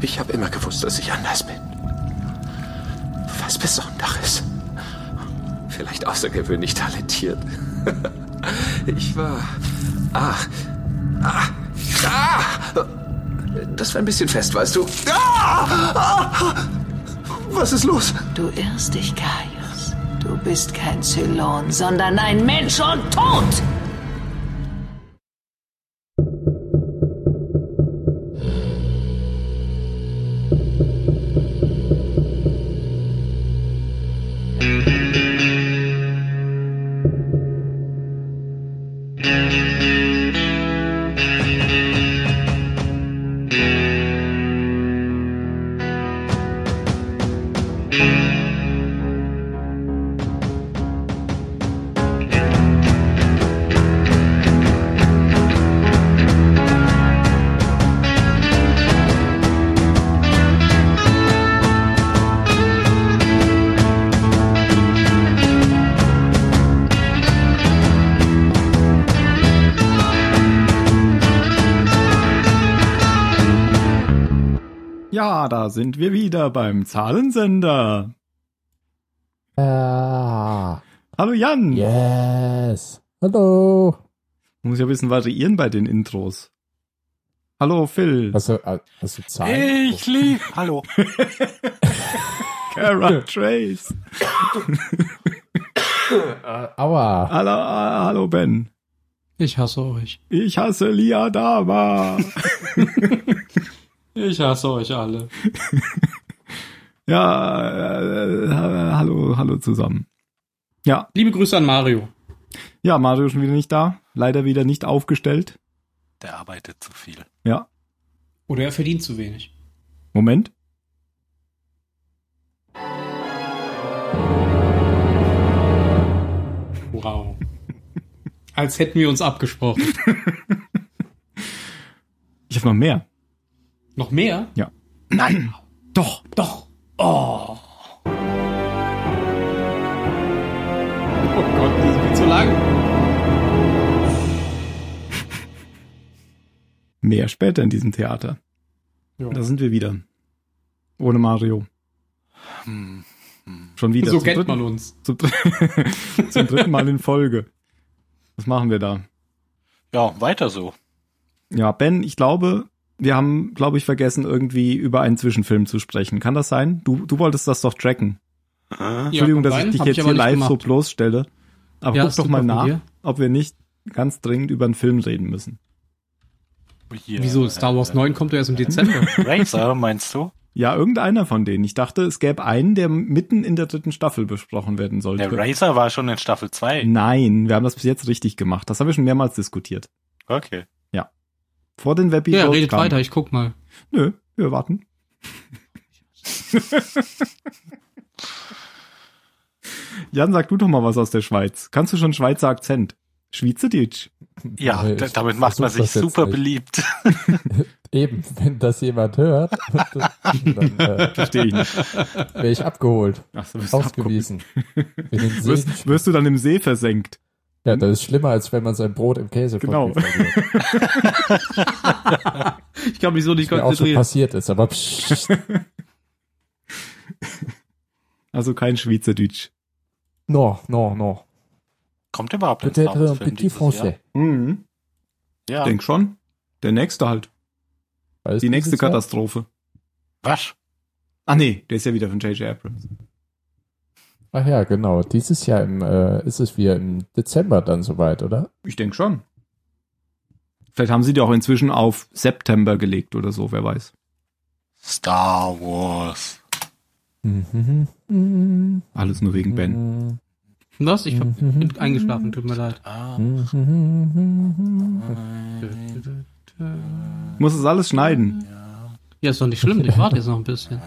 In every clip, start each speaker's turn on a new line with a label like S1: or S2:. S1: Ich habe immer gewusst, dass ich anders bin. Was Besonderes. Vielleicht außergewöhnlich talentiert. Ich war. Ah. Ah. Ah. Das war ein bisschen fest, weißt du. Ah! Ah! Was ist los?
S2: Du irrst dich, Gaius. Du bist kein Zylon, sondern ein Mensch und tot!
S3: Ja, da sind wir wieder beim Zahlensender.
S4: Ja.
S3: Hallo Jan.
S4: Yes. Hallo.
S3: Muss ja ein bisschen variieren bei den Intros. Hallo Phil.
S4: Also, also Zahlen.
S5: Ich lieb. Hallo.
S3: Kara Trace.
S4: Aua.
S3: Hallo, hallo Ben.
S5: Ich hasse euch.
S3: Ich hasse Liadama.
S5: Ich hasse euch alle.
S3: ja, äh, ha- hallo, hallo zusammen. Ja,
S5: Liebe Grüße an Mario.
S3: ja, Mario schon wieder nicht da. Leider wieder nicht aufgestellt.
S6: Der arbeitet zu viel.
S3: Ja,
S5: Oder er verdient zu wenig.
S3: Moment.
S5: Wow. Als hätten wir uns abgesprochen.
S3: Ich habe noch mehr.
S5: Noch mehr?
S3: Ja. Nein. Doch.
S5: Doch. Oh. Oh Gott, das ist viel zu lang.
S3: Mehr später in diesem Theater.
S5: Ja.
S3: Da sind wir wieder. Ohne Mario.
S6: Hm.
S3: Schon wieder.
S5: So
S3: zum,
S5: kennt
S3: dritten,
S5: man uns.
S3: Zum, dr- zum dritten Mal in Folge. Was machen wir da?
S6: Ja, weiter so.
S3: Ja, Ben, ich glaube, wir haben, glaube ich, vergessen, irgendwie über einen Zwischenfilm zu sprechen. Kann das sein? Du, du wolltest das doch tracken. Ah, Entschuldigung, dass ich dich jetzt hier live so bloßstelle. Aber
S5: Ja,
S3: guck
S5: ist
S3: doch mal
S5: super von
S3: nach,
S5: dir.
S3: ob wir nicht ganz dringend über einen Film reden müssen.
S6: Hier,
S5: Wieso? Star Wars 9 kommt ja erst im Dezember.
S6: Razer, meinst du?
S3: Ja, irgendeiner von denen. Ich dachte, es gäbe einen, der mitten in der dritten Staffel besprochen werden sollte.
S6: Der Razer war schon in Staffel
S4: Hm.
S6: 2.
S3: Nein, wir haben das bis jetzt richtig gemacht. Das haben wir schon mehrmals diskutiert.
S6: Okay.
S3: Vor den Webby
S5: ja, redet weiter, ich guck mal.
S3: Nö, wir warten. Jan, sag du doch mal was aus der Schweiz. Kannst du schon Schweizer Akzent? Schweizerdeutsch.
S6: Ja,
S4: Nee,
S6: d-
S4: ich
S6: damit macht man
S4: versuch
S6: sich
S4: das jetzt
S6: super
S4: nicht.
S6: beliebt.
S4: Eben, wenn das jemand hört, dann äh,
S3: Verstehe ich nicht.
S4: wäre ich abgeholt.
S3: Ach, so, wirst du
S4: Ausgewiesen. In den
S3: abgeguckt.
S4: See,
S3: Wirst, wirst du dann im See versenkt?
S4: ja, das ist schlimmer, als wenn man sein Brot im Käse
S3: Genau.
S4: verliert.
S5: Ich kann mich so nicht
S4: Mir auch schon
S5: konzentrieren.
S4: passiert ist, aber pssst,
S3: Also kein Schweizerdeutsch.
S4: no, no, no.
S6: Kommt überhaupt ein Star
S4: Peut-être un
S6: Wars Film
S4: petit
S6: dieses Jahr?
S4: français.
S3: Mhm.
S6: Ja.
S3: Denk schon. Der nächste halt.
S4: Weißt
S3: Die
S4: du
S3: nächste
S4: dieses Jahr?
S3: Katastrophe.
S6: Wasch.
S3: Ah nee, der ist ja wieder von J.J. Abrams.
S4: Ach ja, genau. Dieses Jahr im, äh, ist es wieder im Dezember dann soweit, oder?
S3: Ich denk schon. Vielleicht haben sie die auch inzwischen auf September gelegt oder so, wer weiß.
S6: Star Wars.
S4: Mhm. Mhm.
S3: Alles nur wegen Ben.
S5: Was? Hm, Ich hab-
S3: Mhm.
S5: bin eingeschlafen, tut mir leid.
S6: Ah.
S4: Mhm.
S3: Muss es alles schneiden.
S5: Ja, ist doch nicht schlimm, ich warte jetzt noch ein bisschen.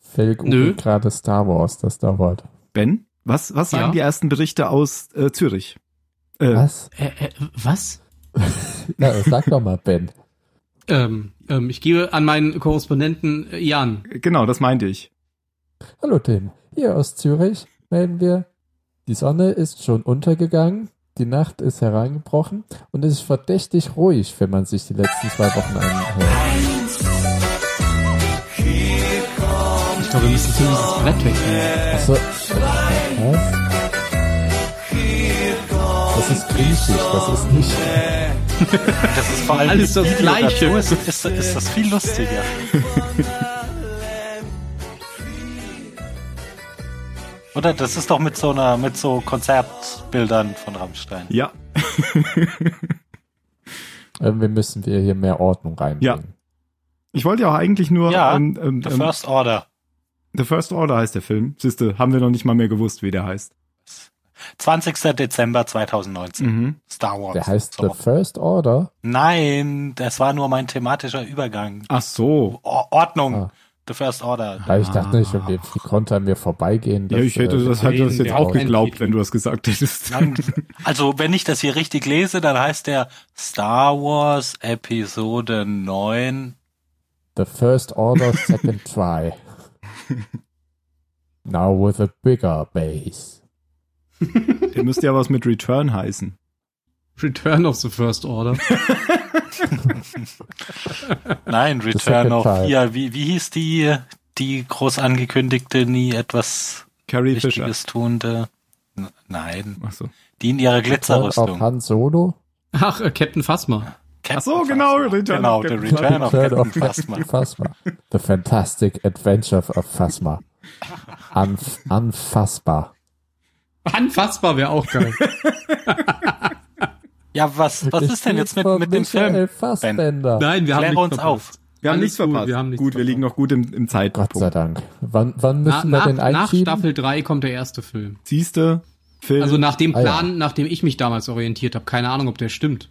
S4: Fell
S5: Nö.
S4: googelt gerade Star Wars, das dauert.
S3: Ben, was, was sagen
S5: Ja?
S3: die ersten Berichte aus äh, Zürich? Äh,
S4: Was?
S5: Äh, äh, was?
S4: Na, sag doch mal, Ben.
S5: Ähm, ähm, ich gebe an meinen Korrespondenten äh, Jan.
S3: Genau, das meinte ich.
S4: Hallo Tim, hier aus Zürich melden wir, die Sonne ist schon untergegangen, die Nacht ist herangebrochen und es ist verdächtig ruhig, wenn man sich die letzten zwei Wochen anhört.
S5: aber wir müssen zumindest das Brett wechseln.
S4: Achso. Was? Das ist griechisch, das ist nicht.
S6: Das ist vor allem
S5: Alles das
S6: die
S5: Gleiche.
S6: Übersetzung Ist, ist, ist das viel lustiger. Oder das ist doch mit so einer, mit so Konzertbildern von Rammstein.
S3: Ja,
S4: Irgendwie müssen wir hier mehr Ordnung reinbringen.
S3: ich wollte ja auch eigentlich nur
S6: Ja,
S3: ähm, ähm,
S6: The
S3: ähm,
S6: First Order.
S3: The First Order heißt der Film. Siehste, haben wir noch nicht mal mehr gewusst, wie der heißt.
S6: 20. Dezember 2019.
S3: Mhm.
S6: Star Wars.
S4: Der heißt
S6: so.
S4: The First Order.
S6: Nein, das war nur mein thematischer Übergang.
S3: Ach so.
S6: O Ordnung.
S4: Ah.
S6: The First Order.
S4: Weil ich dachte nicht,
S6: Ah.
S4: wie, wie konnte er mir vorbeigehen?
S3: Ja, ich hätte
S4: äh,
S3: das, hätte das
S5: sehen
S3: jetzt
S5: wir
S3: auch
S5: halt auch.
S3: geglaubt, wenn du das gesagt hättest.
S6: Dann, also, wenn ich das hier richtig lese, dann heißt der Star Wars Episode 9.
S4: The First Order Second Try. Now with a bigger base.
S3: Der müsste ja was mit Return heißen.
S5: Return of the First Order.
S6: Nein, Return
S4: Second
S6: of
S4: Teil.
S6: ja, wie, wie hieß die, die groß angekündigte, nie etwas
S3: Carrie Fisher.
S6: Wichtiges tunte? N- Nein,
S3: Ach so.
S6: die in ihrer
S4: Turn auf
S6: Glitzerrüstung.
S4: Han Solo.
S5: Ach, äh, Captain Phasma.
S3: Ach so, genau, Return
S6: Genau,
S3: of
S6: der
S3: Captain-
S6: Return of
S4: Return
S6: Captain
S4: of
S6: Phasma.
S4: Captain Phasma. The Fantastic Adventure of Phasma. Unf unfassbar.
S5: Anfassbar wäre auch geil.
S6: Ja, was, was
S4: Ich
S6: ist denn jetzt mit,
S4: bin
S6: mit dem
S4: Michael
S6: Film?
S4: Fassbender.
S5: Nein, wir haben
S6: Kläre
S5: nichts
S6: uns
S5: verpasst.
S6: auf.
S3: Wir haben
S5: Alles
S3: nichts
S5: gut,
S3: verpasst.
S5: wir haben nichts
S3: gut, wir
S5: verpasst.
S3: liegen noch gut im, im
S4: Gott sei
S3: Zeitpunkt.
S4: Dank. Wann, wann
S5: Na,
S4: müssen
S5: nach,
S4: wir den
S5: nach
S4: einschieben?
S5: Staffel 3 kommt der erste Film.
S3: Siehste, Film.
S5: Also nach dem
S4: Ah, ja.
S5: Plan, nach dem ich mich damals orientiert habe. Keine Ahnung, ob der stimmt.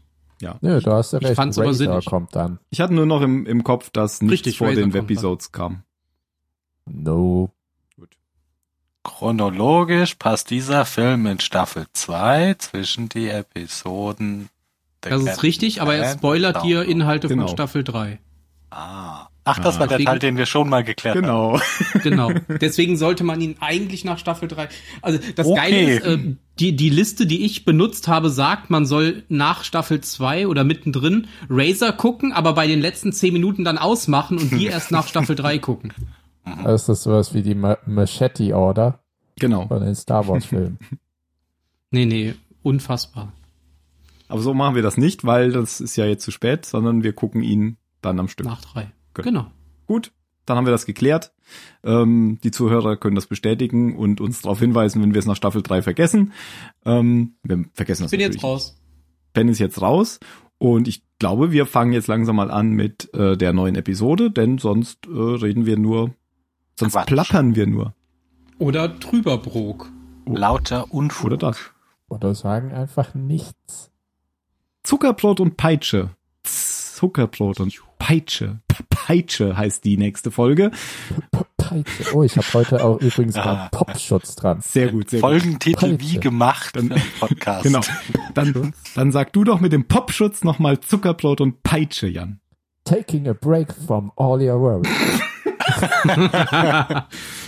S4: Nö, du hast ja
S5: Ich
S4: recht.
S5: fand's aber
S4: Razor
S5: sinnig.
S4: kommt dann.
S3: ich hatte nur noch im, im Kopf, dass nichts
S5: Richtig,
S3: vor
S5: Razor
S3: den
S5: kommt
S3: Webisodes kam.
S4: No.
S6: Chronologisch passt dieser Film in Staffel 2 zwischen die Episoden. The
S5: Das ist
S6: Captain
S5: richtig, aber er
S6: and
S5: spoilert dir
S6: Down.
S5: Inhalte
S3: Äh, Genau.
S5: von Staffel 3.
S6: Ah. Ach, das war der
S5: Deswegen-
S6: Teil, den wir schon mal geklärt haben.
S3: Genau.
S5: Genau. Deswegen sollte man ihn eigentlich nach Staffel 3. Also das
S6: Okay.
S5: Geile ist, äh, die, die Liste, die ich benutzt habe, sagt, man soll nach Staffel 2 oder mittendrin Razor gucken, aber bei den letzten 10 Minuten dann ausmachen und die erst nach Staffel 3 gucken.
S4: Das ist sowas wie die Ma Machete Order
S3: genau.
S4: von den Star Wars Filmen.
S5: Nee, nee, unfassbar.
S3: Aber so machen wir das nicht, weil das ist ja jetzt zu spät, sondern wir gucken ihn dann am Stück.
S5: Nach 3.
S3: Gut.
S5: Genau.
S3: Gut, dann haben wir das geklärt. Ähm, die Zuhörer können das bestätigen und uns darauf hinweisen, wenn wir es nach Staffel 3 vergessen. Ähm, wir vergessen das
S5: Ich bin
S3: natürlich.
S5: jetzt raus.
S3: Ben ist jetzt raus und ich glaube, wir fangen jetzt langsam mal an mit äh, der neuen Episode, denn sonst äh, reden wir nur, sonst
S6: Quatsch.
S3: plappern wir nur.
S5: Oder Trüberbrook.
S6: Lauter Unfug.
S3: Oder das.
S4: Oder sagen einfach nichts.
S3: Zuckerbrot und Peitsche. Zuckerbrot und Peitsche. P- Peitsche heißt die nächste Folge.
S4: P- Peitsche. Oh, ich habe heute auch übrigens mal Popschutz dran.
S3: Sehr gut, sehr gut.
S6: Folgentitel
S4: Peitsche.
S6: wie gemacht
S3: Dann-
S6: für einen Podcast.
S3: Genau. Dann, dann sag du doch mit dem Popschutz nochmal Zuckerbrot und Peitsche, Jan.
S4: Taking a break from all your worries.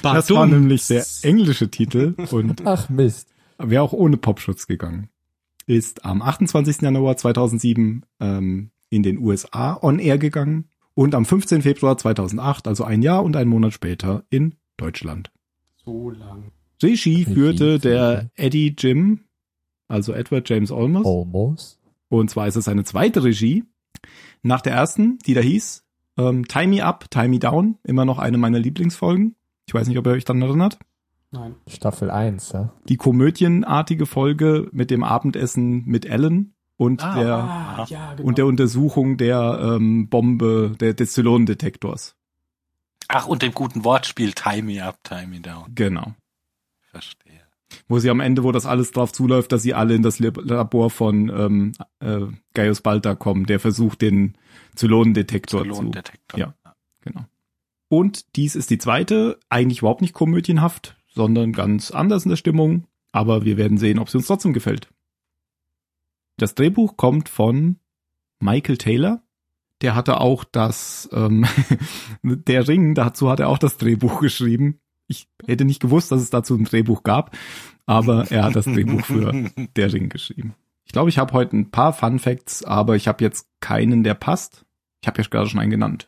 S3: Das war nämlich der englische Titel und
S4: Ach Mist.
S3: wäre auch ohne Popschutz gegangen. Ist am 28. Januar 2007 ähm, in den USA on air gegangen und am 15. Februar 2008, also ein Jahr und ein Monat später, in Deutschland.
S5: So lang.
S3: Regie Oh. führte
S4: Regie,
S3: der Eddie Jim, also Edward James Olmos.
S4: Almost.
S3: Und zwar ist es eine zweite Regie nach der ersten, die da hieß ähm, Time Me Up, Time Me Down. Immer noch eine meiner Lieblingsfolgen. Ich weiß nicht, ob ihr euch daran erinnert.
S5: Nein.
S4: Staffel 1, ja?
S3: die komödienartige Folge mit dem Abendessen mit Ellen und
S6: Ah,
S3: der
S5: Ah, ja, genau.
S3: und der Untersuchung der ähm, Bombe der, des Zylonendetektors.
S6: Ach, und dem guten Wortspiel Time Me Up, Time Me Down.
S3: Genau.
S6: Verstehe.
S3: Wo sie am Ende, wo das alles drauf zuläuft, dass sie alle in das Lab- Labor von ähm, äh, Gaius Balta kommen, der versucht, den Zylonendetektor zu.
S6: Lohndetektor.
S3: Ja. Genau. Und dies ist die zweite, eigentlich überhaupt nicht komödienhaft, sondern ganz anders in der Stimmung. Aber wir werden sehen, ob sie uns trotzdem gefällt. Das Drehbuch kommt von Michael Taylor. Der hatte auch das, ähm, der Ring, dazu hat er auch das Drehbuch geschrieben. Ich hätte nicht gewusst, dass es dazu ein Drehbuch gab, aber er hat das Drehbuch für der Ring geschrieben. Ich glaube, ich habe heute ein paar Fun Facts, aber ich habe jetzt keinen, der passt. Ich habe ja gerade schon einen genannt.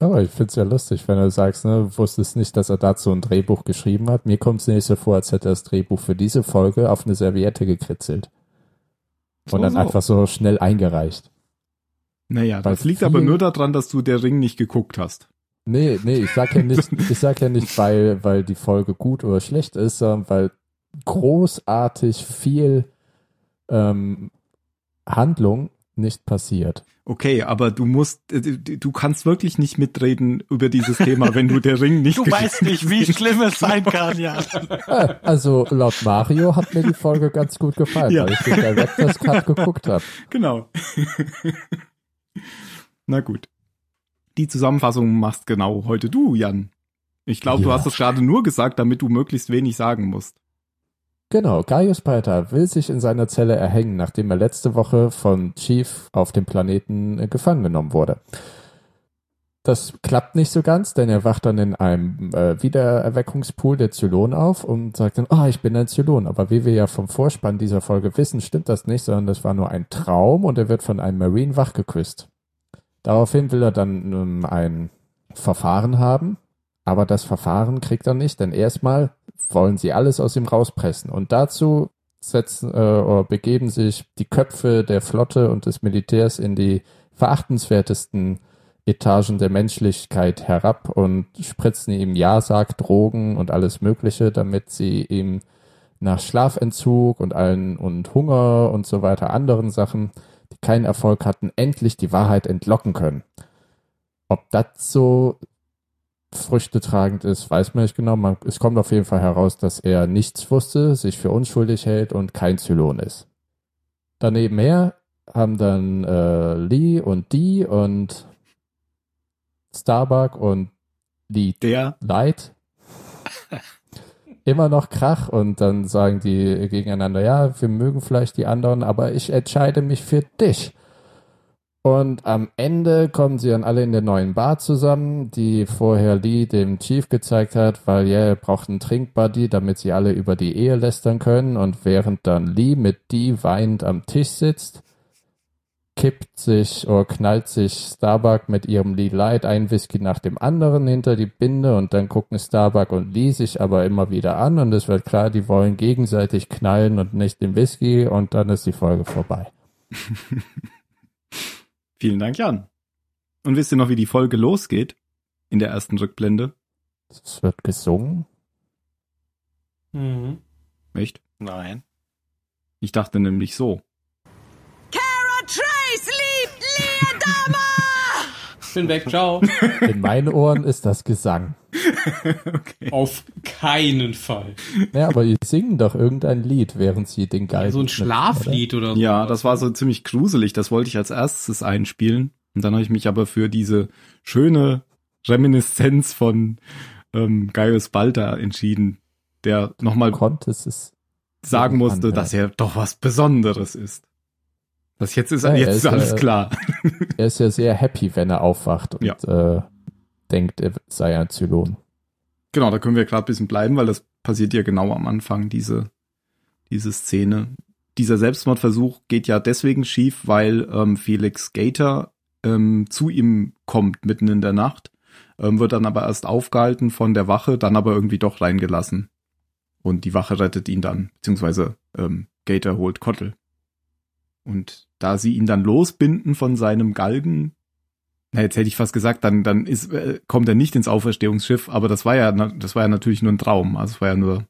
S4: Aber ich find's ja lustig, wenn du sagst, ne, wusstest nicht, dass er dazu ein Drehbuch geschrieben hat. Mir kommt's nicht so vor, als hätte er das Drehbuch für diese Folge auf eine Serviette gekritzelt. Und
S3: So,
S4: dann
S3: so.
S4: einfach so schnell eingereicht.
S3: Naja,
S4: Bei
S3: das liegt
S4: vielen-
S3: aber nur daran, dass du der Ring nicht geguckt hast.
S4: Nee, nee, ich sag ja nicht, ich sag ja nicht, weil, weil die Folge gut oder schlecht ist, sondern weil großartig viel ähm, Handlung nicht passiert.
S3: Okay, aber du musst, äh, du du kannst wirklich nicht mitreden über dieses Thema, wenn du der Ring nicht
S6: Du
S3: geguckt
S6: weißt nicht, wie schlimm es sein kann, ja.
S4: Ah, Also laut Mario hat mir die Folge ganz gut gefallen,
S3: Ja.
S4: weil ich den Directors Cut geguckt habe.
S3: Genau. Na gut. Die Zusammenfassung machst genau heute du, Jan. Ich glaube, du
S4: Ja.
S3: hast es gerade nur gesagt, damit du möglichst wenig sagen musst.
S4: Genau, Gaius Pater will sich in seiner Zelle erhängen, nachdem er letzte Woche von Chief auf dem Planeten äh, gefangen genommen wurde. Das klappt nicht so ganz, denn er wacht dann in einem äh, Wiedererweckungspool der Zylon auf und sagt dann, ah, ich bin ein Zylon. Aber wie wir ja vom Vorspann dieser Folge wissen, stimmt das nicht, sondern das war nur ein Traum und er wird von einem Marine wachgeküsst. Daraufhin will er dann ähm, ein Verfahren haben, aber das Verfahren kriegt er nicht, denn erstmal wollen sie alles aus ihm rauspressen. Und dazu setzen äh, oder begeben sich die Köpfe der Flotte und des Militärs in die verachtenswertesten Etagen der Menschlichkeit herab und spritzen ihm Ja-Sag, Drogen und alles Mögliche, damit sie ihm nach Schlafentzug und allen und Hunger und so weiter anderen Sachen, die keinen Erfolg hatten, endlich die Wahrheit entlocken können. Ob das so Früchte tragend ist, weiß man nicht genau. Man, es kommt auf jeden Fall heraus, dass er nichts wusste, sich für unschuldig hält und kein Zylon ist. Daneben her haben dann äh, Lee und Dee und Starbuck und Lee
S3: Der
S4: Leid. Immer noch Krach und dann sagen die gegeneinander, ja, wir mögen vielleicht die anderen, aber ich entscheide mich für dich. Und am Ende kommen sie dann alle in der neuen Bar zusammen, die vorher Lee dem Chief gezeigt hat, weil ja, er braucht einen Trinkbuddy, damit sie alle über die Ehe lästern können. Und während dann Lee mit Dee weinend am Tisch sitzt, kippt sich oder knallt sich Starbuck mit ihrem Lee Light ein Whisky nach dem anderen hinter die Binde und dann gucken Starbuck und Lee sich aber immer wieder an und es wird klar, die wollen gegenseitig knallen und nicht den Whisky und dann ist die Folge vorbei.
S3: Vielen Dank, Jan. Und wisst ihr noch, wie die Folge losgeht? In der ersten Rückblende?
S4: Es wird gesungen.
S5: Mhm.
S3: Echt?
S6: Nein.
S3: Ich dachte nämlich so.
S2: Kara Trace liebt Leodama!
S5: Ich bin weg, ciao.
S4: In meinen Ohren ist das Gesang.
S3: okay.
S5: Auf keinen Fall.
S4: Ja, aber die singen doch irgendein Lied, während sie den Geil.
S5: so ein Schlaflied oder so.
S3: Ja, das war so ziemlich gruselig. Das wollte ich als erstes einspielen. Und dann habe ich mich aber für diese schöne Reminiszenz von ähm, Gaius Balta entschieden, der nochmal
S4: Konntest es.
S3: sagen musste,
S4: Anhört.
S3: dass er doch was Besonderes ist. Das jetzt ist
S4: Ja,
S3: jetzt
S4: er
S3: ist
S4: ist,
S3: alles
S4: äh,
S3: klar.
S4: Er ist ja sehr happy, wenn er aufwacht und
S3: Ja.
S4: äh, denkt, er sei ein Zylon.
S3: Genau, da können wir gerade ein bisschen bleiben, weil das passiert ja genau am Anfang, diese, diese Szene. Dieser Selbstmordversuch geht ja deswegen schief, weil ähm, Felix Gator ähm, zu ihm kommt mitten in der Nacht, ähm, wird dann aber erst aufgehalten von der Wache, dann aber irgendwie doch reingelassen. Und die Wache rettet ihn dann, beziehungsweise ähm, Gator holt Kottel. Und da sie ihn dann losbinden von seinem Galgen, na, jetzt hätte ich fast gesagt, dann, dann ist, äh, kommt er nicht ins Auferstehungsschiff, aber das war ja, na- das war ja natürlich nur ein Traum. Also es war ja nur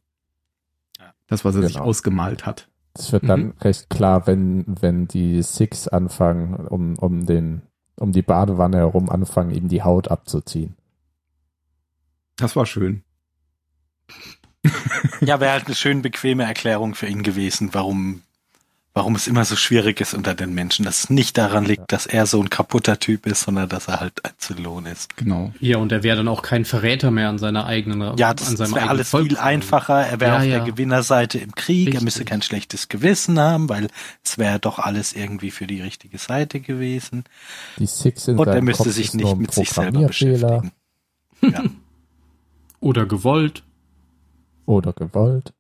S3: das, was er sich
S4: Genau.
S3: ausgemalt hat.
S4: Es wird dann
S3: Mhm.
S4: recht klar, wenn, wenn die Six anfangen, um, um, den, um die Badewanne herum anfangen, ihm die Haut abzuziehen.
S3: Das war schön.
S6: Ja, wäre halt eine schön bequeme Erklärung für ihn gewesen, warum, warum es immer so schwierig ist unter den Menschen. Dass es nicht daran liegt, dass er so ein kaputter Typ ist, sondern dass er halt ein Zylon ist.
S3: Genau.
S5: Ja, und er wäre dann auch kein Verräter mehr an seiner eigenen
S6: Ja, das,
S5: an
S6: das
S5: seinem
S6: wäre
S5: eigenen
S6: alles
S5: Volk.
S6: viel einfacher. Er wäre
S5: Ja,
S6: auf
S5: ja.
S6: der Gewinnerseite im Krieg. Er müsste
S5: Richtig.
S6: kein schlechtes Gewissen haben, weil es wäre doch alles irgendwie für die richtige Seite gewesen.
S4: Die Six in
S6: Und er
S4: seinem
S6: müsste
S4: Kopf
S6: sich
S4: ist nur
S6: nicht
S4: ein
S6: mit sich selber
S4: Programmierfehler
S6: beschäftigen. Ja.
S5: Oder gewollt.
S4: oder gewollt.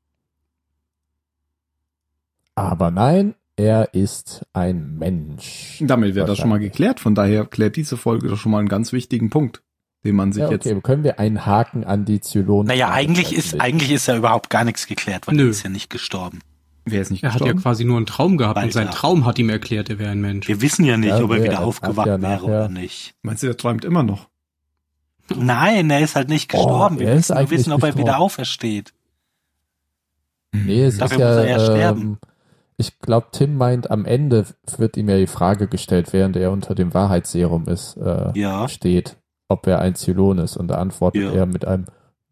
S4: Aber nein, er ist ein Mensch.
S3: Damit wäre das schon mal
S4: Wahrscheinlich.
S3: geklärt. Von daher klärt diese Folge doch schon mal einen ganz wichtigen Punkt. den man sich
S4: Ja,
S3: jetzt.
S4: okay, können wir einen Haken an die Zylonen?
S6: Naja, eigentlich ist, eigentlich ist ja überhaupt gar nichts geklärt, weil
S5: Nö.
S6: er ist ja nicht gestorben.
S3: Wer ist nicht
S5: Er hat ja
S3: gestorben?
S5: quasi nur einen Traum gehabt und
S6: Bald,
S5: sein
S6: ja.
S5: Traum hat ihm erklärt, er wäre ein Mensch.
S6: Wir wissen ja nicht,
S4: Ja,
S6: ob er
S4: nee,
S6: wieder
S4: er
S6: aufgewacht
S4: hat ja
S6: wäre
S4: nachher-
S6: oder nicht.
S3: Meinst du, der träumt immer noch?
S6: Nein, er ist halt nicht
S4: Oh,
S6: gestorben. wir
S4: er ist
S6: wissen, wir
S4: eigentlich
S6: wissen, ob er wieder
S4: gestorben.
S6: aufersteht. Mhm.
S4: Nee, es
S6: Dafür
S4: ist
S6: muss
S4: ja,
S6: er ja
S4: ähm,
S6: sterben.
S4: ich glaube, Tim meint, am Ende wird ihm ja die Frage gestellt, während er unter dem Wahrheitsserum ist, äh,
S6: Ja.
S4: steht, ob er ein Zylon ist. Und da antwortet
S6: Ja.
S4: er mit einem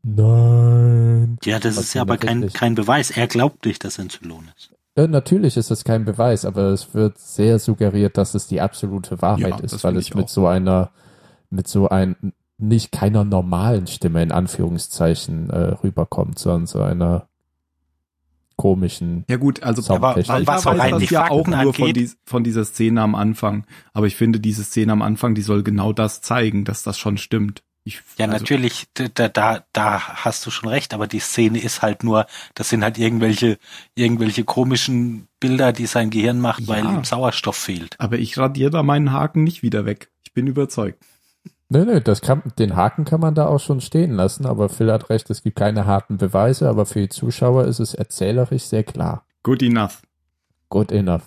S4: Nein.
S6: Ja, das
S4: Was
S6: ist ja
S4: denn
S6: aber kein,
S4: wirklich?
S6: kein Beweis. Er glaubt nicht, dass er ein Zylon ist.
S4: Äh, natürlich ist das kein Beweis, aber es wird sehr suggeriert, dass es die absolute Wahrheit
S3: Ja, das
S4: ist, weil
S3: finde
S4: es
S3: ich
S4: mit
S3: auch.
S4: so einer, mit so ein nicht keiner normalen Stimme in Anführungszeichen äh, rüberkommt, sondern so einer komischen.
S3: Ja gut, also
S4: Sau-
S6: Aber
S4: Technik.
S6: was
S3: weiß
S6: rein
S3: das
S6: die
S3: ja auch
S6: Fakten
S3: nur von,
S6: angeht,
S3: dies- von dieser Szene am Anfang. Aber ich finde, diese Szene am Anfang, die soll genau das zeigen, dass das schon stimmt. Ich,
S6: ja
S3: also,
S6: natürlich, da, da, da hast du schon recht, aber die Szene ist halt nur, das sind halt irgendwelche, irgendwelche komischen Bilder, die sein Gehirn macht, weil
S3: Ja.
S6: ihm Sauerstoff fehlt.
S3: Aber ich radiere da meinen Haken nicht wieder weg. Ich bin überzeugt.
S4: Nö, nö, das kann, den Haken kann man da auch schon stehen lassen, aber Phil hat recht, es gibt keine harten Beweise, aber für die Zuschauer ist es erzählerisch sehr klar.
S3: Good enough.
S4: Good enough.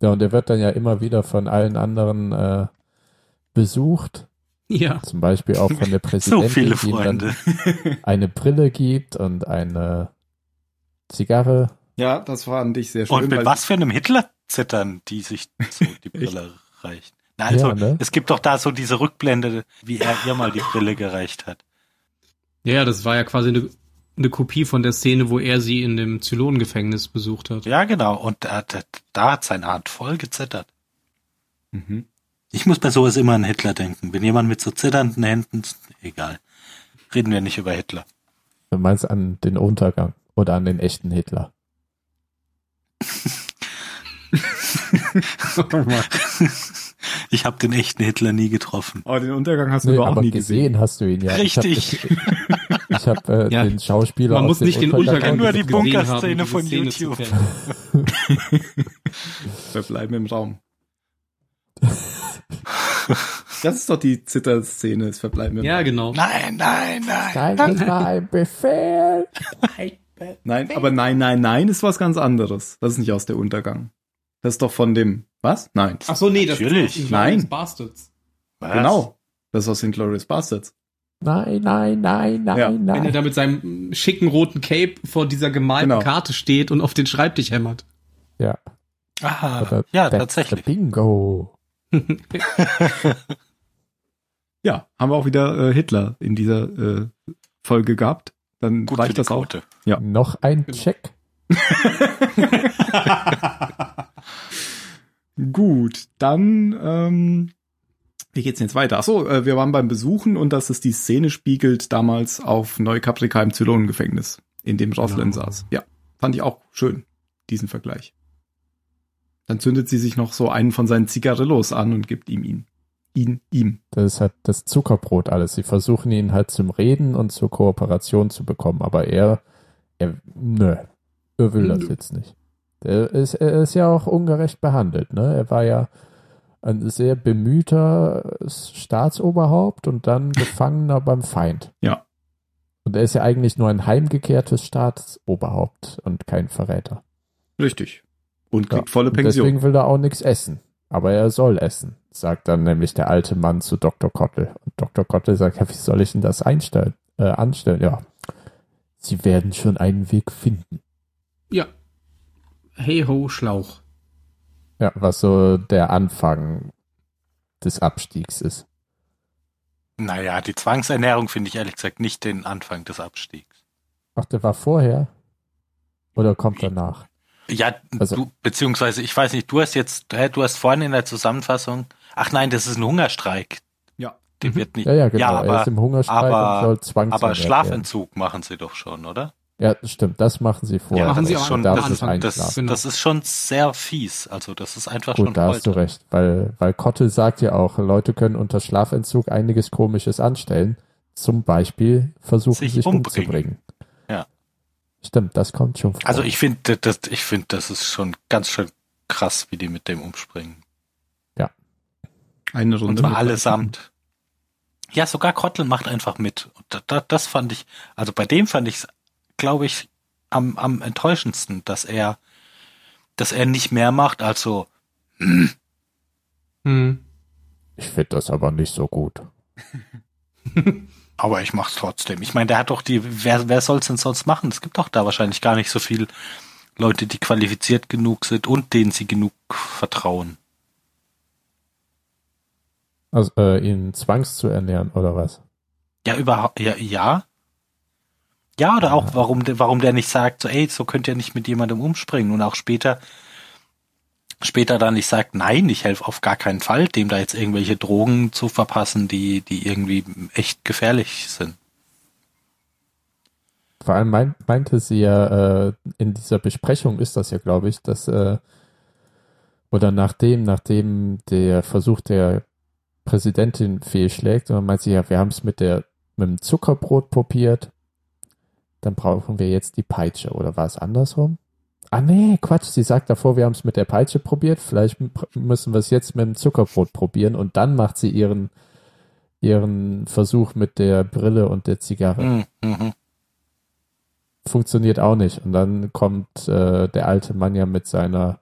S4: Ja, und er wird dann ja immer wieder von allen anderen äh, besucht.
S5: Ja.
S4: Zum Beispiel auch von der
S6: So
S4: Präsidentin,
S6: viele
S4: die ihm
S6: Freunde.
S4: dann eine Brille gibt und eine Zigarre.
S3: Ja, das fand ich sehr schön.
S6: Und mit
S3: weil-
S6: was für einem Hitler zittern, die sich so die Brille reicht. Na, also,
S4: Ja, ne?
S6: es gibt doch da so diese Rückblende, wie er ihr mal die Brille gereicht hat.
S5: ja, ja, das war ja quasi eine, eine Kopie von der Szene, wo er sie in dem Zylonengefängnis besucht hat.
S6: Ja, genau. Und da, da, da hat seine Hand voll gezittert.
S3: Mhm.
S6: Ich muss bei sowas immer an Hitler denken. Wenn jemand mit so zitternden Händen, egal. Reden wir nicht über Hitler.
S4: Du meinst an den Untergang oder an den echten Hitler.
S6: Ich habe den echten Hitler nie getroffen.
S3: Aber Oh, den Untergang hast du doch auch
S4: aber
S3: nie
S4: gesehen,
S3: gesehen.
S4: hast du ihn ja.
S6: Richtig.
S4: Ich habe ich hab, äh,
S3: Ja.
S4: den Schauspieler
S5: Man
S4: aus
S5: muss
S4: dem
S5: nicht den Untergang
S6: Nur die
S5: gesehen haben, um
S6: Bunkerszene
S5: diese
S6: von
S5: Szene
S6: YouTube.
S5: zu kennen.
S3: Wir bleiben im Raum. das ist doch die Zitterszene, es verbleiben im
S5: Ja,
S3: Raum.
S5: genau.
S6: Nein, nein, nein.
S4: Nein, das war ein Befehl.
S3: Nein, aber nein, nein, nein ist was ganz anderes. Das ist nicht aus der Untergang. Das ist doch von dem. Was? Nein.
S5: Ach so, nee, das
S6: Natürlich.
S5: ist
S3: Nein.
S5: Bastards.
S6: Was?
S3: Genau. Das ist aus Inglourious Bastards.
S4: Nein, nein, nein, nein,
S3: Ja, wenn
S5: Wenn er
S4: nein.
S5: da mit seinem schicken roten Cape vor dieser gemalten
S3: Genau.
S5: Karte steht und auf den Schreibtisch hämmert.
S4: Ja,
S6: Ah,
S4: oder
S6: ja,
S4: that's
S6: tatsächlich.
S4: the Bingo.
S3: Ja, haben wir auch wieder äh, Hitler in dieser äh, Folge gehabt. Dann
S6: Gut für
S3: reicht
S6: die
S3: das auch.
S6: Quote.
S3: Ja.
S4: Noch ein
S5: Genau.
S4: Check.
S3: Gut, dann ähm, wie geht's denn jetzt weiter? Ach so, äh, wir waren beim Besuchen und dass es die Szene spiegelt damals auf Neukaprika im Zylonengefängnis, in dem Roslin
S5: Genau.
S3: saß. Ja, fand ich auch schön diesen Vergleich. Dann zündet sie sich noch so einen von seinen Zigarillos an und gibt ihm ihn. Ihn, ihm.
S4: Das ist halt das Zuckerbrot alles. Sie versuchen ihn halt zum Reden und zur Kooperation zu bekommen, aber er, er nö, er will das
S3: Nö.
S4: jetzt nicht. Er ist, er ist ja auch ungerecht behandelt, ne? Er war ja ein sehr bemühter Staatsoberhaupt und dann Gefangener beim Feind.
S3: Ja.
S4: Und er ist ja eigentlich nur ein heimgekehrtes Staatsoberhaupt und kein Verräter.
S3: Richtig. Und
S4: Ja,
S3: kriegt volle
S4: und
S3: Pension.
S4: Deswegen will er auch nichts essen. Aber er soll essen, sagt dann nämlich der alte Mann zu Dr. Kottel. Und Dr. Kottel sagt, ja, wie soll ich denn das einstellen, äh, anstellen? Ja, sie werden schon einen Weg finden.
S5: Ja. Hey ho, Schlauch.
S4: Ja, was so der Anfang des Abstiegs ist.
S6: Naja, die Zwangsernährung finde ich ehrlich gesagt nicht den Anfang des Abstiegs.
S4: Ach, der war vorher? Oder kommt danach?
S6: Ja,
S4: Also-
S6: du, beziehungsweise, ich weiß nicht, du hast jetzt, hä, du hast vorhin in der Zusammenfassung, ach nein, das ist ein Hungerstreik.
S3: Ja.
S6: Den wird nicht,
S4: Ja, ja, genau. er
S6: aber,
S4: ist im Hungerstreik
S6: aber-
S4: und soll zwangsernährt
S6: aber
S4: werden.
S6: Schlafentzug machen sie doch schon, oder?
S4: Ja, stimmt, das machen sie vorher.
S5: machen sie
S4: Das
S5: auch am
S4: darf
S5: Anfang. Genau.
S4: nicht
S5: Das-
S4: einschlafen.
S6: Das, das ist schon sehr fies. Also, das ist einfach schon
S4: Gut, da hast du
S6: Folter.
S4: recht, weil, weil Kotte sagt ja auch, Leute können unter Schlafentzug einiges Komisches anstellen. Zum Beispiel versuchen, sich,
S6: Sich
S4: umzubringen.
S6: umbringen. Ja.
S4: Stimmt, das kommt schon vor.
S6: Also, ich finde, das, ich finde, das ist schon ganz schön krass, wie die mit dem umspringen.
S3: Eine
S6: Und
S3: Runde.
S6: zwar
S3: mit-
S6: allesamt. ja, sogar Krottel macht einfach mit. Und da, da, das fand ich, also bei dem fand ich, glaube ich, am, am enttäuschendsten, dass er, dass er nicht mehr macht, als so, hm,
S5: Hm.
S4: Ich finde das aber nicht so gut.
S6: aber ich mach's trotzdem. Ich meine, der hat doch die, wer, wer soll's denn sonst machen? Es gibt doch da wahrscheinlich gar nicht so viel Leute, die qualifiziert genug sind und denen sie genug vertrauen.
S4: Also äh, ihn zwangs zu ernähren oder was?
S6: Ja, überhaupt, ja, ja. Ja, oder auch, warum, der- warum der nicht sagt, so, ey, so könnt ihr nicht mit jemandem umspringen und auch später, später dann nicht sagt, nein, ich helfe auf gar keinen Fall, dem da jetzt irgendwelche Drogen zu verpassen, die, die irgendwie echt gefährlich sind.
S4: Vor allem mein, meinte sie ja, äh, in dieser Besprechung ist das ja, glaube ich, dass, äh, oder nachdem, nachdem der Versuch der Präsidentin fehlschlägt, und dann meint sie ja, wir haben es mit der, mit dem Zuckerbrot probiert, dann brauchen wir jetzt die Peitsche, oder war es andersrum? Ah nee, Quatsch, sie sagt davor, wir haben es mit der Peitsche probiert, vielleicht m- müssen wir es jetzt mit dem Zuckerbrot probieren und dann macht sie ihren, ihren Versuch mit der Brille und der Zigarre
S6: Mhm, mhm.
S4: funktioniert auch nicht. Und dann kommt äh, der alte Mann ja mit seiner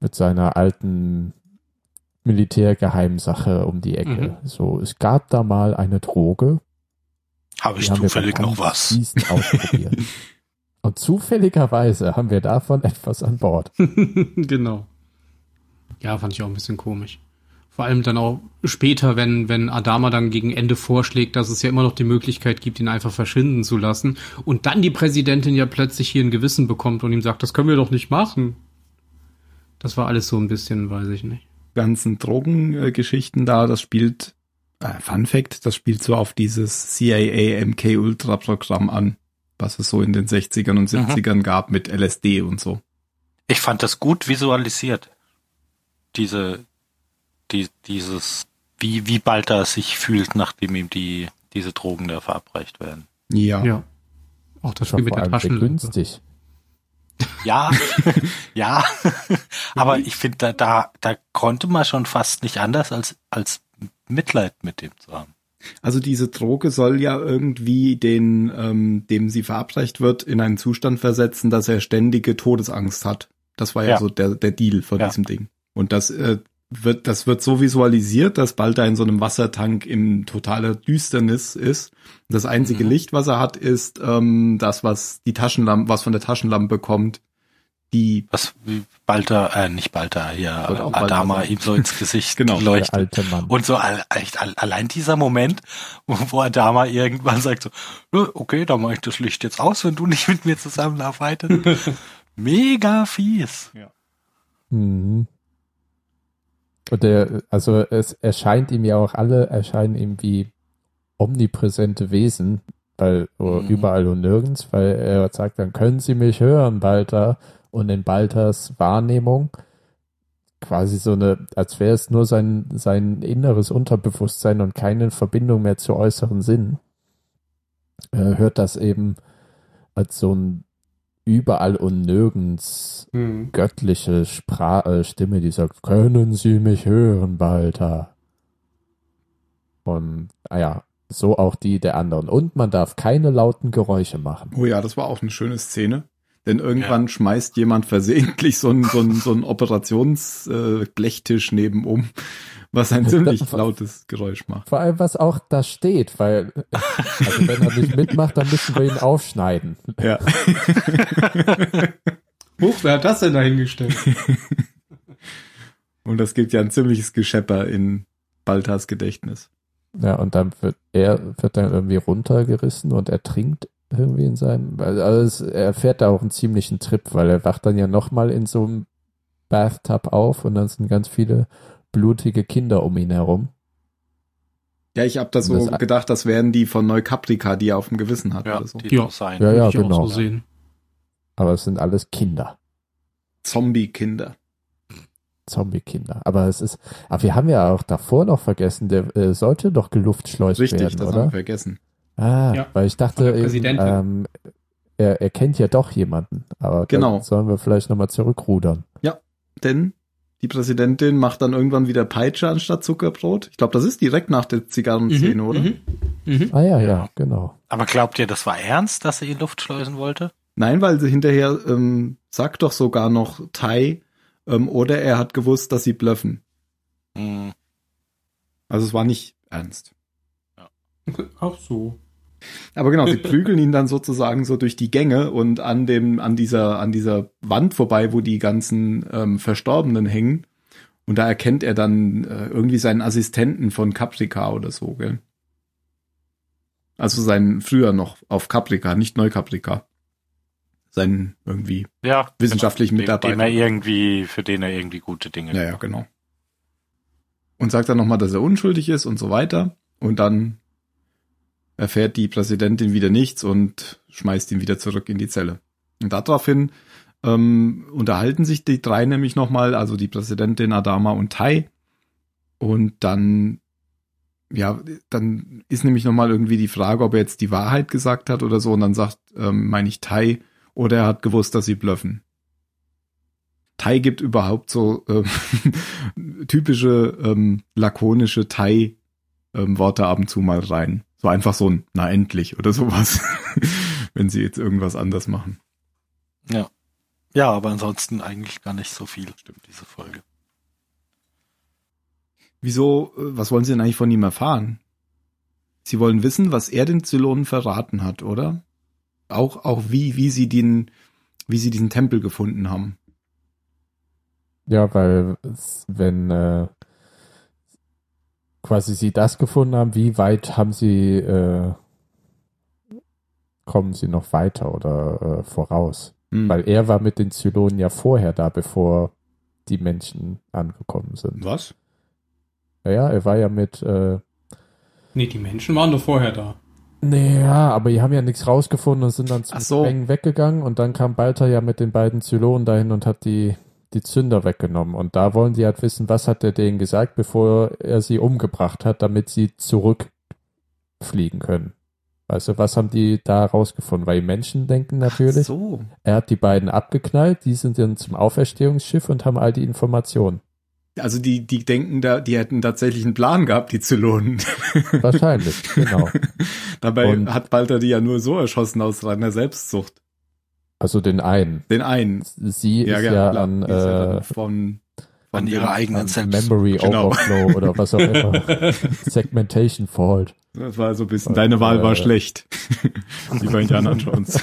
S4: mit seiner alten Militärgeheimsache um die Ecke. So, es gab da mal eine Droge.
S6: Habe
S4: die
S6: ich
S4: haben wir
S6: zufällig
S4: beim
S6: noch was?
S4: Anschießen ausprobiert. Und zufälligerweise haben wir davon etwas an Bord.
S5: genau. Ja, fand ich auch ein bisschen komisch. Vor allem dann auch später, wenn, wenn Adama dann gegen Ende vorschlägt, dass es ja immer noch die Möglichkeit gibt, ihn einfach verschwinden zu lassen. Und dann die Präsidentin ja plötzlich hier ein Gewissen bekommt und ihm sagt, das können wir doch nicht machen. Das war alles so ein bisschen, weiß ich nicht.
S3: ganzen Drogengeschichten da, das spielt, äh, Fun Fact, das spielt so auf dieses CIA MK Ultra Programm an, was es so in den 60ern und 70ern gab mit LSD und so.
S6: Ich fand das gut visualisiert. Diese, die, dieses, wie, wie bald er sich fühlt, nachdem ihm die, diese Drogen da verabreicht werden.
S3: Ja.
S5: Ja. Auch das
S4: Das war
S5: Spiel mit
S4: vor
S5: der
S4: allem sehr
S5: Taschenlampe.
S4: günstig.
S6: Ja, ja. Aber ich finde, da, da, da konnte man schon fast nicht anders als, als Mitleid mit dem zu haben.
S3: Also diese Droge soll ja irgendwie den, ähm, dem sie verabreicht wird, in einen Zustand versetzen, dass er ständige Todesangst hat. Das war ja,
S6: Ja.
S3: so der, der Deal von
S6: Ja.
S3: diesem Ding. Und das äh, wird, das wird so visualisiert, dass Balta in so einem Wassertank in totaler Düsternis ist. Das einzige
S6: Mhm.
S3: Licht, was er hat, ist ähm, das, was die Taschenlampe, was von der Taschenlampe kommt, die
S6: Was wie Balter, äh, nicht Balter, ja,
S3: Sollte auch
S6: Adama
S3: Balter sein.
S6: ihm so ins Gesicht
S3: Genau.
S4: Der
S6: leuchtet.
S4: alte Mann.
S6: Und so al- echt al- allein dieser Moment, wo wo Adama irgendwann sagt so, "Nö, okay, dann mache ich das Licht jetzt aus, wenn du nicht mit mir zusammenarbeitest. Mega fies.
S4: Mhm. Und der, also es erscheint ihm ja auch alle, erscheinen ihm wie omnipräsente Wesen, weil oder
S6: Mhm.
S4: überall und nirgends, weil er sagt, dann können sie mich hören, Balter. Und in Balters Wahrnehmung quasi so eine, als wäre es nur sein, sein inneres Unterbewusstsein und keine Verbindung mehr zu äußeren Sinnen, äh, hört das eben als so ein überall und nirgends
S5: Mhm.
S4: göttliche Spra äh, Stimme, die sagt, können Sie mich hören, Balter? Und, ah ja, so auch die der anderen. Und man darf keine lauten Geräusche machen.
S3: Oh ja, das war auch eine schöne Szene. Denn irgendwann schmeißt jemand versehentlich so einen, so einen, so einen Operationsblechtisch äh, Blechtisch nebenum, was ein ziemlich lautes Geräusch macht.
S4: Vor allem, was auch da steht, weil, also wenn er nicht mitmacht, dann müssen wir ihn aufschneiden.
S3: Ja.
S5: Huch, wer hat das denn da hingestellt?
S3: Und das gibt ja ein ziemliches Geschepper in Baltas Gedächtnis.
S4: Ja, und dann wird er wird dann irgendwie runtergerissen und ertrinkt irgendwie in seinem. Also es- er fährt da auch einen ziemlichen Trip, weil er wacht dann ja nochmal in so einem Bathtub auf und dann sind ganz viele blutige Kinder um ihn herum.
S3: Ja, ich hab da so
S4: Das-
S3: gedacht, das wären die von Neukaprika, die er auf dem Gewissen hat.
S6: Ja,
S3: oder so.
S6: die
S5: Ja.
S6: sein.
S4: Ja, ja,
S5: Würde ich
S4: genau.
S5: auch so sehen.
S4: Aber es sind alles Kinder,
S3: Zombie-Kinder.
S4: Zombie-Kinder. Aber es ist, aber wir haben ja auch davor noch vergessen, der äh, sollte doch geluftschleust
S3: Richtig,
S4: werden,
S3: das
S4: oder?
S3: haben wir vergessen.
S4: Ah,
S5: Ja,
S4: weil ich dachte,
S5: der
S4: eben,
S5: Präsidentin.
S4: ähm, er, er kennt ja doch jemanden. Aber da
S3: Genau.
S4: sollen wir vielleicht nochmal zurückrudern.
S3: Denn Die Präsidentin macht dann irgendwann wieder Peitsche anstatt Zuckerbrot. Ich glaube, das ist direkt nach
S4: Mhm.
S3: der Zigarrenszene,
S5: Mhm,
S3: oder?
S4: Ah ja, ja, genau.
S6: Aber glaubt ihr, das war ernst, dass er ihn Luft schleusen wollte?
S3: Nein, weil sie hinterher ähm, sagt doch sogar noch Tai ähm, oder er hat gewusst, dass sie blöffen.
S6: Hm.
S3: Also es war nicht ernst.
S5: Auch so.
S3: Aber genau, sie prügeln ihn dann sozusagen so durch die Gänge und an dem, an dieser, an dieser Wand vorbei, wo die ganzen ähm, Verstorbenen hängen. Und da erkennt er dann äh, irgendwie seinen Assistenten von Caprica oder so, gell? Also seinen früher noch auf Caprica, nicht Neu-Caprica. Seinen irgendwie
S6: Ja. genau.
S3: wissenschaftlichen Mitarbeiter.
S6: Dem, dem er irgendwie, für den er irgendwie gute Dinge.
S3: Ja, ja, genau. Und sagt dann nochmal, dass er unschuldig ist und so weiter. Und dann erfährt die Präsidentin wieder nichts und schmeißt ihn wieder zurück in die Zelle. Und daraufhin ähm, unterhalten sich die drei nämlich nochmal, also die Präsidentin, Adama und Tai. Und dann, ja, dann ist nämlich nochmal irgendwie die Frage, ob er jetzt die Wahrheit gesagt hat oder so. Und dann sagt, ähm, meine ich Tai, oder er hat gewusst, dass sie blöffen. Tai gibt überhaupt so ähm, typische ähm, lakonische Tai-Worte ab und zu mal rein. So einfach so ein, na endlich oder sowas, wenn sie jetzt irgendwas anders machen.
S6: Ja, aber ansonsten eigentlich gar nicht so viel, stimmt, diese Folge.
S3: Wieso, äh, was wollen sie denn eigentlich von ihm erfahren? Sie wollen wissen, was er den Zylonen verraten hat, oder? Auch, auch wie, wie sie den, wie sie diesen Tempel gefunden haben.
S4: Ja, weil es, wenn äh, quasi sie das gefunden haben, wie weit haben sie, äh, kommen sie noch weiter oder äh, voraus?
S3: Hm.
S4: Weil er war mit den Zylonen ja vorher da, bevor die Menschen angekommen sind.
S3: was?
S4: Naja, er war ja mit, äh,
S5: Nee, die Menschen waren doch vorher da.
S4: naja, aber die haben ja nichts rausgefunden und sind dann zum
S3: Ach so.
S4: Sprengen weggegangen und dann kam Balta ja mit den beiden Zylonen dahin und hat die, die Zünder weggenommen. Und da wollen sie halt wissen, was hat er denen gesagt, bevor er sie umgebracht hat, damit sie zurückfliegen können. Weißt du, was haben die da rausgefunden? Weil die Menschen denken natürlich,
S3: So.
S4: Er hat die beiden abgeknallt, die sind dann zum Auferstehungsschiff und haben all die Informationen.
S3: Also die, die denken da, die hätten tatsächlich einen Plan gehabt, die Zylonen.
S4: Wahrscheinlich, genau.
S3: Dabei
S4: Und-
S3: hat Balter die ja nur so erschossen aus reiner Selbstsucht.
S4: Also den einen.
S3: Den einen. genau,
S4: Sie ist ja,
S3: klar,
S4: an,
S3: die ist ja dann
S4: äh,
S3: von,
S6: An ihrer eigenen
S4: an
S6: Selbst.
S4: Ähm, Memory
S3: Genau.
S4: Overflow oder was auch immer. Segmentation Fault.
S3: Das war so ein bisschen,
S4: Von,
S3: deine Wahl war
S4: äh,
S3: schlecht. Wie bei Indiana Jones.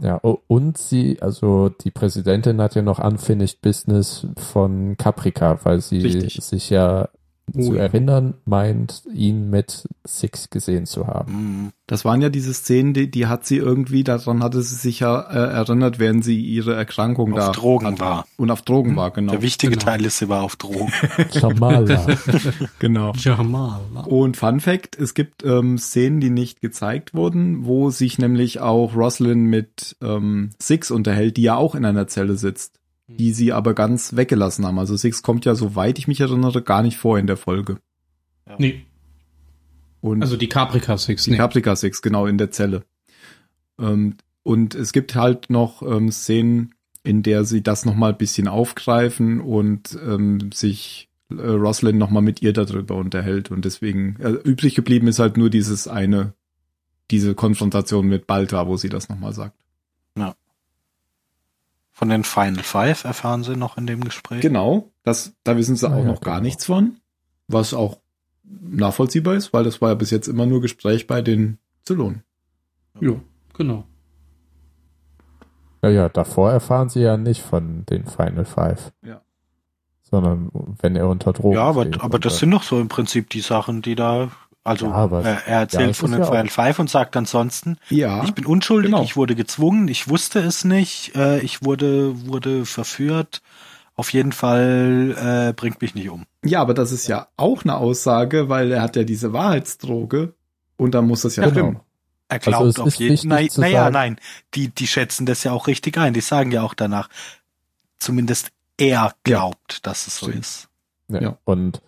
S4: Ja, o- und sie, also die Präsidentin hat ja noch Unfinished Business von Caprica, weil sie
S3: Richtig.
S4: sich ja
S5: Oh
S4: zu
S5: ja.
S4: erinnern meint, ihn mit Six gesehen zu haben.
S6: Hm.
S3: Das waren ja diese Szenen, die, die hat sie irgendwie, daran hatte sie sich ja äh, erinnert, während sie ihre Erkrankung
S6: Auf
S3: da
S6: Drogen
S3: hatte.
S6: war.
S3: Und auf Drogen war, genau.
S6: Der wichtige
S5: Genau.
S6: Teil ist, sie war auf Drogen.
S4: Jamala.
S3: Genau.
S5: Jamal.
S3: Und Fun Fact, es gibt ähm, Szenen, die nicht gezeigt wurden, wo sich nämlich auch Roslyn mit ähm, Six unterhält, die ja auch in einer Zelle sitzt, die sie aber ganz weggelassen haben. Also Six kommt ja, soweit ich mich erinnere, gar nicht vor in der Folge.
S5: Nee,
S3: Und
S5: also die Caprica Six.
S3: Hm. Die
S5: Nee.
S3: Caprica Six, genau, in der Zelle. Ähm, und es gibt halt noch ähm, Szenen, in der sie das nochmal ein bisschen aufgreifen und ähm, sich äh, Roslyn nochmal mit ihr darüber unterhält. Und deswegen, äh, übrig geblieben ist halt nur dieses eine, diese Konfrontation mit Balta, wo sie das nochmal sagt.
S6: Von den Final Five erfahren sie noch in dem Gespräch.
S3: Genau, das, da wissen sie
S4: Ah
S3: auch
S4: ja,
S3: noch gar
S4: genau.
S3: nichts von, was auch nachvollziehbar ist, weil das war ja bis jetzt immer nur Gespräch bei den Zylonen.
S5: Jo, genau.
S4: Naja, davor erfahren sie ja nicht von den Final Five.
S3: Ja.
S4: Sondern wenn er unter Drogen
S6: Ja, aber,
S4: steht
S6: aber
S4: und,
S6: das
S4: äh,
S6: sind doch so im Prinzip die Sachen, die da. Also
S4: Ja, aber- genau.
S6: äh, er
S4: ja,
S6: erzählt
S4: das
S6: von
S4: ist
S6: den
S4: ja auch-
S6: Final Five und sagt ansonsten,
S3: Ja,
S6: ich bin unschuldig,
S3: genau.
S6: ich wurde gezwungen, ich wusste es nicht, äh, ich wurde, wurde verführt. Auf jeden Fall äh, bringt mich nicht um.
S3: Ja, aber das ist ja auch eine Aussage, weil er hat ja diese Wahrheitsdroge und dann muss das ja,
S4: Ja,
S3: stimmen.
S4: genau.
S6: Er
S4: Also
S6: glaubt
S4: es
S6: auf
S4: ist
S6: jeden
S4: wichtig
S6: Fall.
S4: zu
S6: Naja,
S4: sagen-
S6: nein, die, die schätzen das ja auch richtig ein. Die sagen ja auch danach, zumindest er glaubt, dass es so
S3: Stimmt.
S6: ist.
S4: Ja.
S3: ja.
S4: Und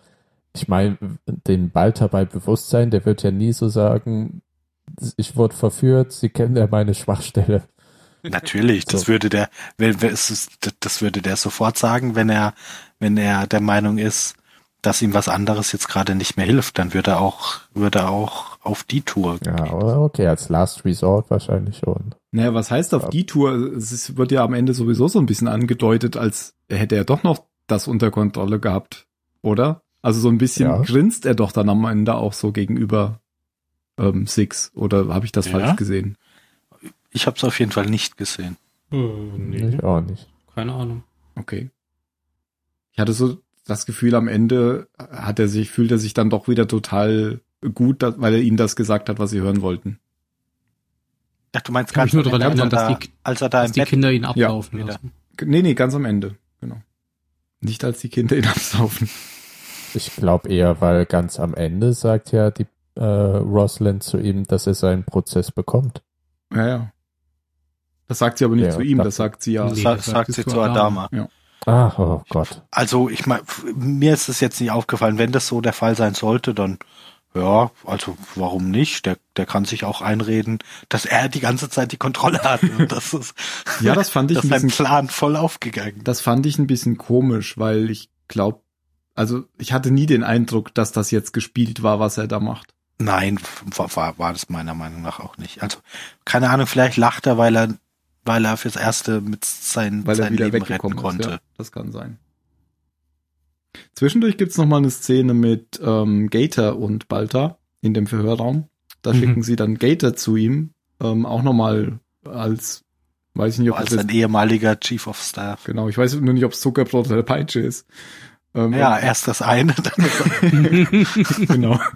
S4: ich meine, den Balter bei Bewusstsein, der wird ja nie so sagen, ich wurde verführt, sie kennen ja meine Schwachstelle.
S6: Natürlich, das würde der, wenn- wenn es ist- das- das würde der sofort sagen, wenn er, wenn er der Meinung ist, dass ihm was anderes jetzt gerade nicht mehr hilft, dann würde er auch, würde er auch auf die Tour.
S4: Ja, aber okay, als Last Resort wahrscheinlich schon.
S3: Naja, Ne, was heißt auf die Tour? Es ist, wird ja am Ende sowieso so ein bisschen angedeutet, als hätte er doch noch das unter Kontrolle gehabt, oder? Also so ein bisschen
S4: Ja.
S3: grinst er doch dann am Ende auch so gegenüber ähm, Six, oder habe ich das
S6: Ja.
S3: falsch gesehen?
S6: Ich habe es auf jeden Fall nicht gesehen.
S5: Äh, nee,
S4: Ich auch nicht.
S5: keine Ahnung.
S3: Okay. Ich hatte so das Gefühl, am Ende hat er sich, fühlt er sich dann doch wieder total gut, da- weil er ihnen das gesagt hat, was sie hören wollten.
S6: Ach, du meinst
S5: Kann mich
S6: ganz
S5: nur daran
S6: am Ende,
S5: erinnern,
S6: als er
S5: dass die-
S6: da, als er da
S5: Dass
S6: im
S5: die
S6: Bett,
S5: Kinder ihn ablaufen
S6: wieder.
S5: lassen.
S3: G- Nee, nee, ganz am Ende, genau. Nicht als die Kinder ihn absaufen.
S4: Ich glaube eher, weil ganz am Ende sagt ja die äh, Rosalind zu ihm, dass er seinen Prozess bekommt.
S3: Ja, ja. Das sagt sie aber nicht
S4: Ja,
S3: zu ihm, das
S4: dachte-
S3: sagt sie ja.
S5: Nee,
S6: sa-
S5: das
S6: sagt sie zu Adama.
S4: Ah, oh Gott.
S6: Also, ich meine, mir ist es jetzt nicht aufgefallen. Wenn das so der Fall sein sollte, dann ja, also warum nicht? Der, der kann sich auch einreden, dass er die ganze Zeit die Kontrolle hat. Und das ist,
S3: Ja, das fand ich
S6: dass
S3: ein
S6: sein
S3: bisschen
S6: Plan voll aufgegangen.
S3: Das fand ich ein bisschen komisch, weil ich glaube, also ich hatte nie den Eindruck, dass das jetzt gespielt war, was er da macht.
S6: Nein, war, war, war das meiner Meinung nach auch nicht. Also, keine Ahnung, vielleicht lacht er, weil er, weil er fürs Erste mit sein,
S3: Weil er
S6: sein
S3: wieder
S6: Leben retten
S3: weggekommen ist.
S6: konnte.
S3: Ja, das kann sein. Zwischendurch gibt's noch mal eine Szene mit ähm, Gator und Balta in dem Verhörraum. Da
S5: Mhm.
S3: schicken sie dann Gator zu ihm, ähm, auch noch mal als, weiß ich nicht, ob
S6: Als
S3: das jetzt-
S6: sein ehemaliger Chief of Staff.
S3: genau, ich weiß nur nicht, ob es Zuckerbrot oder Peitsche ist. Ähm,
S6: Ja, erst das eine, dann das andere.
S3: genau.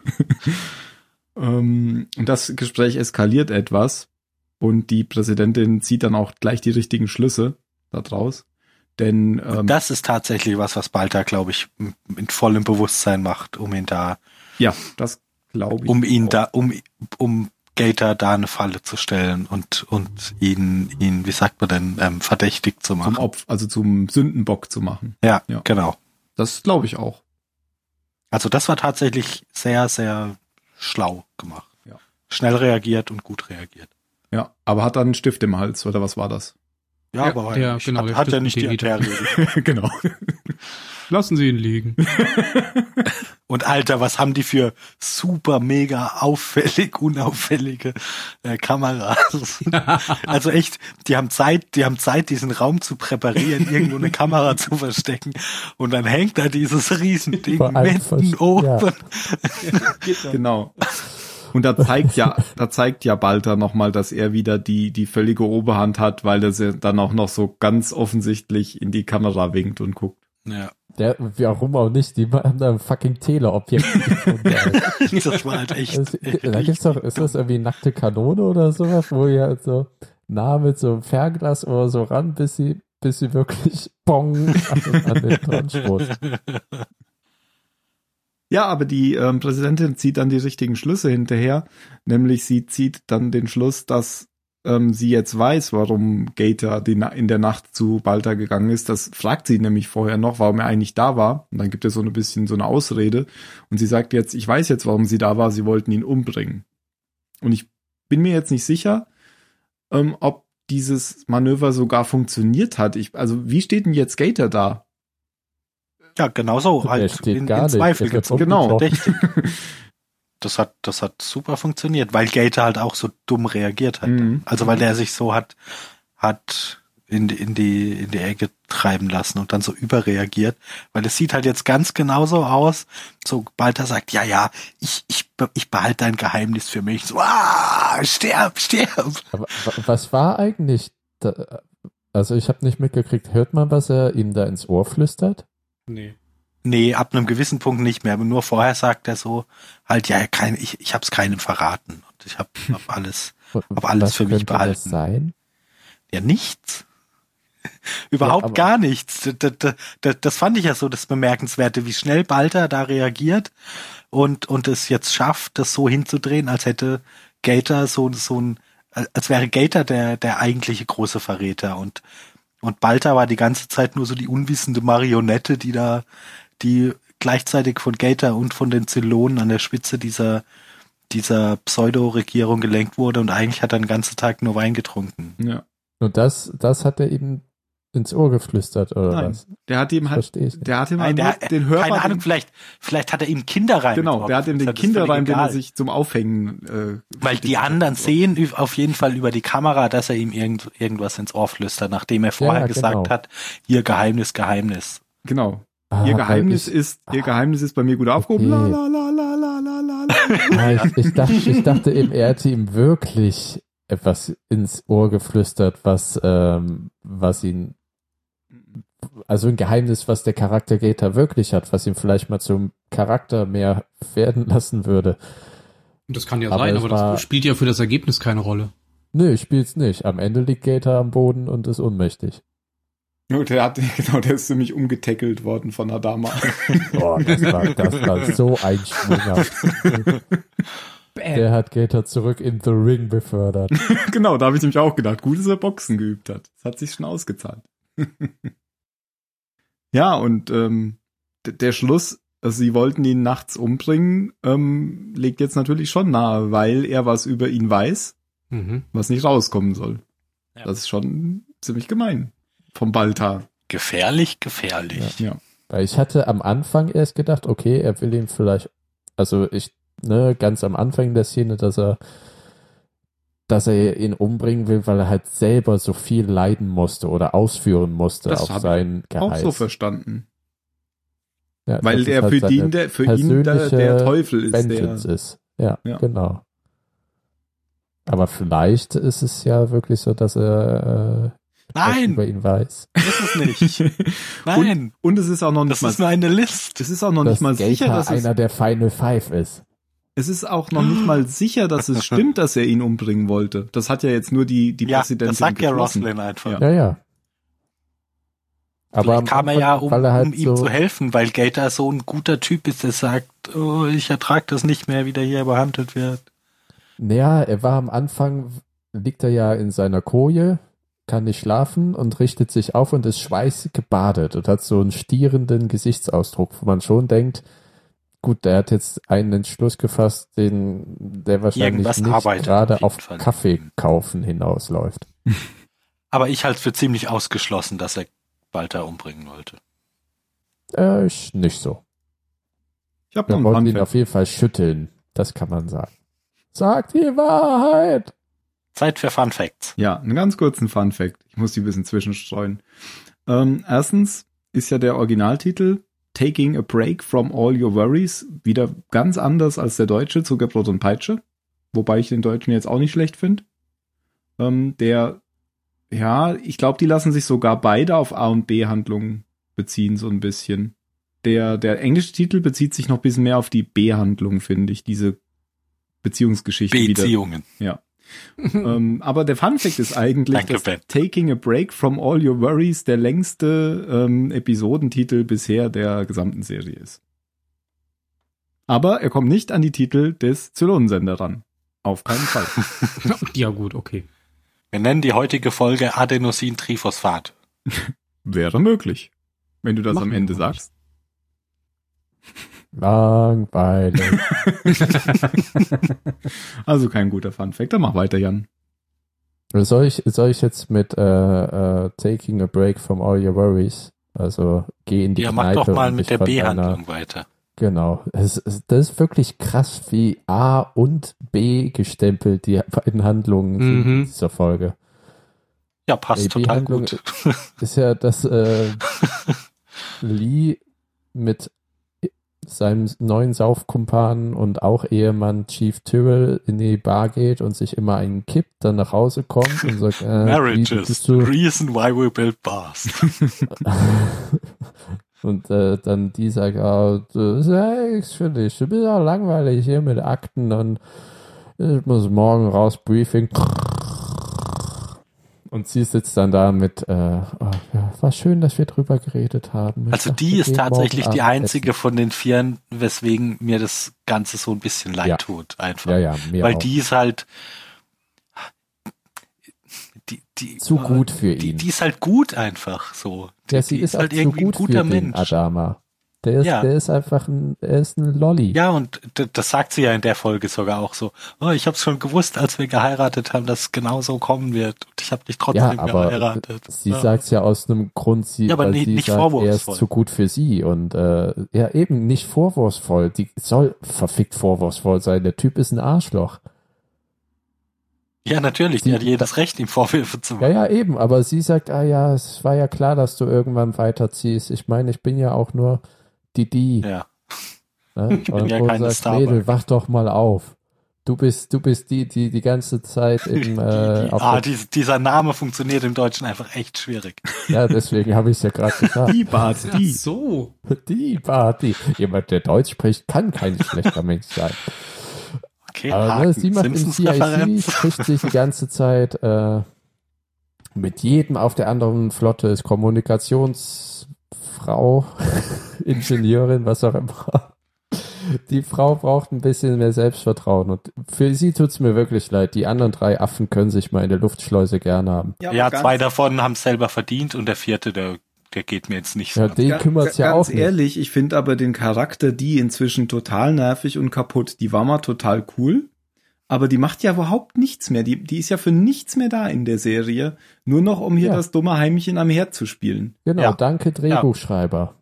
S3: ähm, und das Gespräch eskaliert etwas und die Präsidentin zieht dann auch gleich die richtigen Schlüsse daraus. Denn ähm,
S6: das ist tatsächlich was, was Balta, glaube ich, m- in vollem Bewusstsein macht, um ihn da,
S3: ja, das glaube ich.
S6: um ihn
S3: auch.
S6: da, um, um Gator da eine Falle zu stellen und, und ihn, ihn, wie sagt man denn, ähm, verdächtig zu
S3: zum
S6: machen.
S3: Opf, also zum Sündenbock zu machen.
S6: Ja,
S3: Ja.
S6: genau.
S3: Das glaube ich auch.
S6: Also das war tatsächlich sehr, sehr schlau gemacht.
S3: Ja.
S6: Schnell reagiert und gut reagiert.
S3: Ja, aber hat dann einen Stift im Hals oder was war das?
S6: Ja,
S5: Ja,
S6: aber
S5: der-
S6: hat-
S5: genau, der
S6: hat ja
S5: stimmt
S6: nicht
S5: mit
S6: die
S5: dem
S6: Arterie.
S3: genau.
S5: Lassen Sie ihn liegen.
S6: Und Alter, was haben die für super, mega auffällig, unauffällige äh, Kameras? also echt, die haben Zeit, die haben Zeit, diesen Raum zu präparieren, irgendwo eine Kamera zu verstecken. Und dann hängt da dieses Riesending
S4: Vor allem
S6: mitten
S4: vers-
S6: oben.
S3: Genau. Und da zeigt ja, da zeigt ja Balta nochmal, dass er wieder die, die völlige Oberhand hat, weil er sie dann auch noch so ganz offensichtlich in die Kamera winkt und guckt.
S6: Ja.
S4: Der, warum auch nicht? Die haben da ein fucking Teleobjekt. äh, gefunden, Alter.
S6: Das war halt echt.
S4: Es, da gibt's doch, ist das irgendwie nackte Kanone oder sowas, wo ihr halt so nah mit so einem Fernglas oder so ran, bis sie, bis sie wirklich bong an, an den dran stoßt.
S3: Ja, aber die ähm, Präsidentin zieht dann die richtigen Schlüsse hinterher, nämlich sie zieht dann den Schluss, dass ähm, sie jetzt weiß, warum Gator die Na in der Nacht zu Balta gegangen ist. Das fragt sie nämlich vorher noch, warum er eigentlich da war. Und dann gibt es so ein bisschen so eine Ausrede. Und sie sagt jetzt, ich weiß jetzt, warum sie da war, sie wollten ihn umbringen. Und ich bin mir jetzt nicht sicher, ähm, ob dieses Manöver sogar funktioniert hat. Ich, also wie steht denn jetzt Gator da?
S6: Ja, genau so.
S4: Der
S6: Halt
S4: steht
S6: in,
S4: gar
S6: in
S4: nicht.
S6: Zweifel
S4: der wird
S6: gezogen.
S3: Genau.
S4: umgekloppt.
S6: Richtig. Das hat, das hat super funktioniert, weil Gator halt auch so dumm reagiert hat.
S3: Mhm.
S6: Also weil er sich so hat, hat in, die- in die, in die Ecke treiben lassen und dann so überreagiert, weil es sieht halt jetzt ganz genauso aus, sobald er sagt, ja, ja, ich, ich, be- ich behalte dein Geheimnis für mich, so, ah, sterb, sterb.
S4: Aber wa- was war eigentlich, da, also ich habe nicht mitgekriegt, hört man, was er ihm da ins Ohr flüstert?
S5: Nee.
S6: Nee, ab einem gewissen Punkt nicht mehr, aber nur vorher sagt er so, halt, ja, kein, ich, ich hab's keinem verraten und ich hab, hab alles, Hab alles
S4: was
S6: für
S4: könnte
S6: mich
S4: Das
S6: behalten.
S4: sein?
S6: Ja, nichts. Überhaupt
S4: aber-
S6: gar nichts. D- d- d- d- Das fand ich ja so das Bemerkenswerte, wie schnell Balta da reagiert und, und es jetzt schafft, das so hinzudrehen, als hätte Gator so, so ein, als wäre Gator der, der eigentliche große Verräter und, und Balta war die ganze Zeit nur so die unwissende Marionette, die da, die gleichzeitig von Gator und von den Zylonen an der Spitze dieser, dieser Pseudo-Regierung gelenkt wurde und eigentlich hat er den ganzen Tag nur Wein getrunken.
S3: Ja.
S4: Und das, das hat er ihm ins Ohr geflüstert, oder
S3: Nein,
S4: was?
S3: der hat ihm halt,
S4: Verstehe ich nicht.
S3: der hat ihm halt
S6: der-
S3: nur den Hörer,
S6: Keine Ahnung,
S3: den-
S6: vielleicht, vielleicht hat er ihm Kinderreim.
S3: genau,
S6: ins
S3: der hat ihm den
S6: geflüstert, ist völlig
S3: Kinderreim, den er
S6: egal.
S3: sich zum Aufhängen, äh,
S6: Weil die anderen sehen üb- auf jeden Fall über die Kamera, dass er ihm irgend, irgendwas ins Ohr flüstert, nachdem er vorher
S4: Ja,
S6: gesagt
S4: genau.
S6: hat, ihr Geheimnis, Geheimnis.
S3: genau.
S4: Ah,
S3: ihr Geheimnis
S4: ich,
S3: ist, ihr Geheimnis ist bei mir gut aufgehoben. La,
S4: Okay.
S3: la, la, la, la, la, la, la.
S4: Ah, ich, ich, dachte, ich dachte eben, er hätte ihm wirklich etwas ins Ohr geflüstert, was, ähm, was ihn, also ein Geheimnis, was der Charakter Gator wirklich hat, was ihn vielleicht mal zum Charakter mehr werden lassen würde.
S5: Und das kann ja
S4: Aber
S5: sein,
S4: es
S5: aber
S4: war-
S5: das spielt ja für das Ergebnis keine Rolle.
S4: Nö, ich spiel's nicht. Am Ende liegt Gator am Boden und ist ohnmächtig.
S3: Nur der hat, genau, der ist nämlich umgetackelt worden von Adama.
S4: Boah, Oh, das war, das war so ein Schwinger. Der hat Gator zurück in The Ring befördert.
S3: genau, da habe ich nämlich auch gedacht, gut, dass er Boxen geübt hat. Das hat sich schon ausgezahlt. ja, und ähm, d- der Schluss, also sie wollten ihn nachts umbringen, ähm, liegt jetzt natürlich schon nahe, weil er was über ihn weiß,
S5: Mhm.
S3: was nicht rauskommen soll.
S6: Ja.
S3: Das ist schon ziemlich gemein. Vom Baltar.
S6: Gefährlich, gefährlich.
S3: Ja.
S4: Weil ich hatte am Anfang erst gedacht, okay, er will ihm vielleicht, also ich, ne, ganz am Anfang der Szene, dass er, dass er ihn umbringen will, weil er halt selber so viel leiden musste oder ausführen musste
S3: Das hab
S4: auf
S3: ich
S4: sein
S3: Auch
S4: Geheiß.
S3: so verstanden.
S4: Ja,
S3: Weil
S4: dass es
S3: er
S4: halt
S3: für,
S4: seine
S3: den, der, für ihn der, der
S4: persönliche
S3: Teufel ist. Der,
S4: Vengeance ist. Ja,
S3: Ja.
S4: genau. Aber vielleicht ist es ja wirklich so, dass er äh, was über
S6: Nein,
S4: ihn weiß.
S6: ist es nicht. Nein,
S3: und es ist auch noch nicht
S6: das
S3: mal,
S6: ist nur eine List.
S3: es ist auch noch
S4: dass
S3: nicht mal
S4: Gator
S3: sicher, dass es,
S4: einer der Final Five ist.
S3: Es ist auch noch nicht mal sicher, dass es stimmt, dass er ihn umbringen wollte. Das hat ja jetzt nur die, die
S6: Ja,
S3: Präsidentin
S6: das sagt ja
S3: geschlossen.
S6: Roslin einfach.
S3: Ja.
S4: Ja, ja.
S6: Aber
S4: am
S6: kam er
S4: Anfang,
S6: ja, um,
S4: weil er halt
S6: um ihm
S4: so-
S6: zu helfen, weil Gator so ein guter Typ ist, der sagt, oh, ich ertrag das nicht mehr, wie der hier behandelt wird.
S4: Naja, er war am Anfang, liegt er ja in seiner Koje, kann nicht schlafen und richtet sich auf und ist schweißgebadet und hat so einen stierenden Gesichtsausdruck, wo man schon denkt, gut, der hat jetzt einen Entschluss gefasst, den der wahrscheinlich
S6: Irgendwas
S4: nicht
S6: arbeitet
S4: gerade auf
S6: auf jeden Fall.
S4: Kaffee kaufen hinausläuft.
S6: Aber ich halte es für ziemlich ausgeschlossen, dass er Walter umbringen wollte.
S4: Äh, ist nicht so.
S3: Ich habe
S4: Wir
S6: Hm,
S3: noch einen
S4: wollten ihn
S3: Fun Fact.
S4: auf jeden Fall schütteln, das kann man sagen. Sagt die Wahrheit!
S6: Zeit für Fun Facts.
S3: Ja, einen ganz kurzen Fun Fact. Ich muss die ein bisschen zwischenstreuen. Ähm, erstens ist ja der Originaltitel Taking a Break from All Your Worries wieder ganz anders als der deutsche Zuckerbrot und Peitsche. Wobei ich den deutschen jetzt auch nicht schlecht finde. Ähm, der, ja, ich glaube, die lassen sich sogar beide auf A- und B-Handlungen beziehen, so ein bisschen. Der, der englische Titel bezieht sich noch ein bisschen mehr auf die B-Handlung, finde ich, diese Beziehungsgeschichte wieder.
S6: Beziehungen.
S3: Ähm, aber der Fun Fact ist eigentlich,
S6: Danke,
S3: dass
S6: Ben.
S3: Taking a Break from All Your Worries der längste ähm, Episodentitel bisher der gesamten Serie ist. Aber er kommt nicht an die Titel des Zylonensender ran. Auf keinen Fall.
S5: Ja, gut, okay.
S6: Wir nennen die heutige Folge Adenosin-Triphosphat.
S3: Wäre möglich, wenn du das
S5: Machen
S3: am
S5: wir
S3: Ende
S5: nicht.
S3: sagst.
S4: Langweilig.
S3: Also kein guter Fun Fact. Dann mach weiter, Jan.
S4: Soll ich, soll ich jetzt mit äh, äh, Taking a Break from All Your Worries, also geh in die
S6: Ja, mach
S4: Kneipe
S6: doch mal
S4: und dich
S6: mit der um.
S4: von einer-
S6: B-Handlung weiter.
S4: Genau. Es, es, das ist wirklich krass, wie A und B gestempelt die beiden Handlungen sind in
S5: Mhm.
S4: dieser Folge.
S6: Ja, passt
S4: Ey,
S6: total
S4: B-Handlung-
S6: gut.
S4: Ist ja, dass äh, Lee mit seinem neuen Saufkumpan und auch Ehemann Chief Tyrrell in die Bar geht und sich immer einen kippt, dann nach Hause kommt und sagt, äh, Lee,
S6: Marriages,
S4: bist
S6: the
S4: du,
S6: reason why we build bars.
S4: und äh, dann die sagt, ah, das ist ja nichts für dich, du bist auch langweilig hier mit Akten und ich muss morgen raus, Briefing. Und sie sitzt dann da mit, äh, oh, ja, war schön, dass wir drüber geredet haben. Ich
S6: Also
S4: dachte,
S6: die
S4: wir
S6: ist
S4: gehen morgen
S6: tatsächlich die
S4: Abend
S6: einzige von den Vieren, weswegen mir das Ganze so ein bisschen leid
S4: Ja.
S6: tut,
S4: essen.
S6: einfach.
S4: Ja, ja, mir
S6: Weil
S4: auch.
S6: die ist halt die, die,
S4: zu gut für
S6: die,
S4: ihn.
S6: die ist halt gut einfach so. Die,
S4: ja, sie
S6: die
S4: ist, auch zu
S6: irgendwie
S4: gut für den Adama. Der ist,
S6: Ja.
S4: der ist einfach ein, er ist ein Lolli.
S6: Ja, und d- das sagt sie ja in der Folge sogar auch so. Oh, ich habe schon gewusst, als wir geheiratet haben, dass es genau so kommen wird. Und ich habe dich
S4: Ja,
S6: trotzdem
S4: aber
S6: geheiratet.
S4: sie
S6: ja.
S4: sagt's ja aus einem Grund, sie,
S6: Ja, aber
S4: weil
S6: nee,
S4: sie
S6: nicht
S4: sagt, er ist
S6: vorwurfsvoll.
S4: zu gut für sie und äh, ja eben nicht vorwurfsvoll. Die soll verfickt vorwurfsvoll sein. Der Typ ist ein Arschloch.
S6: ja, natürlich, die
S4: sie-
S6: hat jedes Recht, ihm Vorwürfe zu
S4: Ja,
S6: machen.
S4: ja, eben. Aber sie sagt, ah ja, es war ja klar, dass du irgendwann weiterziehst. Ich meine, ich bin ja auch nur die die.
S6: Ja, ja.
S4: Ne? Ich
S6: bin ja keine Starbuck.
S4: Mädel, wach doch mal auf. Du bist, du bist die, die die ganze Zeit im, äh,
S6: die, die,
S4: auf
S6: ah,
S4: der-
S6: dies- dieser Name funktioniert im Deutschen einfach echt schwierig.
S4: ja, deswegen habe ich es ja gerade gesagt.
S3: Die Bart,
S5: Ach
S3: die.
S5: so.
S4: Die Party. Jemand, der Deutsch spricht, kann kein schlechter Mensch sein.
S6: Okay,
S4: Aber ne, sie macht im CIC,
S6: Simpsons-Referenz.
S4: spricht sich die ganze Zeit äh, mit jedem auf der anderen Flotte, ist Kommunikationsfrau, Ingenieurin, was auch immer. Die Frau braucht ein bisschen mehr Selbstvertrauen und für sie tut's mir wirklich leid. Die anderen drei Affen können sich mal in der Luftschleuse gern haben.
S6: Ja, zwei davon haben es selber verdient und der vierte, der, der geht mir jetzt nicht so.
S4: Ja, den kümmert's ja
S3: ganz
S4: auch nicht.
S3: ehrlich, ich finde aber den Charakter die inzwischen total nervig und kaputt. Die war mal total cool, aber die macht ja überhaupt nichts mehr. Die, die ist ja für nichts mehr da in der Serie, nur noch um hier
S4: Ja.
S3: das dumme Heimchen am Herd zu spielen.
S4: Genau,
S6: Ja.
S4: danke Drehbuchschreiber.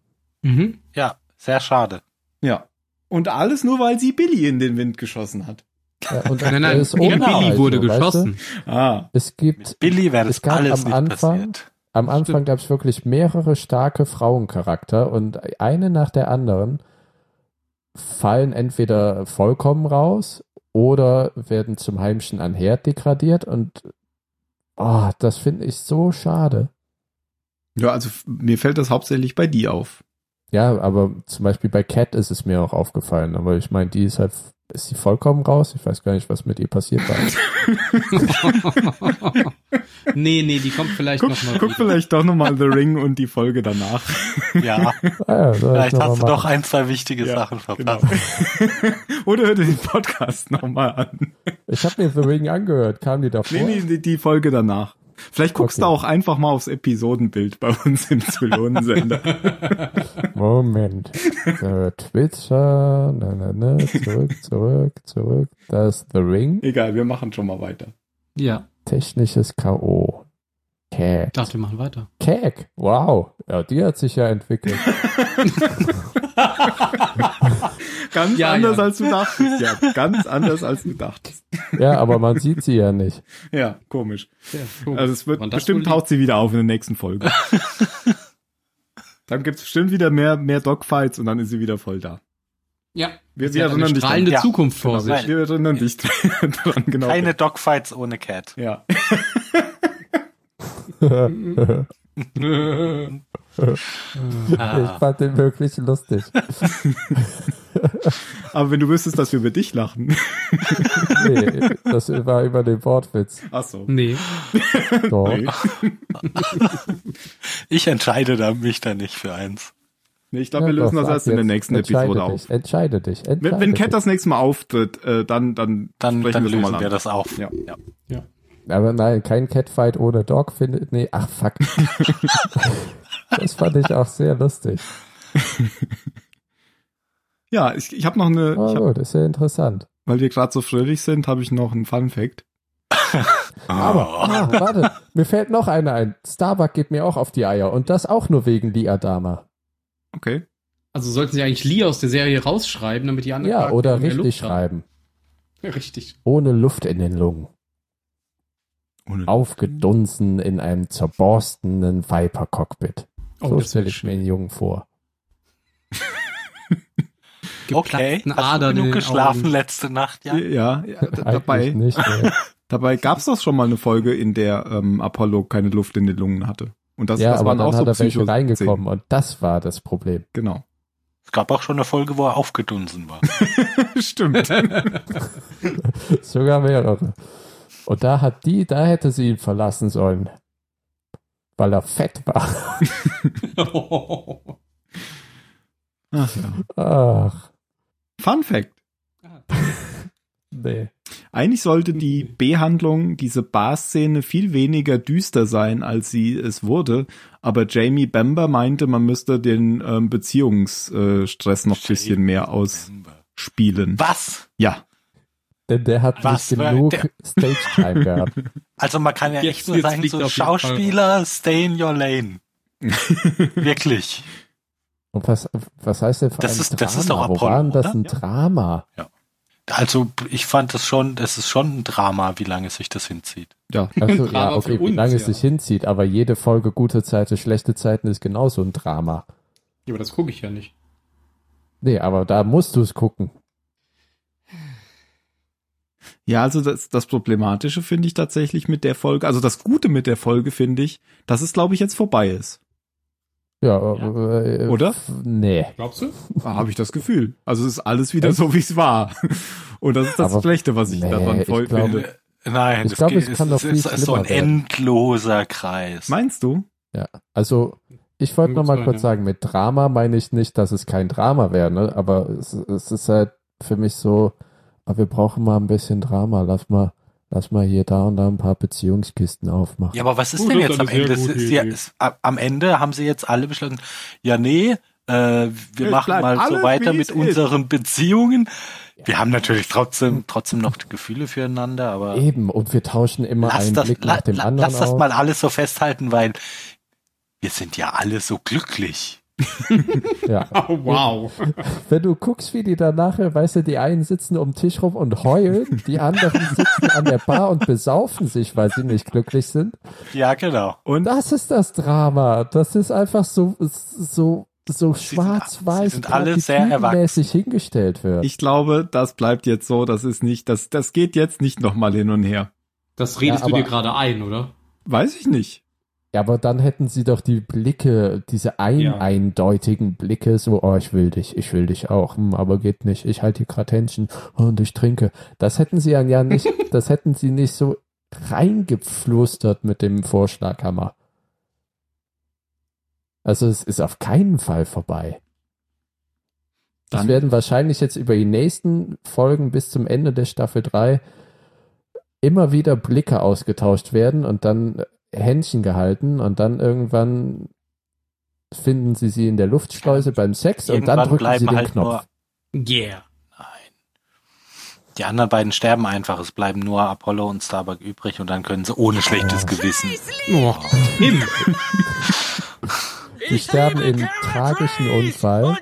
S5: Mhm.
S6: Ja, sehr schade.
S3: Ja. Und alles nur, weil sie Billy in den Wind geschossen hat.
S4: Ja, und
S5: Nein,
S4: er
S5: nein,
S4: ist
S5: ihr
S4: Oberleitung,
S5: Billy wurde
S4: weißt du?
S5: geschossen.
S3: Ah,
S4: Es gibt
S6: Mit Billy wäre
S4: Es
S6: das
S4: gab
S6: alles
S4: am
S6: nicht
S4: Anfang-
S6: passiert.
S4: Am Anfang gab es wirklich mehrere starke Frauencharakter und eine nach der anderen fallen entweder vollkommen raus oder werden zum Heimchen an Herd degradiert und oh, das finde ich so schade.
S3: ja, also f- mir fällt das hauptsächlich bei die auf.
S4: Ja, aber zum Beispiel bei Cat ist es mir auch aufgefallen, aber ich meine, die ist halt, ist sie vollkommen raus? Ich weiß gar nicht, was mit ihr passiert war.
S5: nee, nee, die kommt vielleicht
S3: Guck,
S5: nochmal.
S3: guck vielleicht doch nochmal The Ring und die Folge danach.
S6: Ja,
S4: Ah, ja, soll ich
S6: vielleicht
S4: noch mal
S6: hast du doch
S4: machen.
S6: ein, zwei wichtige
S3: Ja,
S6: Sachen verpasst.
S3: Genau. Oder hör dir den Podcast nochmal an.
S4: Ich habe mir The Ring angehört, kam die davor?
S3: Nee, nee, die, die Folge danach. Vielleicht guckst
S4: Okay.
S3: du auch einfach mal aufs Episodenbild bei uns im Zylonensender.
S4: Moment. Äh, Twitter, ne, ne, ne, zurück, zurück, zurück. Da ist The Ring,
S3: Egal, wir machen schon mal weiter.
S5: Ja,
S4: technisches K.O.
S5: ich
S4: Keg.
S5: dachte, wir machen weiter.
S4: Keg, wow. Ja, die hat sich ja entwickelt.
S3: Ganz
S5: Ja,
S3: anders
S5: ja.
S3: als du dachtest, ja. Ganz anders als du dachtest.
S4: Ja, aber man sieht sie ja nicht.
S3: Ja, komisch.
S5: Ja,
S3: Also es wird
S5: Wann das
S3: bestimmt
S5: wohl liegt?
S3: taucht sie wieder auf in der nächsten Folge. dann gibt's bestimmt wieder mehr, mehr Dogfights und dann ist sie wieder voll da.
S5: ja.
S3: Wir,
S5: Sie
S3: wir
S5: hat eine
S3: erinnern dich dran.
S5: strahlende
S6: Ja,
S5: Zukunft vor
S6: genau.
S5: sich.
S6: Nein.
S3: Wir erinnern dich dran, genau.
S6: Keine Dogfights ohne Cat.
S3: ja.
S4: ich
S6: Ah,
S4: fand den wirklich lustig.
S3: Aber wenn du wüsstest, dass wir über dich lachen.
S4: Nee, das war über den Wortwitz.
S3: Ach so.
S5: Nee.
S4: Doch.
S3: Nee.
S6: ich entscheide da mich da nicht für eins.
S3: Nee, ich glaube, wir
S4: Ja,
S3: lösen
S4: doch,
S3: das
S4: sag
S3: erst in der
S4: jetzt.
S3: nächsten
S4: entscheide
S3: Episode
S4: dich,
S3: auf.
S4: Entscheide dich, entscheide
S3: Wenn, wenn
S4: dich.
S3: Cat das nächste Mal auftritt, äh, dann, dann,
S6: Dann,
S3: sprechen
S6: dann
S3: wir's noch
S6: lösen
S3: mal
S6: wir
S3: an.
S6: das auf.
S3: Ja.
S5: Ja.
S4: Aber nein, kein Catfight ohne Dog findet. Nee, ach fuck. das fand ich auch sehr lustig.
S3: Ja, ich, ich habe noch eine,
S4: Aber
S3: ich hab,
S4: gut, ist ja interessant.
S3: weil wir gerade so fröhlich sind, habe ich noch einen Fun Fact.
S4: Aber, ah, warte, mir fällt noch einer ein. Starbuck geht mir auch auf die Eier und das auch nur wegen Lia Dama.
S3: Okay.
S5: Also sollten sie eigentlich Lee aus der Serie rausschreiben, damit die anderen
S4: Ja,
S5: Charaktere
S4: oder
S5: mehr
S4: richtig
S5: Luft
S4: schreiben.
S5: haben. Richtig.
S4: Ohne Luft in den Lungen.
S3: Ohne-
S4: Aufgedunsen in einem zerborstenen Viper-Cockpit.
S5: Oh,
S4: so
S5: das
S4: stelle
S5: wär
S4: ich mir den Jungen vor.
S6: Okay,
S5: Geplatzten
S6: hast du
S5: Adern in
S6: genug
S5: den
S6: geschlafen
S5: Augen.
S6: letzte Nacht? Ja,
S3: Ja, ja d-
S4: Eigentlich
S3: dabei,
S4: nicht. Ne?
S3: dabei gab's doch schon mal eine Folge, in der ähm, Apollo keine Luft in den Lungen hatte. Und das,
S4: ja,
S3: das
S4: aber
S3: waren
S4: dann
S3: auch
S4: hat
S3: so
S4: er welche
S3: Psycho-Szenen.
S4: reingekommen und das war das Problem.
S3: Genau.
S6: Es gab auch schon eine Folge, wo er aufgedunsen war.
S3: Stimmt.
S4: Sogar mehrere. Und da hat die, da hätte sie ihn verlassen sollen. Weil er fett war.
S3: Ach, ja.
S4: Ach,
S3: Fun Fact.
S4: nee.
S3: Eigentlich sollte die Behandlung, diese Bar-Szene viel weniger düster sein, als sie es wurde. Aber Jamie Bamber meinte, man müsste den ähm, Beziehungsstress noch ein bisschen mehr ausspielen.
S6: Was?
S3: Ja.
S4: Denn der hat
S6: Was
S4: nicht
S6: für-
S4: genug
S6: der-
S4: Stage-Time gehabt.
S6: Also man kann ja
S5: Jetzt-
S6: echt nur
S5: jetzt
S6: sagen,
S5: liegt
S6: so
S5: auf jeden Fall
S6: Schauspieler, stay in your lane. Wirklich.
S4: Und was, was heißt denn für
S6: Das
S4: ein
S6: ist-
S4: Drama?
S6: das ist doch
S4: Wo
S6: Apollo,
S4: war denn das
S6: oder?
S4: ein Drama?
S6: Also ich fand das schon, es ist schon ein Drama, wie lange sich das hinzieht.
S3: Ja.
S4: Also,
S5: Drama
S4: ja, okay,
S5: für
S4: wie
S5: uns,
S4: lange es
S5: ja.
S4: sich hinzieht, aber jede Folge gute Zeiten, schlechte Zeiten ist genauso ein Drama.
S5: Ja, aber das gucke ich ja nicht.
S4: Nee, aber da musst du es gucken.
S3: Ja, also das, das Problematische finde ich tatsächlich mit der Folge, also das Gute mit der Folge finde ich, dass es glaube ich jetzt vorbei ist.
S4: Ja,
S5: Ja.
S4: Äh,
S3: Oder?
S4: f- Nee.
S5: Glaubst du?
S3: Ah, Habe ich das Gefühl. Also es ist alles wieder so, wie es war. Und das ist das
S4: Aber-
S3: Schlechte, was ich
S4: nee,
S3: daran
S4: ich
S3: voll
S4: glaube-
S3: finde.
S6: Äh, Nein,
S4: Ich
S6: das
S4: glaube,
S6: geht-
S4: es kann noch viel
S6: ist, ist so ein
S4: schlimmer werden.
S6: endloser Kreis.
S3: Meinst du?
S4: Ja, also ich wollte noch
S5: Kann gut
S4: mal
S5: sein,
S4: kurz
S5: ja.
S4: sagen, mit Drama meine ich nicht, dass es kein Drama wäre, ne? aber es, es ist halt für mich so, ah, wir brauchen mal ein bisschen Drama, lass mal, lass mal hier da und da ein paar Beziehungskisten aufmachen.
S6: Ja, aber was ist
S5: Gut,
S6: denn
S5: das
S6: jetzt
S5: ist
S6: am
S5: eine sehr
S6: Ende? Es
S5: gute
S6: ist, ja,
S5: Idee.
S6: es, a- am Ende haben sie jetzt alle beschlossen, ja, nee, äh, wir
S3: Es
S6: machen
S3: bleibt
S6: mal so
S3: alles,
S6: weiter
S3: wie
S6: mit
S3: es
S6: unseren Beziehungen. Wir haben natürlich trotzdem, trotzdem noch Gefühle füreinander, aber
S4: Eben, und wir tauschen immer
S6: lass
S4: einen
S6: das,
S4: Blick
S6: la,
S4: nach dem
S6: la,
S4: anderen
S6: lass das
S4: aus.
S6: mal alles so festhalten, weil wir sind ja alle so glücklich.
S4: Ja.
S6: Genau.
S5: Oh, wow.
S4: Wenn du guckst, wie die dann nachher, weißt du, die einen sitzen um den Tisch rum und heulen, die anderen sitzen an der Bar und besaufen sich, weil sie nicht glücklich sind.
S6: Ja, genau.
S3: Und
S4: Das ist das Drama. Das ist einfach so, so, so
S6: sind a-
S4: schwarz-weiß,
S6: sie sind alle sehr
S4: platitüdenmäßig hingestellt wird.
S3: ich glaube, das bleibt jetzt so, das ist nicht, das, das geht jetzt nicht nochmal hin und her.
S5: Das redest
S4: Ja,
S5: du
S4: aber-
S5: dir gerade ein, oder?
S3: Weiß ich nicht.
S4: ja, aber dann hätten sie doch die Blicke, diese ein
S5: Ja.
S4: eindeutigen Blicke, so, oh, ich will dich, ich will dich auch, hm, aber geht nicht, ich halte hier gerade Händchen und ich trinke. Das hätten sie dann ja nicht, das hätten sie nicht so reingepflustert mit dem Vorschlaghammer. Also es ist auf keinen Fall vorbei.
S3: Dann-
S4: es werden wahrscheinlich jetzt über die nächsten Folgen bis zum Ende der Staffel 3 immer wieder Blicke ausgetauscht werden und dann äh, Händchen gehalten und dann irgendwann finden sie sie in der Luftschleuse beim Sex und dann drücken
S6: Irgendwann
S4: sie
S6: bleiben
S4: den
S6: halt nur
S4: Knopf.
S5: Yeah.
S6: Die anderen beiden sterben einfach. Es bleiben nur Apollo und Starbuck übrig und dann können sie ohne schlechtes Gewissen.
S5: Oh, nimm.
S4: Die sterben im tragischen Unfall. Und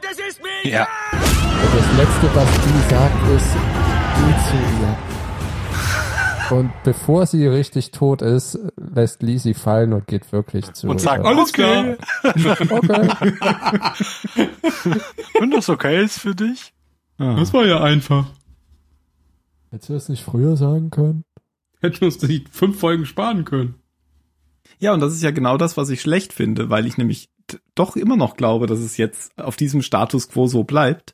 S6: Ja.
S4: das Letzte, was die sagt, ist, geh zu ihr. Und bevor sie richtig tot ist, lässt Lee sie fallen und geht wirklich zu
S6: Und
S4: ihr.
S6: sagt,
S5: Alles
S6: alles okay,
S5: klar.
S4: okay.
S6: wenn das okay ist für dich.
S3: Ah.
S5: Das war ja einfach.
S4: Hättest du das nicht früher sagen können?
S5: Hätten wir uns die fünf Folgen sparen können.
S3: Ja, und das ist ja genau das, was ich schlecht finde, weil ich nämlich t- doch immer noch glaube, dass es jetzt auf diesem Status quo so bleibt.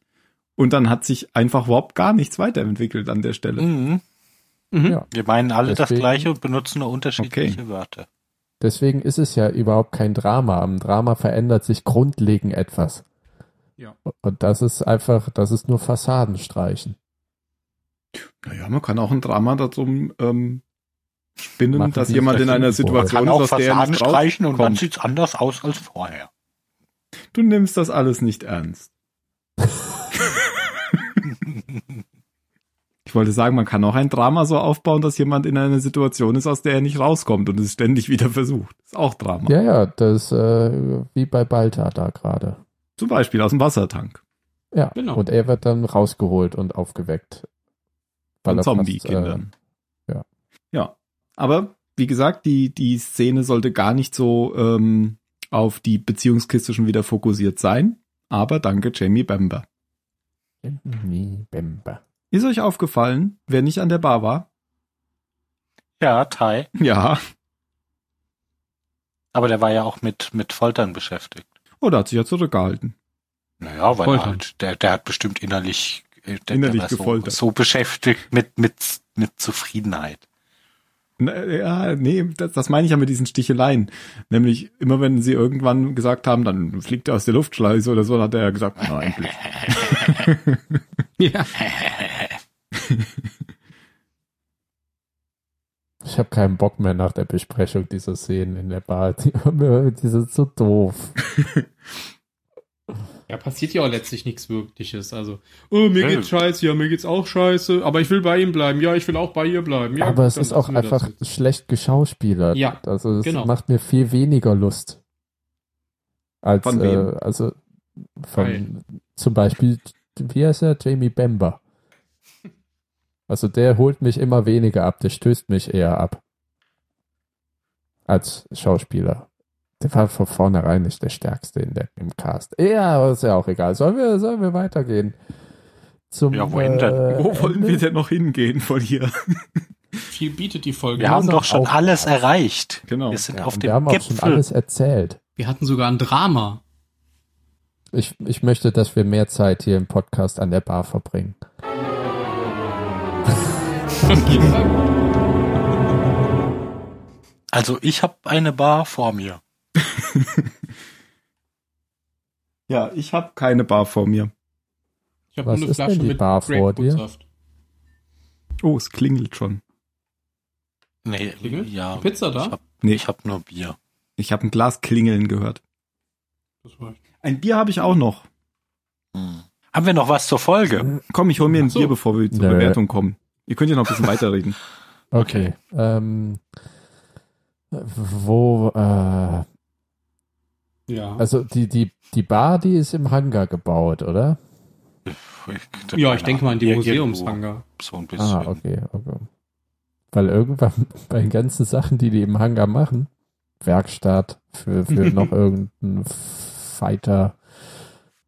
S3: Und dann hat sich einfach überhaupt gar nichts weiterentwickelt an der Stelle.
S6: Mhm.
S5: Mhm.
S4: Ja.
S6: Wir meinen alle das
S4: Deswegen-
S6: Gleiche und benutzen nur unterschiedliche Wörter.
S4: Deswegen ist es ja überhaupt kein Drama. Am Drama verändert sich grundlegend etwas.
S5: Ja.
S4: Und das ist einfach, das ist nur Fassaden streichen.
S3: Naja, man kann auch ein Drama darum ähm, spinnen,
S4: Machen,
S3: dass
S4: wie es
S3: jemand
S4: da
S3: in einer
S4: hinten
S6: Man
S3: Situation ist,
S6: kann auch
S3: aus der er
S6: Fassaden
S3: nicht
S6: streichen und dann
S3: rauskommt.
S6: sieht's anders aus als vorher.
S3: Du nimmst das alles nicht ernst. Ich wollte sagen, man kann auch ein Drama so aufbauen, dass jemand in einer Situation ist, aus der er nicht rauskommt und es ständig wieder versucht. Ist auch Drama.
S4: Ja, ja, das äh, wie bei Balta da gerade.
S3: Zum Beispiel aus dem Wassertank.
S4: Ja.
S5: Genau.
S4: Und er wird dann rausgeholt und aufgeweckt.
S3: Von
S4: er fast,
S3: Zombie-Kindern.
S4: äh, ja.
S3: Ja. Aber wie gesagt, die, die Szene sollte gar nicht so ähm, auf die Beziehungskiste schon wieder fokussiert sein. Aber danke, Jamie Bamber.
S4: Äh, Bimbi, Bimba.
S3: Ist euch aufgefallen, wer nicht an der Bar war?
S6: Ja, Tai.
S3: Ja.
S6: Aber der war ja auch mit, mit Foltern beschäftigt.
S3: Oder Oh, hat sich ja zurückgehalten?
S6: Naja, weil er
S5: Foltern.
S6: halt, der, der hat bestimmt innerlich, äh, der,
S3: Innerlich
S6: der war
S3: gefoltert.
S6: So, so beschäftigt mit, mit, mit Zufriedenheit.
S3: Na, Ja, nee, das, das meine ich ja mit diesen Sticheleien. Nämlich, immer wenn sie irgendwann gesagt haben, dann fliegt er aus der Luftschleuse oder so, dann hat er ja gesagt, na, ein Glück.
S5: Ja.
S4: ich habe keinen Bock mehr nach der Besprechung dieser Szenen in der Bar. Die, die sind so doof.
S5: Ja, passiert ja auch letztlich nichts Wirkliches. Also, oh, mir geht's scheiße, ja, mir geht's auch scheiße, aber ich will bei ihm bleiben, ja, ich will auch bei ihr bleiben. Ja,
S4: aber es
S5: dann
S4: ist auch
S5: lassen wir das
S4: einfach
S5: jetzt.
S4: schlecht geschauspielert.
S5: Ja,
S4: Also es
S5: genau.
S4: macht mir viel weniger Lust. Als,
S3: Von wem?
S4: äh, also von
S5: Geil.
S4: zum Beispiel, wie heißt er? Jamie Bamber. Also der holt mich immer weniger ab, der stößt mich eher ab. Als Schauspieler. Der war von vornherein nicht der Stärkste in der, im Cast. Ja, aber ist ja auch egal. Sollen wir, sollen wir weitergehen? Zum, äh,
S6: Ja, wohin denn?
S3: Wo wollen wir denn noch hingehen von hier?
S5: Viel bietet die Folge.
S6: Wir haben
S4: sind
S6: doch schon
S4: auch-
S6: alles erreicht.
S3: Genau.
S6: Wir sind
S4: Ja,
S6: auf
S4: und
S6: dem
S4: wir haben auch schon
S6: Gipfel.
S4: alles erzählt.
S5: Wir hatten sogar ein Drama.
S4: Ich, ich möchte, dass wir mehr Zeit hier im Podcast an der Bar verbringen.
S6: Also ich habe eine Bar vor mir.
S3: Ja, ich habe keine Bar vor mir.
S5: Ich habe
S4: Was
S5: eine
S4: ist
S5: Flasche
S4: denn die
S5: mit
S4: Bar vor dir?
S5: Grapefruitsaft.
S3: Oh, es klingelt schon.
S6: Nee,
S5: Klingelt?
S6: ja.
S5: Die Pizza da?
S6: Ich habe
S3: Nee,
S6: hab nur Bier.
S3: ich habe ein Glas klingeln gehört.
S5: Das war-
S3: Ein Bier habe ich auch noch.
S6: Hm. Haben wir noch was zur Folge?
S3: Komm, ich hol mir ein
S5: Ach so.
S3: Bier, bevor wir zur
S4: Nö.
S3: Bewertung kommen. Ihr könnt ja noch ein bisschen weiterreden.
S4: Okay. Ähm, wo, äh,
S5: Ja.
S4: also die, die, die Bar, die ist im Hangar gebaut, oder?
S5: ja, ich denke mal an die
S6: Irgendwo
S5: Museumshangar.
S6: So ein bisschen.
S4: Ah, okay, okay. Weil irgendwann bei den ganzen Sachen, die die im Hangar machen, Werkstatt für, für noch irgendeinen Fighter,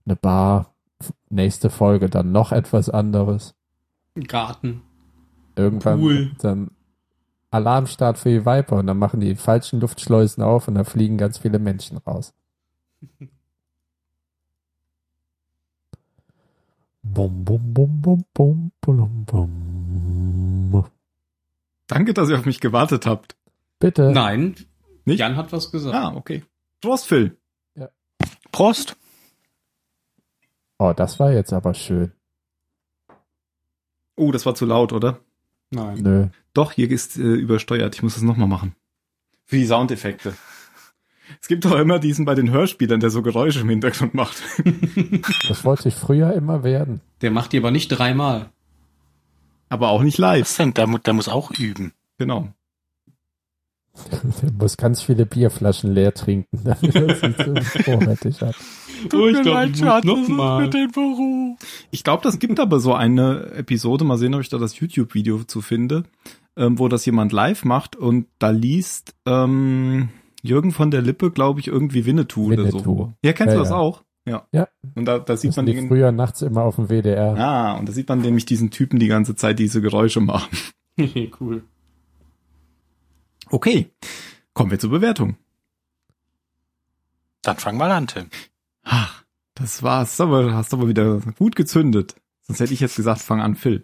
S4: eine Bar, nächste Folge dann noch etwas anderes.
S5: Garten.
S4: Irgendwann
S5: Pool.
S4: dann Alarmstart für die Viper und dann machen die falschen Luftschleusen auf und dann fliegen ganz viele Menschen raus. Bum, bum, bum, bum, bum, bum, bum.
S3: Danke, dass ihr auf mich gewartet habt.
S4: Bitte.
S5: Nein,
S3: Nicht?
S5: Jan hat was gesagt.
S3: Ah, okay. Prost, Phil.
S6: Prost.
S4: Oh, das war jetzt aber schön.
S3: Oh, das war zu laut, oder?
S5: Nein.
S4: Nö.
S3: Doch, hier ist äh, übersteuert. Ich muss das nochmal machen. Für die Soundeffekte. Es gibt doch immer diesen bei den Hörspielern, der so Geräusche im Hintergrund macht.
S4: Das wollte ich früher immer werden.
S5: Der macht die aber nicht dreimal.
S3: Aber auch nicht live.
S6: Was denn? Der, mu- der muss auch üben.
S3: Genau.
S4: Der muss ganz viele Bierflaschen leer trinken, damit er sich so vorrätig hat.
S5: Oh, ich glaube, ich muss noch mal.
S6: den Beruf.
S3: Ich glaube, das gibt aber so eine Episode. Mal sehen, ob ich da das YouTube-Video zu finde, ähm, wo das jemand live macht und da liest ähm, Jürgen von der Lippe, glaube ich, irgendwie Winnetou, oder
S4: Winnetou.
S3: so. Ja, kennst
S4: Ja,
S3: du das
S4: ja.
S3: auch? Ja.
S4: Ja.
S3: Und da, da sieht
S4: Das
S3: man
S4: sind die
S3: den.
S4: früher nachts immer auf dem WDR.
S3: Ah, und da sieht man nämlich diesen Typen die ganze Zeit diese Geräusche machen.
S5: cool.
S3: Okay. Kommen wir zur Bewertung.
S6: Dann fang mal an, Tim.
S3: Ach, das war's. Aber hast aber wieder gut gezündet. Sonst hätte ich jetzt gesagt, fang an, Phil.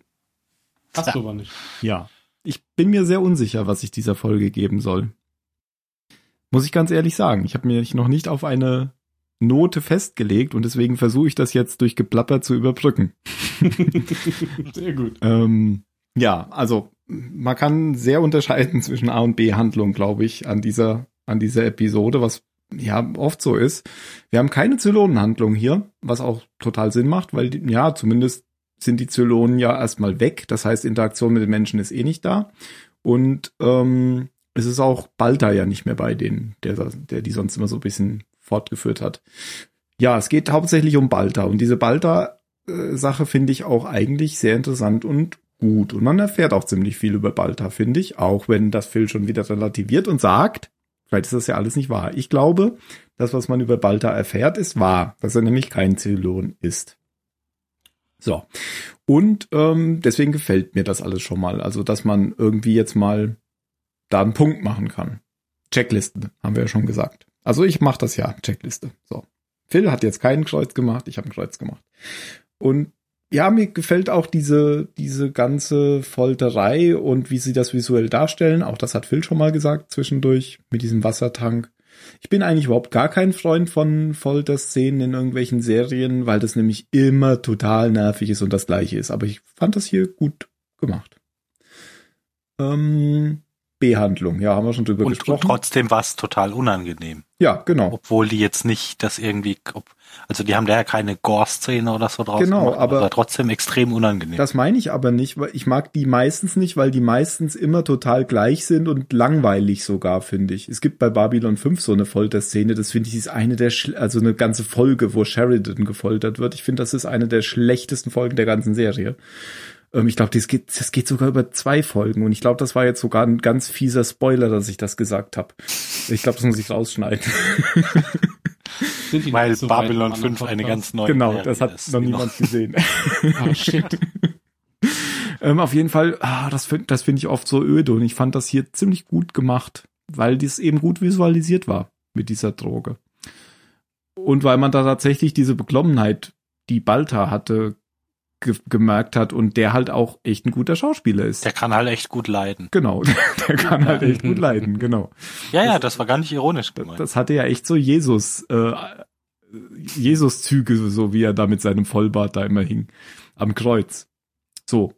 S5: Hast du aber nicht.
S3: Ja. Ich bin mir sehr unsicher, was ich dieser Folge geben soll. Muss ich ganz ehrlich sagen. Ich habe mich noch nicht auf eine Note festgelegt und deswegen versuche ich das jetzt durch Geplapper zu überbrücken.
S5: Sehr gut.
S3: Ähm, ja, also man kann sehr unterscheiden zwischen A und B Handlung, glaube ich, an dieser an dieser Episode, was ja oft so ist. Wir haben keine Zylonenhandlung hier, was auch total Sinn macht, weil die- ja zumindest sind die Zylonen ja erstmal weg. Das heißt, Interaktion mit den Menschen ist eh nicht da und ähm, es ist auch Balta ja nicht mehr bei denen, der der die sonst immer so ein bisschen fortgeführt hat. Ja, es geht hauptsächlich um Balta und diese Balta äh, Sache finde ich auch eigentlich sehr interessant und gut. Und man erfährt auch ziemlich viel über Balta, finde ich, auch wenn das Phil schon wieder relativiert und sagt, vielleicht ist das ja alles nicht wahr. Ich glaube, das, was man über Balta erfährt, ist wahr, dass er nämlich kein Zylon ist. So. Und ähm, deswegen gefällt mir das alles schon mal. Also, dass man irgendwie jetzt mal da einen Punkt machen kann. Checklisten, haben wir ja schon gesagt. Also ich mache das ja, Checkliste. So. Phil hat jetzt keinen Kreuz gemacht, ich habe ein Kreuz gemacht. Und ja, mir gefällt auch diese, diese ganze Folterei und wie sie das visuell darstellen. Auch das hat Phil schon mal gesagt zwischendurch mit diesem Wassertank. Ich bin eigentlich überhaupt gar kein Freund von Folterszenen in irgendwelchen Serien, weil das nämlich immer total nervig ist und das gleiche ist. Aber ich fand das hier gut gemacht. Ähm, B-Handlung. Ja, haben wir schon drüber
S6: Und, und
S3: gesprochen.
S6: trotzdem war es total unangenehm.
S3: ja, genau.
S6: Obwohl die jetzt nicht das irgendwie, ob, also die haben da ja keine Gore-Szene oder so draus
S3: Genau,
S6: gemacht,
S3: aber-
S6: war trotzdem extrem unangenehm.
S3: Das meine ich aber nicht, weil ich mag die meistens nicht, weil die meistens immer total gleich sind und langweilig sogar, finde ich. Es gibt bei Babylon 5 so eine Folterszene, das finde ich ist eine der, schl- also eine ganze Folge, wo Sheridan gefoltert wird. Ich finde, das ist eine der schlechtesten Folgen der ganzen Serie. Ähm, ich glaube, das geht, das geht sogar über zwei Folgen und ich glaube, das war jetzt sogar ein ganz fieser Spoiler, dass ich das gesagt habe. Ich glaube, das muss ich rausschneiden.
S5: Sind die noch
S6: weil
S5: so weit im
S6: Babylon
S5: anderen
S6: 5 eine
S5: Podcast?
S6: ganz neue
S3: genau,
S6: Serie
S3: das hat
S6: ist,
S3: noch
S6: die
S3: niemand gesehen.
S5: Ah, shit.
S3: Ähm, auf jeden Fall, ah, das finde das find ich oft so öde und ich fand das hier ziemlich gut gemacht, weil dies eben gut visualisiert war mit dieser Droge. Und weil man da tatsächlich diese Beklommenheit, die Balta hatte, ge gemerkt hat und der halt auch echt ein guter Schauspieler ist.
S6: Der kann halt echt gut leiden.
S3: genau, der kann halt echt gut leiden, genau.
S6: Ja, ja, das war gar nicht ironisch
S3: Das,
S6: gemeint.
S3: das hatte ja echt so Jesus, äh, Jesus-Züge, so wie er da mit seinem Vollbart da immer hing. Am Kreuz. So.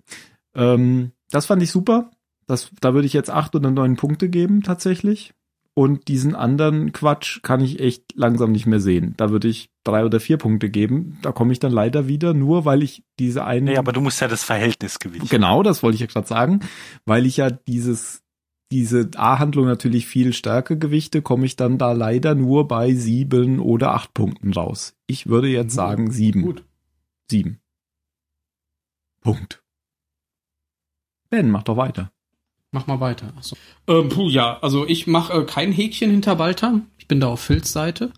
S3: Ähm, das fand ich super. Das, da würde ich jetzt acht oder neun Punkte geben, tatsächlich. Und diesen anderen Quatsch kann ich echt langsam nicht mehr sehen. Da würde ich drei oder vier Punkte geben. Da komme ich dann leider wieder, nur weil ich diese eine.
S6: nee, aber du musst ja das Verhältnis gewinnen.
S3: Genau, das wollte ich ja gerade sagen, weil ich ja dieses diese A-Handlung natürlich viel stärker gewichte, komme ich dann da leider nur bei sieben oder acht Punkten raus. Ich würde jetzt
S5: Mhm.
S3: sagen sieben.
S5: Gut.
S3: Sieben. Punkt. Ben, mach doch weiter.
S5: Mach mal weiter. Ach so. Ähm, puh, ja, also ich mache äh, kein Häkchen hinter Walter. Ich bin da auf Phils Seite,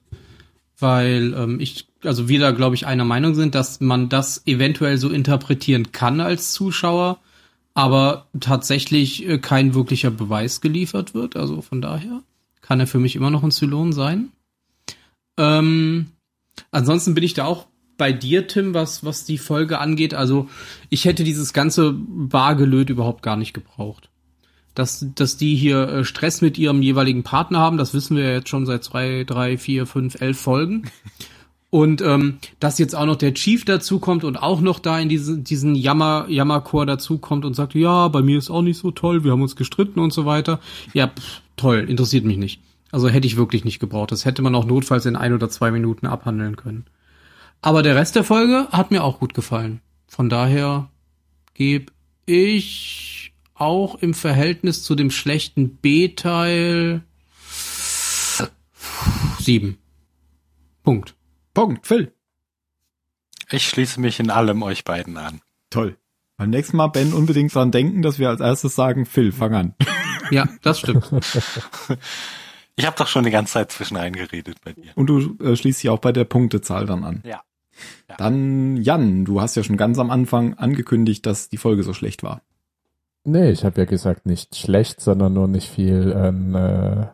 S5: weil ähm, ich, also wir da, glaube ich, einer Meinung sind, dass man das eventuell so interpretieren kann als Zuschauer, aber tatsächlich äh, kein wirklicher Beweis geliefert wird. Also von daher kann er für mich immer noch ein Zylon sein. Ähm, ansonsten bin ich da auch bei dir, Tim, was, was die Folge angeht. Also ich hätte dieses ganze Bargelöt überhaupt gar nicht gebraucht dass, dass die hier äh, Stress mit ihrem jeweiligen Partner haben. Das wissen wir ja jetzt schon seit zwei, drei, vier, fünf, elf Folgen. Und ähm, dass jetzt auch noch der Chief dazukommt und auch noch da in diese, diesen Jammer, Jammerchor dazukommt und sagt, ja, bei mir ist auch nicht so toll, wir haben uns gestritten und so weiter. Ja, pff, toll, interessiert mich nicht. Also hätte ich wirklich nicht gebraucht. Das hätte man auch notfalls in ein oder zwei Minuten abhandeln können. Aber der Rest der Folge hat mir auch gut gefallen. Von daher gebe ich auch im Verhältnis zu dem schlechten B-Teil sieben. Punkt.
S3: Punkt, Phil.
S6: Ich schließe mich in allem euch beiden an.
S3: Toll. Beim nächsten Mal, Ben, unbedingt dran denken, dass wir als erstes sagen, Phil, fang an.
S5: Ja, das stimmt.
S6: Ich habe doch schon die ganze Zeit zwischen eingeredet bei dir.
S3: Und du äh, schließt dich auch bei der Punktezahl dann an.
S6: Ja. Ja.
S3: Dann, Jan, du hast ja schon ganz am Anfang angekündigt, dass die Folge so schlecht war.
S4: Nee, ich habe ja gesagt, nicht schlecht, sondern nur nicht viel an, äh,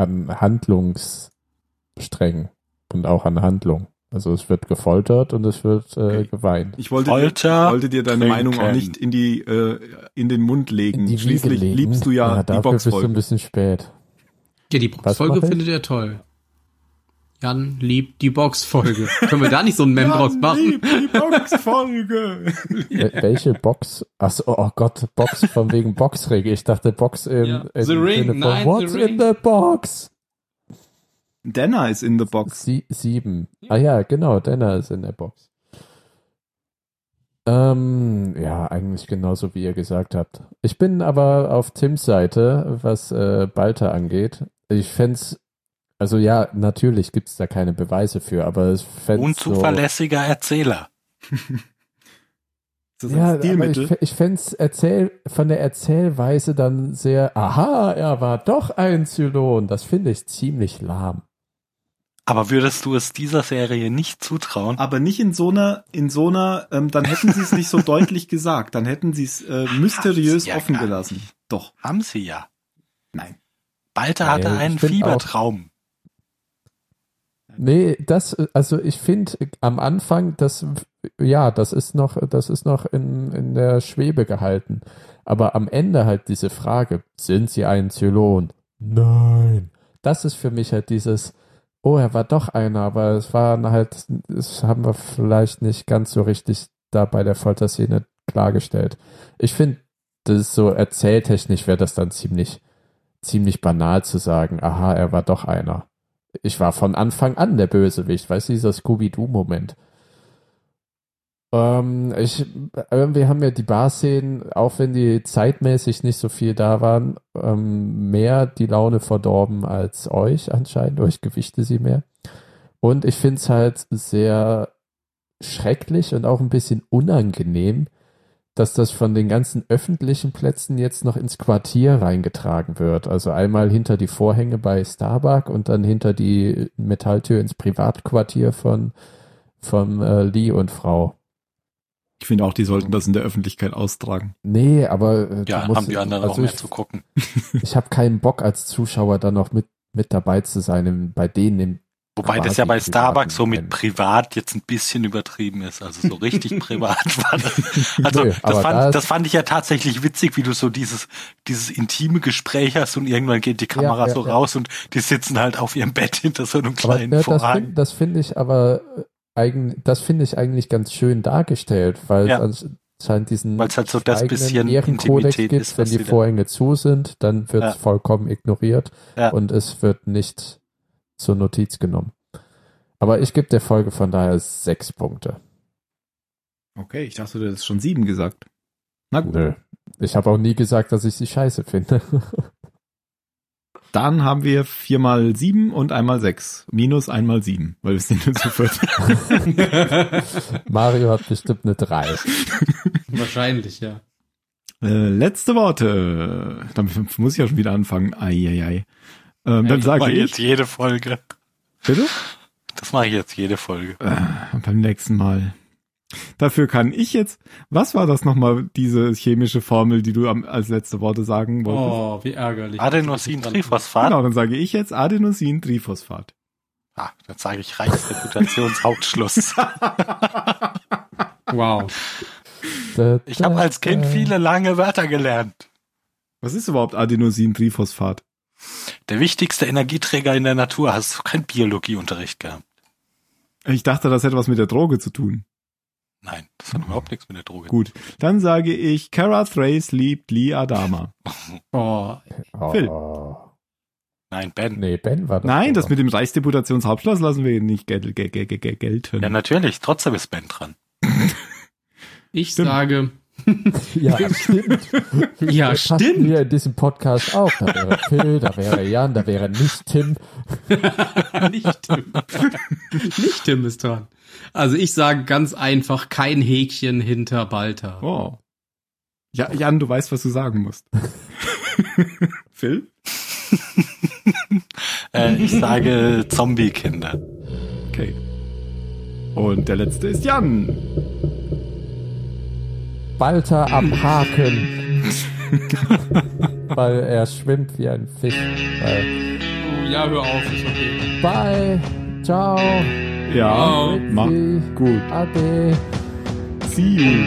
S4: an Handlungssträngen und auch an Handlung. Also es wird gefoltert und es wird äh,
S3: Okay.
S4: geweint.
S3: Ich wollte,
S4: Halt,
S3: dir,
S6: Folter.
S3: wollte dir deine
S6: trinken.
S3: Meinung auch nicht in die äh, in den Mund legen.
S4: In die Wiege
S3: Schließlich
S4: legen.
S3: liebst du ja, die
S4: dafür bist du ein
S3: Boxfolge.
S4: bisschen spät.
S5: Ja, die
S4: Was
S5: Box-Folge
S4: mache ich?
S5: findet er toll. Jan liebt die Box-Folge. Können wir da nicht so einen Mem draus machen?
S3: die Boxfolge.
S4: Wel- Welche Box? Achso, oh Gott, Box von wegen Boxregel. Ich dachte Box in,
S5: Ja.
S4: in
S5: The
S4: im
S5: Ring,
S4: Sinne von
S5: nein, The
S4: What's
S5: Ring.
S4: in the Box?
S3: Denner ist in the box.
S4: Sie sieben. Ah ja, genau, Denner ist in der Box. Ähm, ja, eigentlich genauso wie ihr gesagt habt. Ich bin aber auf Tims Seite, was äh, Balta angeht. Ich fänd's, also ja, natürlich gibt's da keine Beweise für, aber ich fänd's
S6: Unzuverlässiger Erzähler.
S3: Das ist
S4: so, ja,
S3: ein Stilmittel.
S4: Aber ich, ich fänd's erzähl, von der Erzählweise dann sehr, aha, er war doch ein Zylon. Das finde ich ziemlich lahm.
S6: Aber würdest du es dieser Serie nicht zutrauen?
S3: aber nicht in so einer, in so einer, ähm, dann hätten sie es nicht so deutlich gesagt. Dann hätten sie es äh, mysteriös
S6: Ja,
S3: offen
S6: gar
S3: gelassen. Doch,
S6: Haben sie ja.
S3: nein.
S6: Balter
S4: Nee,
S6: hatte
S4: ich
S6: einen
S4: find auch-
S6: Fiebertraum.
S4: Nee, das, also ich finde am Anfang, das, ja, das ist noch, das ist noch in, in der Schwebe gehalten. Aber am Ende halt diese Frage, sind sie ein Zylon? Nein. Das ist für mich halt dieses, oh, er war doch einer, aber es waren halt, das haben wir vielleicht nicht ganz so richtig da bei der Folterszene klargestellt. Ich finde, das ist so erzähltechnisch wäre das dann ziemlich ziemlich banal zu sagen, aha, er war doch einer. Ich war von Anfang an der Bösewicht, weißt du, dieser Scooby-Doo-Moment. Ähm, ich, irgendwie haben mir die Bar-Szenen, auch wenn die zeitmäßig nicht so viel da waren, ähm, mehr die Laune verdorben als euch anscheinend. Euch gewichte sie mehr. Und ich finde es halt sehr schrecklich und auch ein bisschen unangenehm, dass das von den ganzen öffentlichen Plätzen jetzt noch ins Quartier reingetragen wird. Also einmal hinter die Vorhänge bei Starbuck und dann hinter die Metalltür ins Privatquartier von vom äh, Lee und Frau.
S3: Ich finde auch, die sollten das in der Öffentlichkeit austragen.
S4: Nee, aber äh,
S6: Ja,
S4: du musst-
S6: haben die anderen auch
S4: also
S6: mehr
S4: ich,
S6: zu gucken.
S4: ich habe keinen Bock als Zuschauer dann noch mit mit dabei zu sein im, bei denen im
S6: Wobei das
S4: quasi
S6: ja bei
S4: privaten
S6: Starbucks so mit
S4: Moment.
S6: privat jetzt ein bisschen übertrieben ist. Also so richtig privat war das. Also
S4: Nö,
S6: das,
S4: aber
S6: fand,
S4: da-
S6: das fand ich ja tatsächlich witzig, wie du so dieses, dieses intime Gespräch hast und irgendwann geht die Kamera
S4: ja,
S6: so
S4: ja.
S6: raus und die sitzen halt auf ihrem Bett hinter so einem
S4: Aber
S6: kleinen
S4: ne, das
S6: Vorhang.
S4: finde das find ich aber äh, eigen, das finde ich eigentlich ganz schön dargestellt, weil
S6: Ja.
S4: es anscheinend diesen
S6: Weil's halt so das
S4: eigenen
S6: bisschen
S4: Ehrenkodex
S6: Intimität
S4: gibt,
S6: ist,
S4: wenn
S6: was
S4: die
S6: sie da-
S4: Vorhänge zu sind, dann wird es
S6: Ja.
S4: vollkommen ignoriert
S6: Ja.
S4: und es wird nicht zur Notiz genommen. Aber ich gebe der Folge von daher sechs Punkte.
S3: Okay, ich dachte, du hättest schon sieben gesagt. Na gut.
S4: Nö. Ich habe auch nie gesagt, dass ich sie scheiße finde.
S3: Dann haben wir viermal sieben und einmal sechs. Minus einmal sieben, weil wir sind nur zu viert.
S4: Mario hat bestimmt eine drei.
S5: Wahrscheinlich, ja.
S3: äh, letzte Worte. Damit muss ich ja schon wieder anfangen. Eieiei. Ähm, dann
S5: ich
S6: Das
S3: sage
S6: mache ich jetzt
S3: ich.
S6: jede Folge.
S3: Bitte?
S6: Das mache ich jetzt jede Folge.
S3: Äh, beim nächsten Mal. Dafür kann ich jetzt. Was war das nochmal, diese chemische Formel, die du am, als letzte Worte sagen wolltest?
S5: Oh, wie ärgerlich.
S6: Adenosin Triphosphat.
S3: Genau, dann sage ich jetzt Adenosin-Triphosphat.
S6: Ah, dann sage ich Reichsdeputationshauptschluss.
S5: Wow.
S6: Ich habe als Kind viele lange Wörter gelernt.
S3: Was ist überhaupt Adenosin-Triphosphat?
S6: Der wichtigste Energieträger in der Natur. Hast du keinen Biologieunterricht gehabt?
S3: Ich dachte, das hätte was mit der Droge zu tun.
S6: Nein, das hat überhaupt nichts mit der Droge.
S3: Mhm. Gut, dann sage ich, Kara Thrace liebt Lee Adama.
S5: Oh,
S4: Oh,
S3: Phil.
S6: Nein,
S3: Mhm.
S6: Ben.
S4: Nee, Ben war das.
S3: Nein, das
S4: doch.
S3: mit dem Reichsdeputationshauptschloss lassen wir nicht gel gel gel gel gel gelten.
S6: Ja, natürlich. Trotzdem ist Ben dran.
S5: ich
S3: Stimmt.
S5: sage,
S4: Ja, stimmt.
S5: ja,
S4: Das Äh, passt
S5: stimmt.
S4: Hier in diesem Podcast auch. Da wäre Phil, da wäre Jan, da wäre nicht Tim.
S5: Nicht Tim. Nicht Tim ist dran. Also ich sage ganz einfach, kein Häkchen hinter Balta.
S3: Oh. Ja, Jan, du weißt, was du sagen musst. Phil?
S6: Äh, ich sage Zombie-Kinder.
S3: Okay. Und der letzte ist Jan.
S4: Walter am Haken. Weil er schwimmt wie ein Fisch. Äh,
S5: Ja, hör auf, ist okay.
S4: Bye. Ciao.
S3: Ja,
S5: Oh.
S3: mach gut.
S4: Ade.
S3: See you.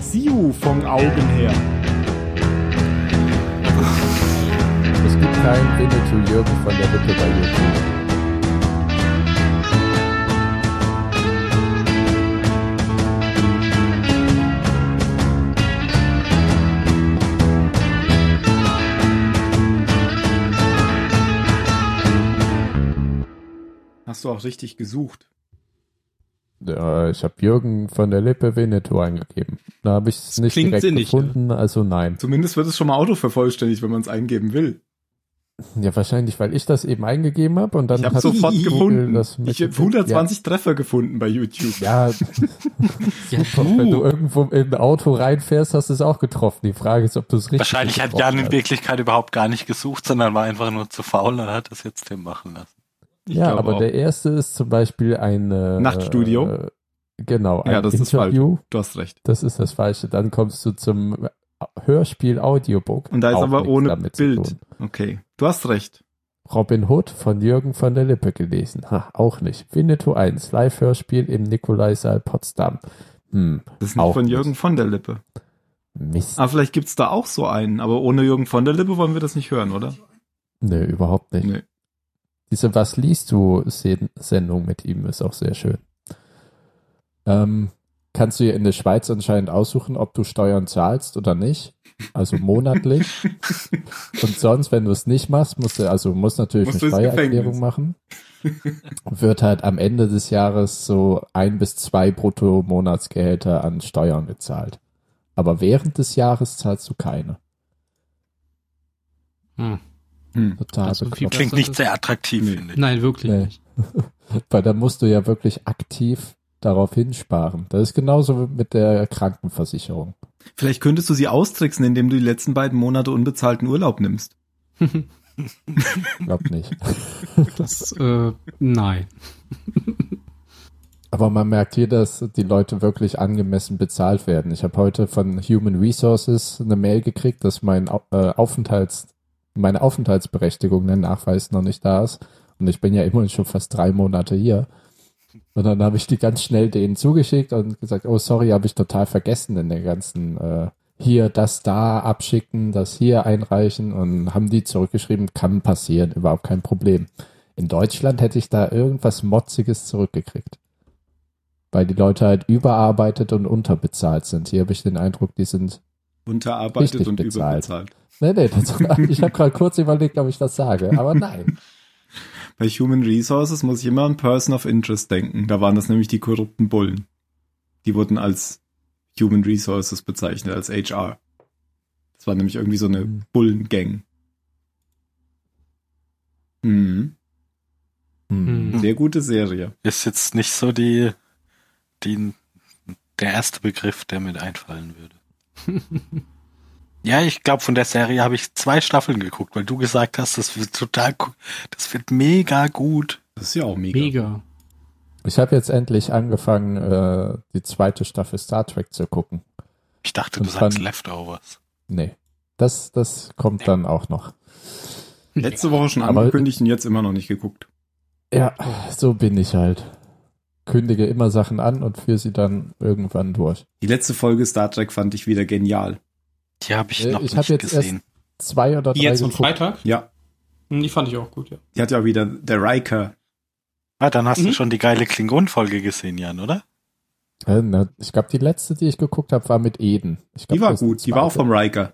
S3: See you von Augen her.
S4: Es gibt keinen Winnetou Jürgen von der Lippe bei YouTube.
S3: Hast du auch richtig gesucht.
S4: Ja, Äh, ich habe Jürgen von der Lippe Winnetou eingegeben. Da habe ich es
S5: Das
S4: nicht
S5: klingt
S4: direkt
S5: sinnig, ne?
S4: gefunden, also nein.
S3: Zumindest wird es schon mal autovervollständigt, wenn man es eingeben will.
S4: Ja, wahrscheinlich, weil ich das eben eingegeben habe und dann
S3: Ich habe
S4: hat
S3: sofort
S4: Google
S3: gefunden.
S4: das mit-
S3: Ich habe 120 Treffer gefunden bei YouTube.
S4: Ja, ja
S5: Ja,
S4: wenn du
S5: du.
S4: irgendwo in ein Auto reinfährst, hast du es auch getroffen. Die Frage ist, ob du es richtig
S6: Wahrscheinlich hat
S4: getroffen
S6: Jan in
S4: hast.
S6: Wirklichkeit überhaupt gar nicht gesucht, sondern war einfach nur zu faul und hat das jetzt Tim machen lassen.
S3: Ich
S4: Ja,
S3: glaube
S4: aber
S3: auch.
S4: der erste ist zum Beispiel ein äh,
S3: Nachtstudio.
S4: Äh, genau, ein
S3: Ja, das ist falsch.
S4: Interview.
S3: Du hast recht.
S4: Das ist das Falsche. Dann kommst du zum Hörspiel Audiobook.
S3: Und da ist
S4: Auch
S3: aber
S4: nichts
S3: ohne
S4: damit zu
S3: Bild.
S4: tun.
S3: Okay. Du hast recht.
S4: Robin Hood von Jürgen von der Lippe gelesen. Ha, auch nicht. Winnetou 1, Live-Hörspiel im Nikolaisaal Potsdam. Hm,
S3: Das ist nicht
S4: Auch
S3: von
S4: nicht.
S3: Jürgen von der Lippe.
S4: Mist.
S3: Ah, vielleicht gibt's da auch so einen, aber ohne Jürgen von der Lippe wollen wir das nicht hören, oder?
S4: Nö, überhaupt nicht.
S3: Nee.
S4: Diese Was liest du Sen- Sendung mit ihm ist auch sehr schön. Ähm, kannst du ja in der Schweiz anscheinend aussuchen, ob du Steuern zahlst oder nicht. Also monatlich. Und sonst, wenn du es nicht machst, musst du, also musst natürlich
S3: Musst
S4: eine
S3: du ins Gefängnis.
S4: Steuererklärung machen. Wird halt am Ende des Jahres so ein bis zwei Brutto-Monatsgehälter an Steuern gezahlt. Aber während des Jahres zahlst du keine.
S5: Hm.
S4: Total
S5: Das ist so viel
S4: bekloppt.
S6: Klingt
S5: das
S6: nicht
S5: ist-
S6: sehr attraktiv, finde ich.
S5: Nein, wirklich
S4: Nee.
S5: nicht.
S4: Weil da musst du ja wirklich aktiv darauf hinsparen. Das ist genauso mit der Krankenversicherung.
S3: Vielleicht könntest du sie austricksen, indem du die letzten beiden Monate unbezahlten Urlaub nimmst.
S4: Glaub nicht.
S5: Das, äh, nein.
S4: Aber man merkt hier, dass die Leute wirklich angemessen bezahlt werden. Ich habe heute von Human Resources eine Mail gekriegt, dass mein Au- äh, Aufenthalts, meine Aufenthaltsberechtigung, der Nachweis noch nicht da ist. Und ich bin ja immerhin schon fast drei Monate hier. Und dann habe ich die ganz schnell denen zugeschickt und gesagt, oh sorry, habe ich total vergessen in der ganzen äh, hier das da abschicken, das hier einreichen und haben die zurückgeschrieben, kann passieren, überhaupt kein Problem. In Deutschland hätte ich da irgendwas Motziges zurückgekriegt weil die Leute halt überarbeitet und unterbezahlt sind. Hier habe ich den Eindruck, die sind.
S3: Unterarbeitet
S4: Richtig
S3: und
S4: bezahlt.
S3: überbezahlt.
S4: Nee, nee, das, ich habe gerade kurz überlegt, ob ich das sage, aber nein.
S3: Bei Human Resources muss ich immer an Person of Interest denken. Da waren das nämlich die korrupten Bullen. Die wurden als Human Resources bezeichnet, als HR. Das war nämlich irgendwie so eine
S4: Hm.
S3: Bullengang. Mhm.
S5: Hm.
S3: Sehr gute Serie.
S6: Ist jetzt nicht so die, die, der erste Begriff, der mir einfallen würde. ja, ich glaube, von der Serie habe ich zwei Staffeln geguckt, weil du gesagt hast, das wird total, gu- das wird mega gut.
S3: Das ist ja auch mega.
S5: Mega.
S4: Ich habe jetzt endlich angefangen, äh, die zweite Staffel Star Trek zu gucken.
S6: Ich dachte, du
S4: Und
S6: sagst
S4: dann-
S6: Leftovers.
S4: Nee, das, das kommt dann auch noch.
S3: Letzte Woche schon
S4: Aber-
S3: angekündigt und jetzt immer noch nicht geguckt.
S4: Ja, so bin ich halt. Kündige immer Sachen an und führe sie dann irgendwann durch.
S3: Die letzte Folge Star Trek fand ich wieder genial.
S6: Die habe ich
S4: Äh,
S6: noch
S4: ich hab
S6: nicht
S4: jetzt erst
S6: gesehen.
S4: Zwei oder drei
S5: Die jetzt von
S4: geguckt.
S5: Freitag?
S3: Ja,
S5: Hm, Die fand ich auch gut, ja.
S3: die hat ja auch wieder der Riker.
S6: Ah, dann hast du
S5: Mhm.
S6: schon die geile Klingon-Folge gesehen, Jan, oder?
S4: Äh, ne, Ich glaube, die letzte, die ich geguckt habe, war mit Eden. Ich glaub,
S3: Die war
S4: das ist
S3: gut, die war auch
S4: zweite.
S3: vom Riker.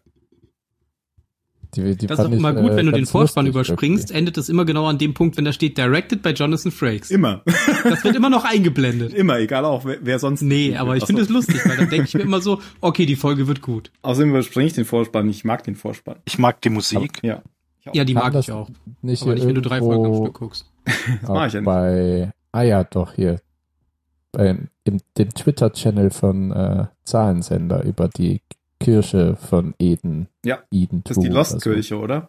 S4: Die, die
S5: Das ist
S4: fand
S5: auch immer
S4: ich,
S5: gut,
S4: äh,
S5: wenn du den
S4: ganz
S5: Vorspann
S4: lustig
S5: überspringst, endet es immer genau an dem Punkt, wenn da steht Directed by Jonathan Frakes.
S3: Immer,
S5: Das wird immer noch eingeblendet.
S3: immer, egal auch wer, wer sonst.
S5: Nee, aber ich
S3: Ach
S5: finde
S3: so.
S5: es lustig, weil dann denke ich mir immer so, okay, die Folge wird gut.
S3: Außerdem überspringe ich den Vorspann, ich mag den Vorspann.
S6: Ich mag die Musik.
S3: Ja,
S5: Ja, die
S4: Kam
S5: mag
S4: das
S5: ich auch.
S4: irgendwie. Nicht
S5: Aber
S4: hier
S5: nicht, wenn du drei Folgen am
S4: irgendwo
S5: Stück guckst.
S3: das mache ich ja nicht.
S4: auch bei, ah ja, doch, hier. Bei im, dem Twitter-Channel von äh, Zahlensender über die Kirche von Eden.
S3: Ja,
S4: Eden
S3: Das ist die
S4: True oder so.
S3: Lost-Kirche, oder?
S4: also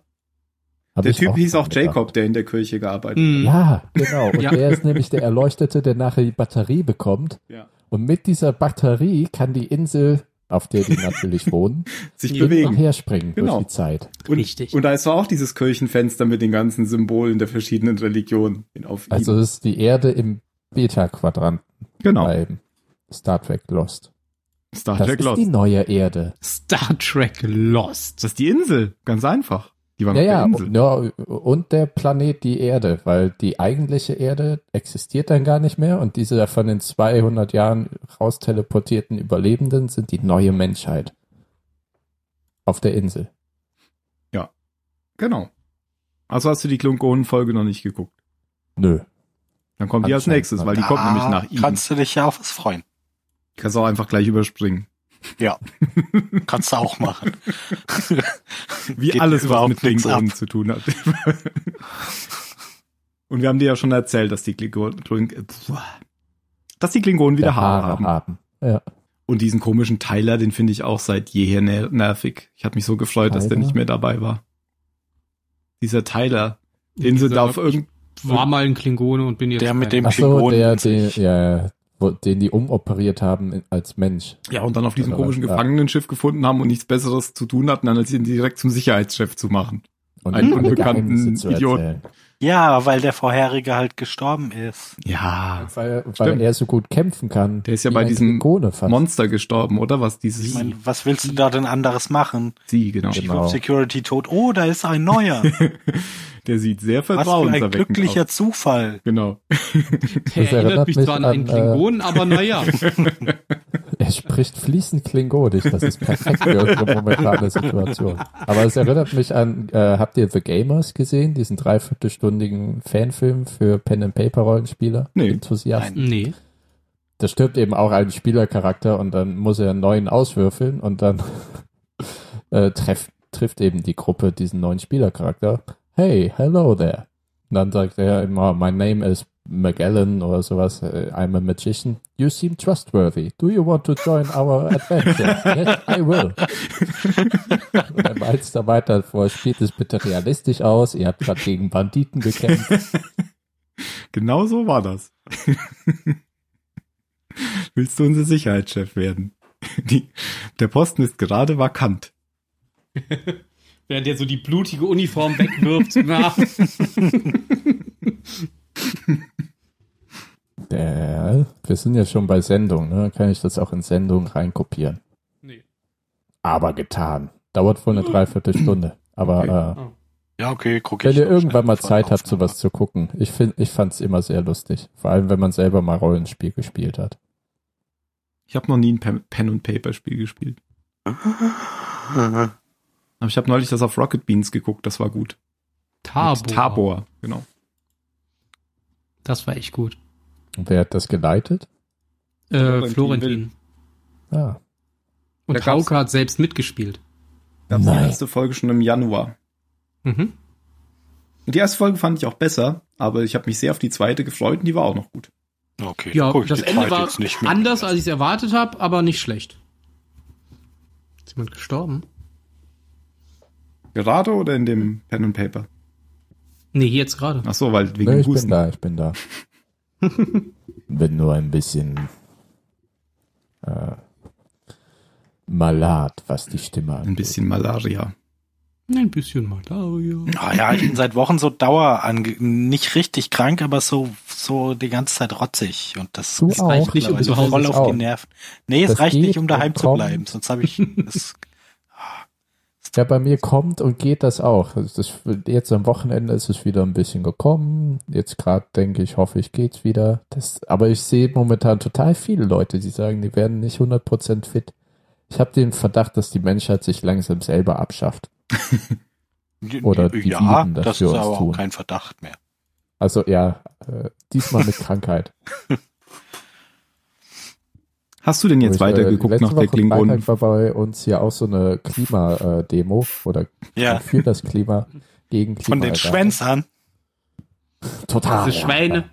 S4: Hab
S3: Der
S4: ich
S3: Typ hieß
S4: dran
S3: auch
S4: gedacht.
S3: Jacob, Hm. der in der Kirche gearbeitet
S5: Mhm.
S4: Ja, genau. Und
S5: Ja.
S4: der ist nämlich der Erleuchtete, der nachher die Batterie bekommt.
S3: Ja.
S4: Und mit dieser Batterie kann die Insel, auf der die natürlich wohnen,
S3: hat. Sich
S5: Ja.
S4: hin und
S3: bewegen.
S4: her springen
S3: Genau.
S4: durch die Zeit.
S3: Und,
S5: Richtig.
S3: und da ist auch dieses Kirchenfenster mit den ganzen Symbolen der verschiedenen Religionen in- auf ihm.
S4: Also ist die Erde im Beta-Quadranten
S3: genau.
S4: bei Star Trek Lost.
S3: Star
S4: Das
S3: Trek
S4: ist die
S3: Lost.
S4: neue Erde.
S5: Star Trek Lost.
S3: Das ist die Insel, ganz einfach. Die war noch
S4: Ja, ja,
S3: der Insel.
S4: und, ja, und der Planet die Erde, weil die eigentliche Erde existiert dann gar nicht mehr und diese von den 200 Jahren rausteleportierten Überlebenden sind die neue Menschheit. Auf der Insel.
S3: Genau. Also hast du die Klingonen-Folge noch nicht geguckt.
S4: Nö.
S3: Dann kommt die als
S4: Anscheinend
S3: nächstes, weil die
S6: Ah,
S3: kommt nämlich nach ihm.
S6: Kannst du dich ja auf was freuen.
S3: Kannst auch einfach gleich überspringen.
S6: Ja. kannst du auch machen.
S3: Wie
S6: Geht
S3: alles, was
S6: überhaupt
S3: mit
S6: nichts
S3: Klingonen zu tun hat. Und wir haben dir ja schon erzählt, dass die Klingonen, Kling, äh, pfuah. dass die Klingonen wieder
S4: der
S3: Haare haben.
S4: Ja.
S3: Und diesen komischen Tyler, den finde ich auch seit jeher ner nervig. Ich habe mich so gefreut, dass der
S4: Tyler?
S3: nicht mehr dabei war. Dieser Tyler, den sie da auf irgend
S5: War mal ein Klingone und bin jetzt.
S6: Der mit
S5: kein-
S6: dem
S4: Ach so,
S6: Klingonen
S4: der,
S6: in
S4: den,
S6: sich.
S4: ja, wo, den die umoperiert haben in- als Mensch.
S3: ja und dann auf diesem
S4: Oder was?
S3: komischen
S4: Ja.
S3: Gefangenenschiff gefunden haben und nichts Besseres zu tun hatten, als ihn direkt zum Sicherheitschef zu machen.
S4: Und
S3: Einen
S4: ihre
S3: unbekannten
S4: Geheimnisse zu
S3: Idioten.
S4: erzählen.
S6: Ja, weil der vorherige halt gestorben ist.
S3: Ja,
S4: Weil, weil
S3: Stimmt.
S4: er so gut kämpfen kann.
S3: Der ist ja
S4: wie
S3: bei
S4: ein
S3: diesem
S4: Klingone fast.
S3: Monster gestorben, oder was? Dieses
S6: Ich meine, was willst du da denn anderes machen?
S3: sie, genau.
S6: Chief
S4: Genau.
S6: of Security tot. Oh, da ist ein neuer.
S3: Der sieht sehr
S6: was für ein
S3: vertrauenserweckend aus.
S6: glücklicher Zufall.
S3: Genau.
S5: Der
S4: Das erinnert
S5: erinnert mich
S4: mich
S5: zwar an äh,
S4: an,
S5: einen Klingonen, aber naja.
S4: spricht fließend Klingonisch. Das ist perfekt für unsere momentane Situation. Aber es erinnert mich an, äh, habt ihr The Gamers gesehen? Diesen dreiviertelstündigen Fanfilm für Pen-and-Paper-Rollenspieler?
S3: Nee.
S4: Enthusiasten?
S5: Nee.
S4: Da stirbt eben auch ein Spielercharakter und dann muss er einen neuen auswürfeln und dann äh, treff, trifft eben die Gruppe diesen neuen Spielercharakter. Hey, hello there. Und dann sagt er immer, my name is Magellan oder sowas, äh, I'm a magician. You seem trustworthy. Do you want to join our adventure? yes, I will. Und er walzt da weiter vor, spielt es bitte realistisch aus. Ihr habt gerade gegen Banditen gekämpft.
S3: Genau so war das. Willst du unser Sicherheitschef werden? Die, der Posten ist gerade vakant.
S5: Während er so die blutige Uniform wegwirft. Na.
S4: Der, Äh, wir sind ja schon bei Sendung, ne? Kann ich das auch in Sendung reinkopieren?
S5: Nee.
S4: Aber getan. Dauert wohl eine Dreiviertelstunde. Aber äh,
S6: Ja, okay, guck
S4: wenn
S6: ich.
S4: ihr
S6: noch
S4: irgendwann
S6: schnell
S4: mal
S6: von
S4: Zeit
S3: ne?
S4: habt,
S6: Aufnahme.
S4: sowas zu gucken, ich, find- ich fand's immer sehr lustig. Vor allem, wenn man selber mal Rollenspiel gespielt hat.
S3: Ich habe noch nie ein Pen- Pen- und Paper-Spiel gespielt. Aber ich habe neulich das auf Rocket Beans geguckt, das war gut.
S5: Tabor.
S3: Mit Tabor, genau.
S5: Das war echt gut.
S4: Und wer hat das geleitet?
S5: Äh,
S3: Florentin
S5: Florentin.
S4: Ah,
S5: Und
S3: Da gab's-
S5: Hauke hat selbst mitgespielt.
S3: Gab's die
S4: Nein.
S3: erste Folge schon im Januar.
S5: Mhm.
S3: Und die erste Folge fand ich auch besser, aber ich habe mich sehr auf die zweite gefreut und die war auch noch gut.
S6: Okay,
S5: Ja,
S6: guck ich
S5: das
S6: die
S5: Ende
S6: zweite
S5: war
S6: jetzt nicht mehr.
S5: anders, als ich es erwartet habe, aber nicht schlecht. Ist jemand gestorben?
S3: Gerade oder in dem Pen and Paper?
S5: Nee, jetzt gerade.
S3: Ach so, weil wegen
S4: Nö, ne, ich bin
S3: Husten.
S4: da, ich bin da. bin nur ein bisschen äh, malat, was die Stimme angeht.
S3: Ein bisschen Malaria.
S5: Ein bisschen Malaria.
S6: Ah ja, ich bin seit Wochen so dauer ange nicht richtig krank, aber so so die ganze Zeit rotzig und das
S4: Du auch.
S6: reicht nicht, um
S5: Zu
S6: zu
S5: Hause
S6: voll
S4: ist
S6: auf
S4: auch.
S6: die Nerven. Nee, es
S4: Das
S6: reicht
S4: geht
S6: nicht, um daheim
S4: und
S6: zu
S4: kommt.
S6: bleiben, sonst habe ich das
S4: Ja, bei mir kommt und geht das auch. Es ist- jetzt am Wochenende ist es wieder ein bisschen gekommen. Jetzt gerade denke ich, hoffe ich, geht's wieder. Das, aber ich sehe momentan total viele Leute, die sagen, die werden nicht 100% fit. Ich habe den Verdacht, dass die Menschheit sich langsam selber abschafft. Oder die
S6: ja,
S4: Viren, dass
S6: das
S4: wir
S6: ist
S4: uns
S6: aber auch
S4: tun.
S6: kein Verdacht mehr.
S4: Also ja, äh, diesmal mit Krankheit.
S3: Hast du denn jetzt
S4: Wo ich, äh,
S3: weitergeguckt
S4: letzte
S3: nach der
S4: Woche
S3: Klingonen?
S4: Freitag war bei uns ja auch so eine Klima-Demo oder
S6: Ja,
S4: für das Klima gegen Klima.
S6: von den Schwänzern.
S4: Total.
S5: Diese Schweine.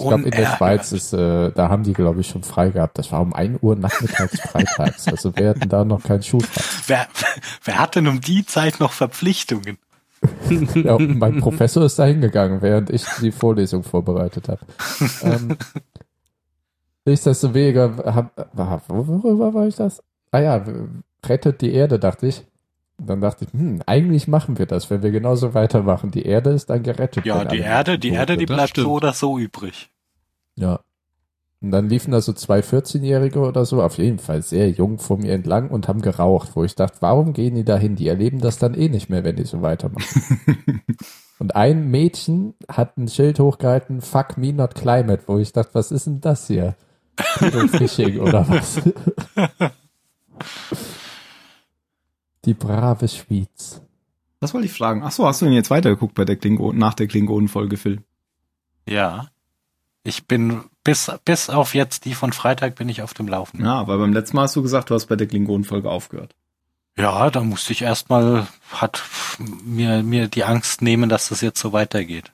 S4: Ich glaube, in der
S6: Unerhört.
S4: Schweiz ist, äh, da haben die, glaube ich, schon frei gehabt. Das war um 1 Uhr nachmittags freitags. Also wir hatten da noch keinen Schulfach.
S6: Wer, wer hat denn um die Zeit noch Verpflichtungen?
S4: Ja, und mein Professor ist da hingegangen, während ich die Vorlesung vorbereitet habe. Ähm, nichtsdestoweniger, hab, war- worüber war ich das? Ah ja, rettet die Erde, dachte ich. Und Dann dachte ich, hm, eigentlich machen wir das, wenn wir genauso weitermachen. Die Erde ist dann gerettet.
S6: Ja,
S4: wenn alle
S6: die Erde, die
S4: tot
S6: Erde, die
S4: sind.
S5: das
S6: bleibt
S5: stimmt.
S6: so oder so übrig.
S4: Ja. Und dann liefen da so zwei 14-Jährige oder so, auf jeden Fall sehr jung vor mir entlang und haben geraucht, wo ich dachte, warum gehen die dahin? Die erleben das dann eh nicht mehr, wenn die so weitermachen. und ein Mädchen hat ein Schild hochgehalten, fuck me not climate, wo ich dachte, was ist denn das hier? Fishing oder was? die brave Schweiz.
S3: Das wollte ich fragen. Ach so, hast du denn jetzt weitergeguckt bei der Klingonen, nach der Klingonen-Folge, Phil?
S6: Ja. Ich bin bis, bis auf jetzt die von Freitag bin ich auf dem Laufen.
S3: Ja, weil beim letzten Mal hast du gesagt, du hast bei der Klingonen-Folge aufgehört.
S6: Ja, da musste ich erstmal hat mir mir die Angst nehmen, dass das jetzt so weitergeht.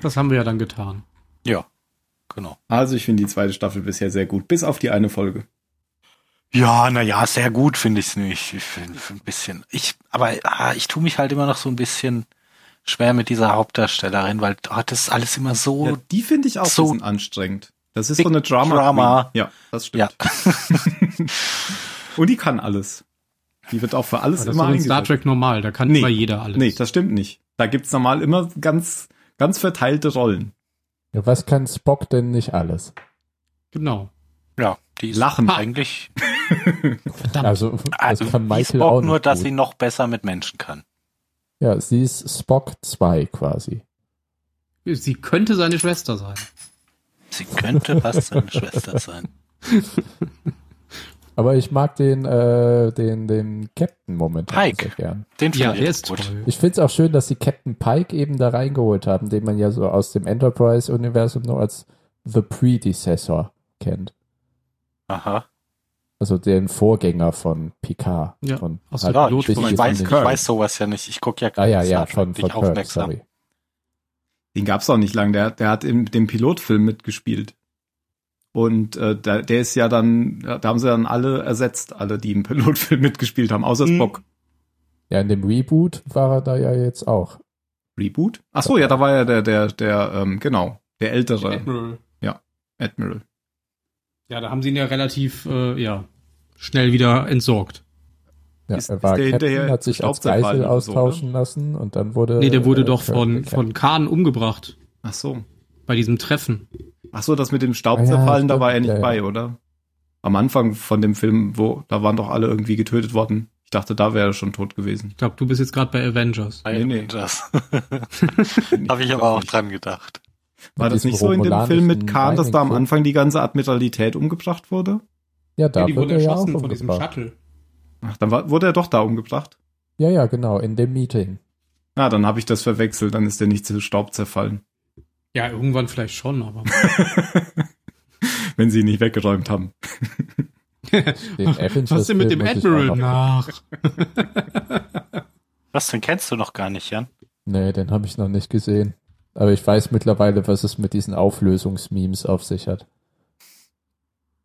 S5: Das haben wir ja dann getan.
S6: Ja, genau.
S3: Also ich finde die zweite Staffel bisher sehr gut, bis auf die eine Folge.
S6: Ja, na ja, sehr gut finde ich es nicht. Ich finde ein bisschen. Ich, aber ah, ich tue mich halt immer noch so ein bisschen schwer mit dieser Hauptdarstellerin, weil ah, das ist alles immer so.
S5: Oh,
S3: Ja, die finde ich auch
S6: so-
S3: ein bisschen anstrengend. Das ist
S6: Big
S3: so eine Drama.
S6: Drama.
S3: Ja, das stimmt.
S6: Ja,
S3: Und die kann alles. Die wird auch für alles
S5: Das ist
S3: immer
S5: doch in Star
S3: eingesetzt.
S5: Trek normal, da kann
S3: Nee.
S5: immer jeder alles.
S3: Nee, das stimmt nicht. Da gibt's normal immer ganz, ganz verteilte Rollen.
S4: Ja, was kann Spock denn nicht alles?
S5: genau.
S6: ja, die ist
S3: Lachen.
S6: eigentlich.
S5: Verdammt.
S4: Also, das
S6: Also,
S4: kann
S6: die
S4: Michael
S6: Spock
S4: auch nicht
S6: nur, dass
S4: gut.
S6: sie noch besser mit Menschen kann.
S4: Ja, sie ist Spock 2 quasi.
S5: Sie könnte seine Schwester sein.
S6: Sie könnte fast seine Schwester sein.
S4: Aber ich mag den, äh, den, den Captain momentan
S6: Pike.
S4: sehr gern.
S6: Den
S5: Ja,
S6: finde
S5: der
S6: ich
S5: ist
S6: gut.
S5: toll.
S4: Ich find's auch schön, dass sie Captain Pike eben da reingeholt haben, den man ja so aus dem Enterprise-Universum nur als The Predecessor kennt.
S6: Aha.
S4: Also den Vorgänger von Picard.
S5: Ja,
S4: und
S5: aus
S4: halt
S5: der
S6: Ja, ich,
S5: Pilotfolge.
S4: wichtig
S6: ich,
S4: ist
S6: weiß,
S4: in
S6: ich
S4: den-
S6: weiß sowas ja nicht. Ich gucke ja
S4: Ah ja,
S6: keine
S4: ja,
S6: Star Trek,
S4: von,
S6: bin
S4: von
S6: ich
S4: Kirk,
S6: aufmerksam.
S4: sorry.
S3: Den gab's auch nicht lang. Der, der hat in dem Pilotfilm mitgespielt. Und äh, der, der ist ja dann, da haben sie dann alle ersetzt, alle, die im Pilotfilm mitgespielt haben, außer
S5: Mhm.
S3: Spock.
S4: Ja, in dem Reboot war er da ja jetzt auch.
S3: Reboot? Ach so, ja, da war ja der, der, der, ähm, genau, der ältere
S5: Admiral.
S3: Admiral.
S5: Ja, da haben sie ihn ja relativ, äh, ja, schnell wieder entsorgt.
S4: Ja,
S3: Ist-
S4: er
S3: ist
S4: war
S3: der
S4: Captain,
S3: hinterher
S4: hat sich als
S3: gestaubt worden
S4: Geisel
S3: oder so,
S6: ne?
S4: austauschen lassen und dann wurde.
S5: Nee, der wurde
S4: äh,
S5: doch
S4: Kirk
S5: von,
S4: gekappt.
S5: von Khan umgebracht.
S3: Ach so.
S5: Bei diesem Treffen.
S3: Ach so, das mit dem Staubzerfallen,
S4: Ah ja,
S3: da war er
S4: stimmt,
S3: nicht
S4: ja,
S3: bei,
S4: ja.
S3: oder? Am Anfang von dem Film, wo, da waren doch alle irgendwie getötet worden. Ich dachte, da wäre er schon tot gewesen.
S5: Ich glaube, du bist jetzt gerade bei Avengers.
S3: Nee, nee.
S6: Ah, Das habe ich aber auch dran gedacht.
S3: War das
S4: diesem
S3: nicht so in dem Film mit
S4: romulanischen
S3: Khan, dass da am
S4: Lightning-Film?
S3: Anfang die ganze Admiralität umgebracht wurde?
S4: Ja, da
S5: die
S4: wurde
S5: wurde
S4: er ja auch
S5: erschossen von diesem
S4: umgebracht.
S5: Shuttle.
S3: Ach, dann war, wurde er doch da umgebracht.
S4: Ja, ja, genau, in dem Meeting.
S3: Na, dann habe ich das verwechselt, dann ist er nicht zu Staub zerfallen,
S5: Ja, irgendwann vielleicht schon, aber.
S3: wenn sie ihn nicht weggeräumt haben.
S4: Den Avengers
S5: Was ist denn mit
S4: Film
S5: dem
S4: muss ich auch
S5: Admiral
S4: noch-
S5: nach?
S6: Was, den kennst du noch gar nicht, Jan?
S4: Nee, den habe ich noch nicht gesehen. Aber ich weiß mittlerweile, was es mit diesen Auflösungsmemes auf sich hat.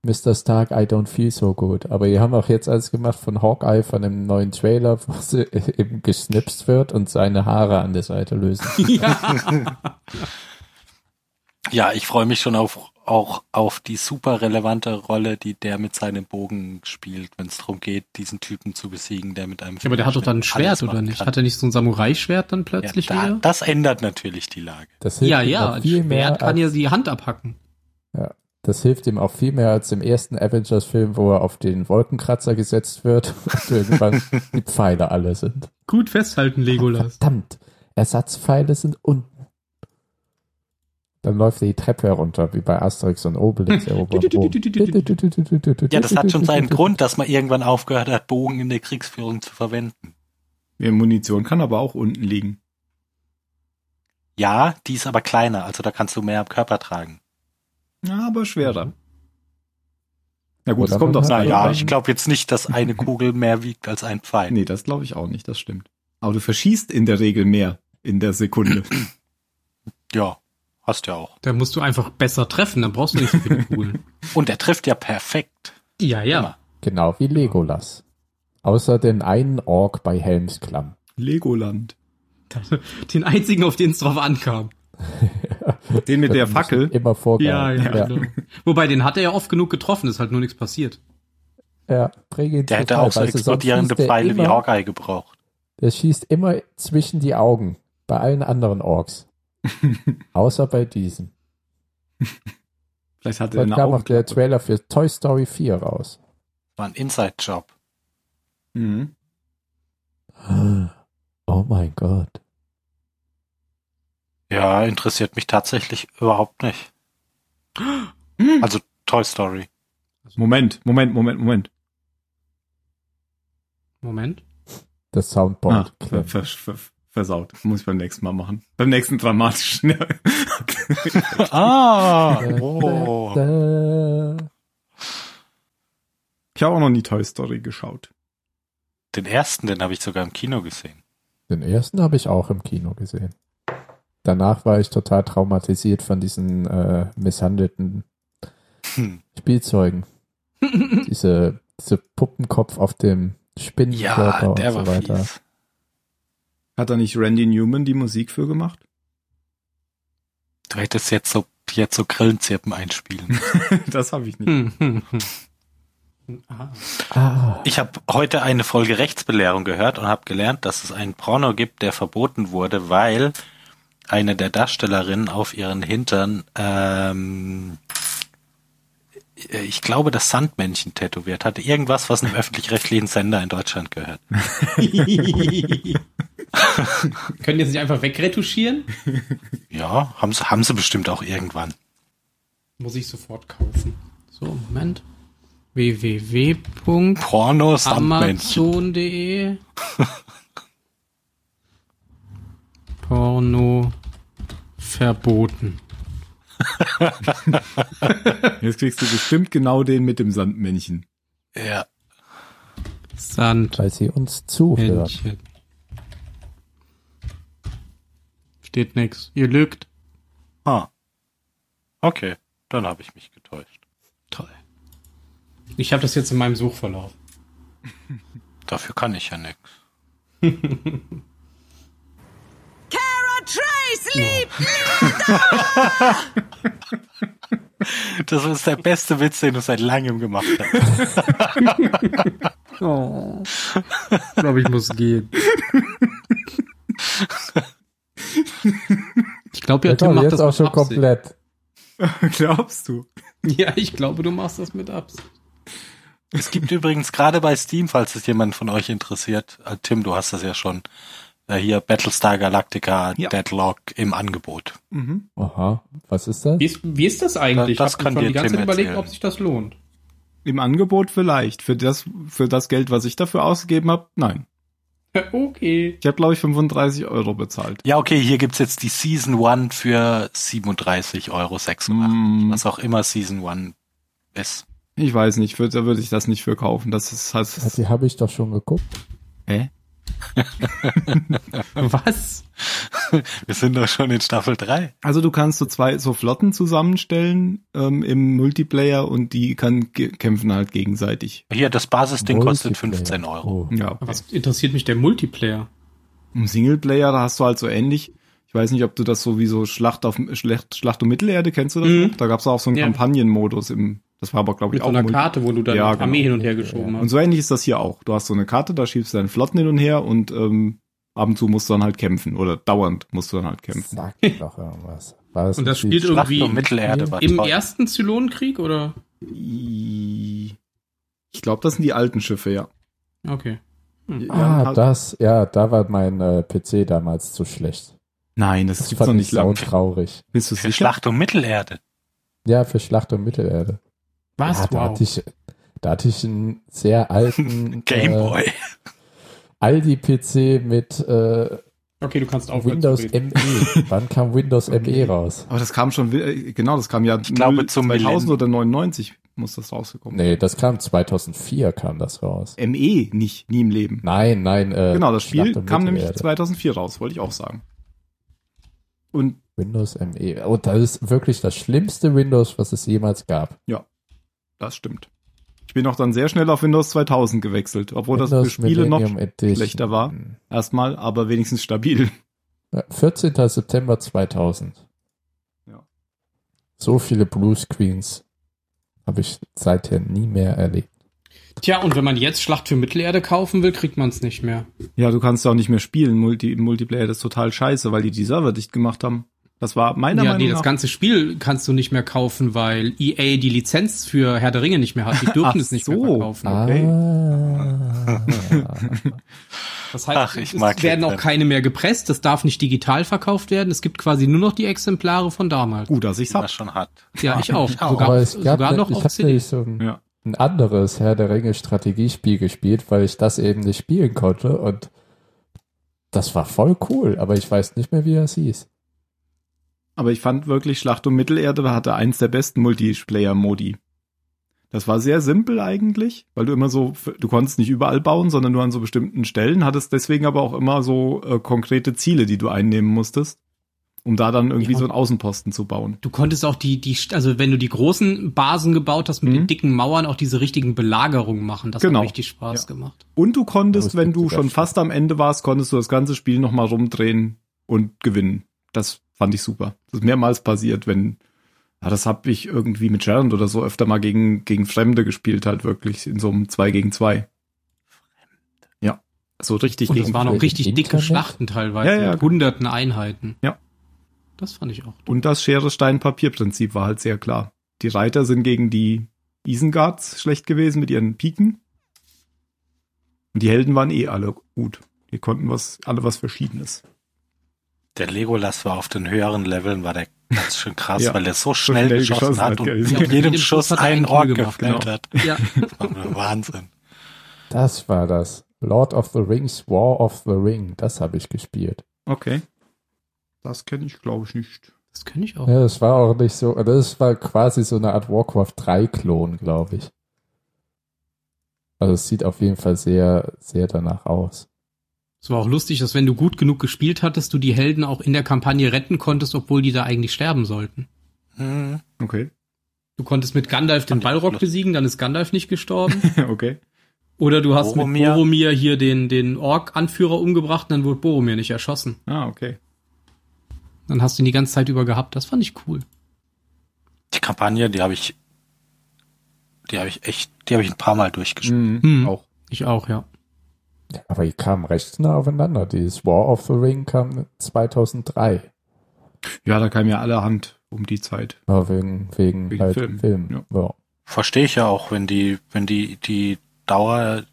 S4: Mr. Stark, I don't feel so good. Aber die haben auch jetzt eins gemacht von Hawkeye, von einem neuen Trailer, wo sie eben gesnipst wird und seine Haare an der Seite lösen.
S6: Ja, ich freue mich schon auf, auch auf die super relevante Rolle, die der mit seinem Bogen spielt, wenn es darum geht, diesen Typen zu besiegen, der mit einem.
S5: Ja, aber der hat doch dann ein Schwert,
S6: Alles machen
S5: oder nicht?
S6: kann.
S5: Hat er nicht so ein Samurai-Schwert dann
S6: ja,
S5: plötzlich
S6: da,
S5: wieder?
S6: das ändert natürlich die Lage.
S4: Das hilft
S5: Ja,
S4: ihm
S5: ja,
S4: auch
S5: ein
S4: viel mehr.
S5: Schwert kann
S4: als-
S5: ja die Hand abhacken.
S4: Das hilft ihm auch viel mehr als im ersten Avengers-Film, wo er auf den Wolkenkratzer gesetzt wird und irgendwann die Pfeile alle sind.
S5: Gut festhalten, Legolas.
S4: Verdammt, Ersatzpfeile sind unten. Dann läuft er die Treppe herunter, wie bei Asterix und Obelix erobern Rom.
S6: Ja, das hat schon seinen Grund, dass man irgendwann aufgehört hat, Bogen in der Kriegsführung zu verwenden.
S3: Ja, Munition kann aber auch unten liegen.
S6: Ja, die ist aber kleiner, also da kannst du mehr am Körper tragen.
S3: Ja, aber schwerer. Na gut,
S4: Mhm. Oder
S3: es kommt
S4: man
S3: auch
S4: hat-
S3: Na
S6: Naja,
S4: Naja,
S6: ich glaube jetzt nicht, dass eine Kugel mehr wiegt als ein Pfeil.
S3: Nee, das glaube ich auch nicht, das stimmt. Aber du verschießt in der Regel mehr in der Sekunde.
S6: Ja, hast ja auch.
S5: Da musst du einfach besser treffen, dann brauchst du nicht so viele Kugeln.
S6: Und er trifft ja perfekt.
S5: ja, ja.
S4: Genau wie Legolas. Außer den einen Ork bei Helmsklamm.
S3: Legoland.
S5: Den einzigen, auf den es drauf ankam.
S3: Den mit der
S4: Wir müssen
S3: Fackel.
S4: Immer vorgehalten.
S5: Genau. Wobei, den hat er ja oft genug getroffen, ist halt nur nichts passiert.
S4: ja, bring ihn
S6: Der
S4: zu
S6: hätte
S4: Fall,
S6: auch
S5: also
S6: so
S4: weißt du, sonst
S6: explodierende
S4: schießt er
S6: Pfeile wie
S4: immer-
S6: Hawkeye gebraucht.
S4: Der schießt immer zwischen die Augen. Bei allen anderen Orks. Außer bei diesen.
S3: Vielleicht hat er
S4: Dann
S3: eine
S4: kam auch der
S3: Augenklappe.
S4: Trailer für Toy Story 4 raus.
S6: War ein Inside-Job.
S3: Mhm.
S4: Oh mein Gott.
S6: Ja, interessiert mich tatsächlich überhaupt nicht. Also Toy Story.
S3: Moment, Moment, Moment, Moment.
S5: Moment.
S4: Das
S3: Ah,
S4: Soundboard.
S3: ver, ver, ver, versaut. Muss ich beim nächsten Mal machen. Beim nächsten dramatischen.
S6: Ah,
S4: Oh.
S6: oh.
S3: ich habe auch noch nie Toy Story geschaut.
S6: Den ersten, den habe ich sogar im Kino gesehen.
S4: Den ersten habe ich auch im Kino gesehen. Danach war ich total traumatisiert von diesen äh, misshandelten
S6: Hm.
S4: Spielzeugen. diese, diese Puppenkopf auf dem Spinnenkörper
S6: Ja,
S4: und
S6: der
S4: so
S6: war
S4: weiter.
S6: fies.
S3: Hat da nicht Randy Newman die Musik für gemacht?
S6: Du hättest jetzt so, jetzt so Grillenzirpen einspielen.
S3: Das habe ich nicht.
S5: Hm, hm, hm. Ah.
S4: Ah,
S6: Ich habe heute eine Folge Rechtsbelehrung gehört und habe gelernt, dass es einen Porno gibt, der verboten wurde, weil eine der Darstellerinnen auf ihren Hintern, ähm, äh, ich glaube, das Sandmännchen tätowiert hatte. Irgendwas, was einem öffentlich-rechtlichen Sender in Deutschland gehört.
S5: Können die jetzt nicht einfach wegretuschieren?
S6: Ja, haben sie, haben sie bestimmt auch irgendwann.
S5: Muss ich sofort kaufen. So, Moment. www.porno-amazon.de Porno verboten.
S3: Jetzt kriegst du bestimmt genau den mit dem Sandmännchen.
S6: Ja.
S5: Sand.
S4: weil sie uns zuhört.
S5: Männchen. Steht nix. Ihr lügt.
S6: Ah. Okay, dann habe ich mich getäuscht.
S5: Toll. Ich habe das jetzt in meinem Suchverlauf.
S6: Dafür kann ich ja nix.
S2: Kara Trace liebt
S6: Das ist der beste Witz, den du seit langem gemacht hast.
S5: Oh. Ich glaube, ich muss gehen. Ich glaube, ja,
S4: Ja,
S5: Tim
S4: komm,
S5: macht
S4: jetzt
S5: das
S4: auch
S5: mit
S4: schon
S5: Absicht.
S4: komplett.
S3: Glaubst du?
S5: Ja, ich glaube, du machst das mit Absicht.
S6: Es gibt übrigens gerade bei Steam, falls es jemand von euch interessiert, äh, Tim, du hast das ja schon, äh, hier Battlestar Galactica
S3: Ja.
S6: Deadlock im Angebot.
S3: Mhm.
S4: Aha, was ist das?
S5: Wie ist, wie ist das eigentlich?
S6: Das
S5: ich hab
S6: kann
S5: schon
S6: dir
S5: die ganze
S6: Tim
S5: Zeit überlegt,
S6: erzählen.
S5: ob sich das lohnt.
S3: Im Angebot vielleicht. Für das, für das Geld, was ich dafür ausgegeben habe, nein.
S5: Okay.
S3: Ich habe, glaube ich, 35 Euro bezahlt.
S6: Ja, okay, hier gibt's jetzt die Season One für 37,86 Euro,
S3: Mm.
S6: was auch immer Season One ist.
S3: Ich weiß nicht, würd- da würde ich das nicht für kaufen. Das ist halt.
S4: Ja, Die habe ich doch schon geguckt.
S3: Hä?
S5: Was?
S6: Wir sind doch schon in Staffel 3.
S3: Also du kannst so zwei so Flotten zusammenstellen ähm, im Multiplayer und die kann, ge- kämpfen halt gegenseitig.
S6: Hier, das Basisding kostet
S4: Multiplayer.
S6: 15 Euro.
S4: Oh.
S3: Ja. okay.
S5: Was interessiert mich der Multiplayer?
S3: Im Singleplayer, da hast du halt so ähnlich. Ich weiß nicht, ob du das sowieso Schlacht auf Schlacht, Schlacht um Mittelerde kennst du das?
S5: Mhm.
S3: noch? Da gab's auch so einen
S5: Ja.
S3: Kampagnenmodus im. Das war aber glaube ich
S5: Mit so
S3: auch
S5: einer
S3: Multi-
S5: Karte, wo du deine
S3: Ja, genau.
S5: Armee hin und her geschoben
S3: Und
S5: hast.
S3: so ähnlich ist das hier auch. Du hast so eine Karte, da schiebst du deinen Flotten hin und her und ähm, ab und zu musst du dann halt kämpfen oder dauernd musst du dann halt kämpfen.
S4: Sagt mir doch irgendwas. War das
S5: Und das
S4: ein
S5: spielt
S4: Spiel-
S6: Schlacht
S5: irgendwie
S6: um Mittelerde war
S5: im
S6: toll.
S5: ersten Zylonenkrieg oder?
S3: I- Ich glaube, das sind die alten Schiffe, ja.
S5: Okay.
S3: ja
S4: Ah,
S3: halt-
S4: das, ja, da war mein äh, PC damals zu schlecht.
S3: Nein, das, gibt's noch nicht lang.
S4: traurig.
S3: Bist du
S6: Für
S3: sicher?
S6: Schlacht um Mittelerde.
S4: Ja, für Schlacht um Mittelerde.
S5: Was?
S4: ja, da,
S5: wow.
S4: hatte ich, da hatte ich einen sehr alten äh,
S6: Gameboy.
S4: Aldi-PC mit äh,
S5: Okay, du kannst aufhören.
S4: Windows
S5: zu reden.
S4: ME. Wann kam Windows ME raus?
S3: Aber das kam schon, äh, genau, das kam ja
S6: Ich glaube,
S3: 2000
S6: zum Millennium.
S3: oder 99 muss das rausgekommen.
S4: Nee, das kam 2004 kam das raus.
S3: ME nicht, nie im Leben.
S4: Nein, nein. Äh,
S3: genau, das Spiel
S4: Schlacht um
S3: kam nämlich
S4: Mittelerde.
S3: 2004 raus, wollte ich auch sagen. Und
S4: Windows ME. Und das ist wirklich das schlimmste Windows, was es jemals gab.
S3: das stimmt. Ich bin auch dann sehr schnell auf Windows 2000 gewechselt, obwohl das für
S4: Windows
S3: Spiele
S4: Millennium
S3: noch
S4: Edition.
S3: schlechter war. erstmal, aber wenigstens stabil.
S4: Ja, 14. September 2000.
S3: Ja.
S4: So viele Blue Screens habe ich seither nie mehr erlebt.
S5: Tja, und wenn man jetzt Schlacht für Mittelerde kaufen will, kriegt man es nicht mehr.
S3: Ja, du kannst ja auch nicht mehr spielen. Multi im Multiplayer das ist total scheiße, weil die die Server dicht gemacht haben. Das war meiner
S5: ja,
S3: Meinung
S5: nee, das
S3: nach.
S5: ganze Spiel kannst du nicht mehr kaufen, weil EA die Lizenz für Herr der Ringe nicht mehr hat. Die
S3: Ach
S5: dürfen es nicht
S3: so.
S5: mehr verkaufen.
S3: Okay.
S4: Ah,
S5: Das heißt,
S6: Ach, ich
S5: es
S6: mag
S5: werden auch
S6: Hitler.
S5: keine mehr gepresst, das darf nicht digital verkauft werden. Es gibt quasi nur noch die Exemplare von damals.
S3: Gut, dass ich's
S6: Das
S3: hab.
S6: schon hat.
S5: Ja, ich auch.
S4: aber
S5: Sogar,
S4: es gab
S5: sogar
S4: ne-
S5: noch
S4: ich
S5: auf
S4: habe
S5: CD.
S4: nämlich so ein,
S3: Ja.
S4: ein anderes Herr der Ringe Strategiespiel gespielt, weil ich das eben nicht spielen konnte und das war voll cool, aber ich weiß nicht mehr, wie das hieß.
S3: Aber ich fand wirklich Schlacht um Mittelerde hatte eins der besten Multiplayer-Modi. Das war sehr simpel eigentlich, weil du immer so, du konntest nicht überall bauen, sondern nur an so bestimmten Stellen, hattest deswegen aber auch immer so äh, konkrete Ziele, die du einnehmen musstest, um da dann irgendwie
S5: Ja.
S3: so einen Außenposten zu bauen.
S5: Du konntest auch die, die, also wenn du die großen Basen gebaut hast mit
S3: Mhm.
S5: den dicken Mauern, auch diese richtigen Belagerungen machen. Das
S3: Genau.
S5: hat richtig Spaß
S3: Ja.
S5: gemacht.
S3: Und du
S4: Aber
S3: konntest,
S4: es
S3: wenn
S4: gibt
S3: du
S4: sogar
S3: schon
S4: Schatten.
S3: fast am Ende warst, konntest du das ganze Spiel nochmal rumdrehen und gewinnen. Das fand ich super. Das ist mehrmals passiert, wenn, ja, das habe ich irgendwie mit Gerald oder so öfter mal gegen, gegen Fremde gespielt, halt wirklich in so einem 2 gegen 2. Ja, so richtig
S5: Und
S3: gegen
S5: das waren auch
S4: wegen
S5: richtig dicke
S4: Internet?
S5: Schlachten teilweise
S3: Ja, ja,
S5: mit
S3: genau.
S5: hunderten Einheiten.
S3: Ja.
S5: Das fand ich auch.
S3: Und das Schere-Stein-Papier-Prinzip war halt sehr klar. Die Reiter sind gegen die Isengards schlecht gewesen mit ihren Piken. Und die Helden waren eh alle gut. Die konnten was, alle was Verschiedenes.
S6: Der Legolas war auf den höheren Leveln, war der ganz schön krass, ja, weil er so schnell, schnell geschossen, geschossen, hat, hat und mit ja, jedem Schuss einen Ork gefällt genau. hat. Ja. Das war Wahnsinn.
S4: Das war das. Lord of the Rings, War of the Ring. Das habe ich gespielt.
S3: Okay. Das kenne ich, glaube ich, nicht.
S5: Das kenne ich auch.
S4: Ja, das war auch nicht so. Das war quasi so eine Art Warcraft 3-Klon, glaube ich. Also es sieht auf jeden Fall sehr, sehr danach aus.
S5: Es war auch lustig, dass wenn du gut genug gespielt hattest, du die Helden auch in der Kampagne retten konntest, obwohl die da eigentlich sterben sollten.
S6: Hm.
S3: Okay.
S5: Du konntest mit Gandalf den Ballrock besiegen, dann ist Gandalf nicht gestorben.
S3: okay.
S5: Oder du hast Boromir. mit Boromir hier den, den Ork-Anführer umgebracht und dann wurde Boromir nicht erschossen.
S3: Ah, okay.
S5: Dann hast du ihn die ganze Zeit über gehabt. Das fand ich cool.
S6: Die Kampagne, die habe ich, die habe ich echt, die habe ich ein paar Mal durchgespielt. Mhm.
S5: Auch. Hm. Ich auch, ja.
S4: Aber die kamen recht nah aufeinander. Dieses War of the Ring kam 2003.
S3: Ja, da kam ja allerhand um die Zeit.
S4: Ja, wegen, wegen, wegen halt Film. Film. Ja.
S6: Ja. Verstehe ich ja auch, wenn die, wenn die, die Dauer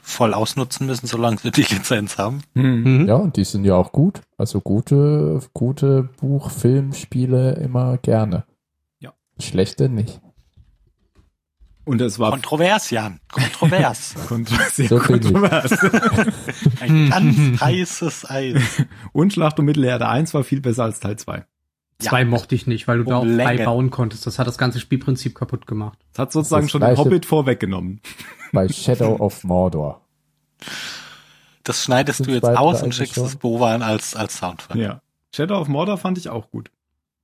S6: voll ausnutzen müssen, solange sie die Lizenz haben.
S4: Mhm. Ja, und die sind ja auch gut. Also gute, gute Buch, Film, Spiele immer gerne.
S3: Ja.
S4: Schlechte nicht.
S3: Und es war.
S6: Kontrovers, Jan. Kontrovers.
S3: kontrovers. So kontrovers.
S6: Ein ganz heißes Eis.
S3: Und Schlacht um Mittelerde 1 war viel besser als Teil 2.
S5: Ja. Zwei mochte ich nicht, weil du um da auch Länge. frei bauen konntest. Das hat das ganze Spielprinzip kaputt gemacht.
S3: Das hat sozusagen das schon den Hobbit vorweggenommen.
S4: Bei Shadow of Mordor. Äh,
S6: Das schneidest das du jetzt aus und schickst es Bovan als, als Soundtrack.
S3: Ja. Shadow of Mordor fand ich auch gut.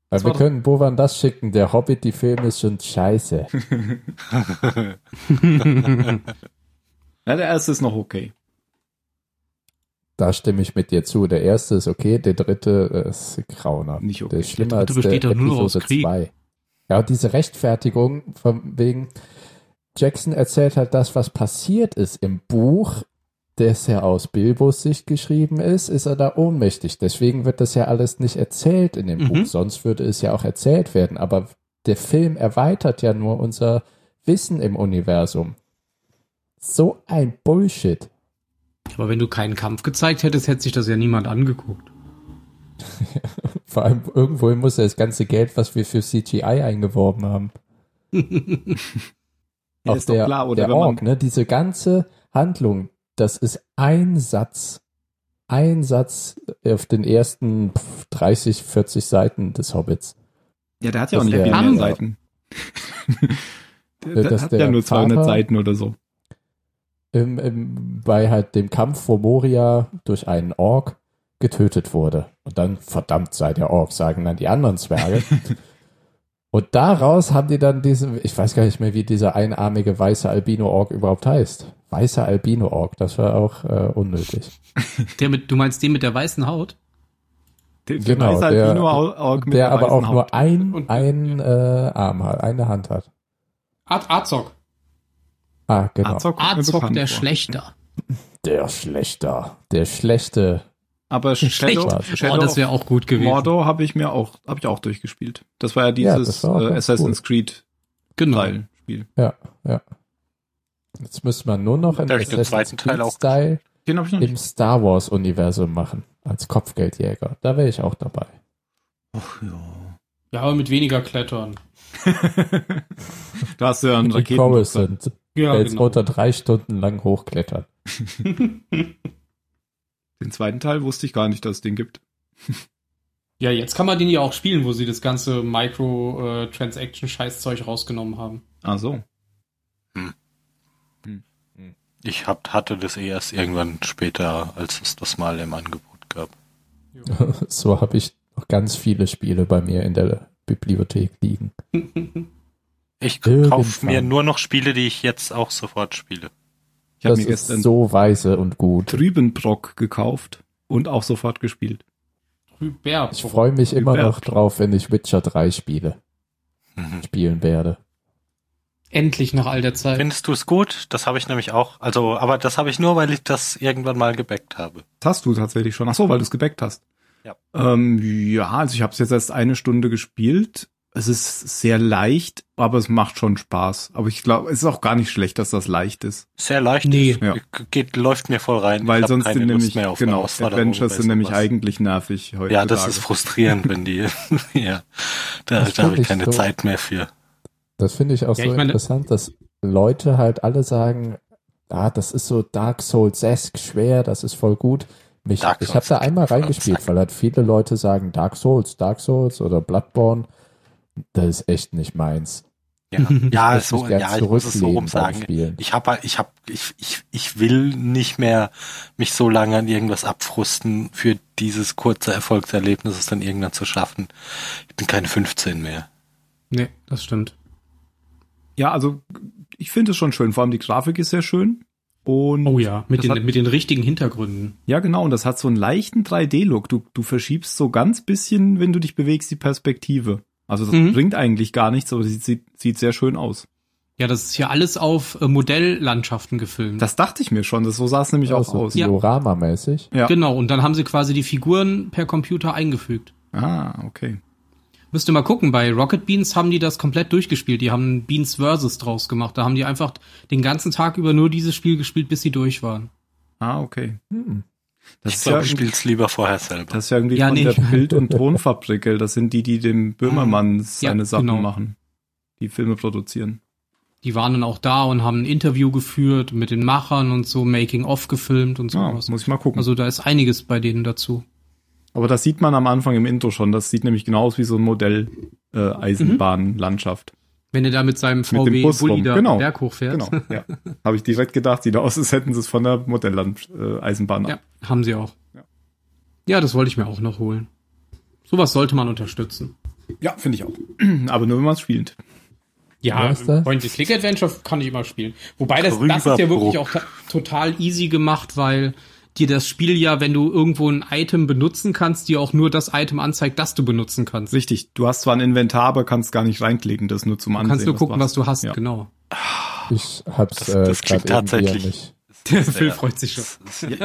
S4: Das wir können Bovan das schicken. Der Hobbit, die Filme ist schon scheiße.
S3: ja, der erste ist noch okay.
S4: Da stimme ich mit dir zu. Der erste ist okay, der dritte äh, ist grauner.
S3: Nicht okay.
S4: Der ist schlimmer der dritte als besteht der nur aus Krieg. 2. Ja, diese Rechtfertigung von wegen Jackson erzählt halt das, was passiert ist im Buch, das ja aus Bilbos Sicht geschrieben ist, ist er da ohnmächtig. Deswegen wird das ja alles nicht erzählt in dem mhm. Buch, sonst würde es ja auch erzählt werden. Aber der Film erweitert ja nur unser Wissen im Universum. So ein Bullshit.
S5: Aber wenn du keinen Kampf gezeigt hättest, hätte sich das ja niemand angeguckt.
S4: Vor allem irgendwohin muss ja das ganze Geld, was wir für CGI eingeworben haben.
S3: ja,
S4: ist der, doch klar, oder? Der Org, ne? Diese ganze Handlung, das ist ein Satz, ein Satz auf den ersten 30, 40 Seiten des Hobbits.
S3: Ja, der hat ja auch nicht der, viele Seiten. der, der, der hat ja nur 200 Vater Seiten oder so.
S4: Im, im, bei halt dem Kampf vor Moria durch einen Ork getötet wurde. Und dann, verdammt sei der Ork, sagen dann die anderen Zwerge. Und daraus haben die dann diesen, ich weiß gar nicht mehr, wie dieser einarmige weiße Albino-Ork überhaupt heißt. Weißer Albino-Ork, das war auch äh, unnötig.
S5: Der mit, du meinst den mit der weißen Haut?
S4: Den, genau,
S3: halt
S4: der, der, der, der aber auch Haut. nur ein, Und, ein ja. äh, Arm hat, eine Hand hat.
S5: Ad Azog.
S4: Ah, genau.
S5: Azog, Azog der Schlechter.
S4: Der Schlechter. Der schlechte
S3: aber Shadow,
S5: Shadow oh, das wäre auch gut gewesen.
S3: Mordor habe ich mir auch, habe ich auch durchgespielt. Das war ja dieses ja, war äh, Assassin's cool. Creed
S5: genau.
S3: Teil Spiel.
S4: Ja, ja. Jetzt müsste man nur noch
S6: einen Assassin's Creed auch.
S4: Style im Star Wars Universum machen als Kopfgeldjäger. Da wäre ich auch dabei.
S5: Ach ja. Ja, aber mit weniger Klettern.
S3: da hast du ja einen Raketen.
S4: Coruscant. Ja, jetzt genau. unter drei Stunden lang hochklettern.
S3: Den zweiten Teil wusste ich gar nicht, dass es den gibt.
S5: ja, jetzt kann man den ja auch spielen, wo sie das ganze Micro-Transaction-Scheißzeug rausgenommen haben.
S3: Ach Ah, so.
S6: Hm. Hm. Ich hab, hatte das eh erst irgendwann später, als es das mal im Angebot gab.
S4: so habe ich noch ganz viele Spiele bei mir in der Bibliothek liegen.
S6: ich kaufe mir nur noch Spiele, die ich jetzt auch sofort spiele.
S4: Ich habe mir gestern so weise und gut
S3: Trübenbrock gekauft und auch sofort gespielt.
S5: Trüberbrock.
S4: Ich freue mich immer Trüberbrock. noch drauf, wenn ich Witcher 3 spiele. Mhm. Spielen werde.
S5: Endlich nach all der Zeit.
S6: Findest du es gut? Das habe ich nämlich auch. Also, aber das habe ich nur, weil ich das irgendwann mal gebackt habe.
S3: Das hast du tatsächlich schon. Ach so, weil du es gebackt hast.
S6: Ja.
S3: Ähm, ja, also ich habe es jetzt erst eine Stunde gespielt es ist sehr leicht, aber es macht schon Spaß. Aber ich glaube, es ist auch gar nicht schlecht, dass das leicht ist.
S6: Sehr leicht.
S5: Nee.
S3: Ja.
S6: Geht, läuft mir voll rein.
S3: Weil
S6: Ich hab
S3: sonst
S6: keine
S3: sind
S6: Lust
S3: nämlich,
S6: mehr auf eine
S3: genau,
S6: Herausforderung
S3: Adventures
S6: bei
S3: sind nämlich
S6: sowas.
S3: eigentlich nervig heute.
S6: Ja, das ist frustrierend, wenn die. ja, da,
S4: Das
S6: da habe
S4: finde
S6: ich
S4: ich
S6: keine
S4: so.
S6: Zeit mehr für.
S4: Das finde ich auch
S5: Ja,
S4: so
S5: ich meine-
S4: interessant, dass Leute halt alle sagen, ah, das ist so Dark Souls-esque schwer, das ist voll gut. Mich,
S6: Dark
S4: ich
S6: Souls
S4: habe da
S6: geht
S4: einmal
S6: voll am
S4: reingespielt,
S6: Sack.
S4: weil halt viele Leute sagen, Dark Souls, Dark Souls oder Bloodborne, das ist echt nicht meins.
S6: Ja, ja, so,
S4: mich gern
S6: Also, ja ich muss es so
S4: zurücklehnen
S6: rum
S4: beim
S6: sagen.
S4: Spielen.
S6: Ich habe, ich habe, ich, ich, ich will nicht mehr mich so lange an irgendwas abfrusten, für dieses kurze Erfolgserlebnis es dann irgendwann zu schaffen. Ich bin keine 15 mehr.
S5: Nee, das stimmt.
S3: Ja, also ich finde es schon schön. Vor allem die Grafik ist sehr schön. Und
S5: Oh ja, mit,
S3: Das
S5: den,
S3: hat-
S5: mit den richtigen Hintergründen.
S3: Ja, genau. Und das hat so einen leichten 3D-Look. Du, du verschiebst so ganz bisschen, wenn du dich bewegst, die Perspektive. Also das
S5: Mhm.
S3: bringt eigentlich gar nichts, aber sie sieht, sieht sehr schön aus.
S5: Ja, das ist hier alles auf äh, Modelllandschaften gefilmt.
S3: Das dachte ich mir schon. Das, so sah es nämlich auch
S4: so
S3: aus.
S5: Ja.
S4: Also Diorama-mäßig.
S3: Ja.
S5: Genau, und dann haben sie quasi die Figuren per Computer eingefügt.
S3: Ah, okay.
S5: Müsst ihr mal gucken, bei Rocket Beans haben die das komplett durchgespielt. Die haben Beans Versus draus gemacht. Da haben die einfach den ganzen Tag über nur dieses Spiel gespielt, bis sie durch waren.
S3: Ah, okay.
S4: Hm.
S3: Das
S6: ich
S3: ist
S6: glaube,
S3: ja
S6: ich
S3: irgendwie,
S6: spiele es lieber vorher selber.
S3: das ist ja irgendwie
S5: Ja,
S3: von
S5: nee.
S3: der Bild- und Tonfabrik, gell? Das sind die, die dem Böhmermann seine Sachen
S5: genau.
S3: machen. Die Filme produzieren.
S5: Die waren dann auch da und haben ein Interview geführt mit den Machern und so, Making-of gefilmt und
S3: Ja,
S5: sowas.
S3: Ah, muss ich mal gucken.
S5: also da ist einiges bei denen dazu.
S3: Aber das sieht man am Anfang im Intro schon. Das sieht nämlich genau aus wie so ein Modell äh,
S5: Mhm.
S3: Eisenbahnlandschaft.
S5: Wenn er da mit seinem
S3: dem
S5: VW
S3: Bus
S5: Bulli
S3: rum,
S5: da
S3: genau.
S5: Berg hochfährt.
S3: Genau, ja. Habe ich direkt gedacht, sieht aus, als hätten sie es von der Modellland äh, Eisenbahn
S5: Ja,
S3: ab.
S5: haben sie auch.
S3: Ja.
S5: Ja. das wollte ich mir auch noch holen. Sowas sollte man unterstützen.
S3: Ja, finde ich auch. Aber nur wenn man es spielt.
S5: Ja,
S4: Was ist das?
S5: Point-and-Click-Adventure kann ich immer spielen. Wobei das, das ist ja
S6: Rüberbruch.
S5: wirklich auch ta- total easy gemacht, weil dir das Spiel ja, wenn du irgendwo ein Item benutzen kannst, dir auch nur das Item anzeigt, das du benutzen kannst.
S3: Richtig, du hast zwar ein Inventar, aber kannst gar nicht reinklicken, das nur zum
S5: Du
S3: Ansehen.
S5: kannst nur gucken, was du hast,
S3: Ja.
S5: genau.
S4: Ich hab's
S6: Das-
S4: äh,
S6: das klingt
S4: grad eben eher
S6: tatsächlich-
S4: nicht.
S5: Der Phil freut sich schon.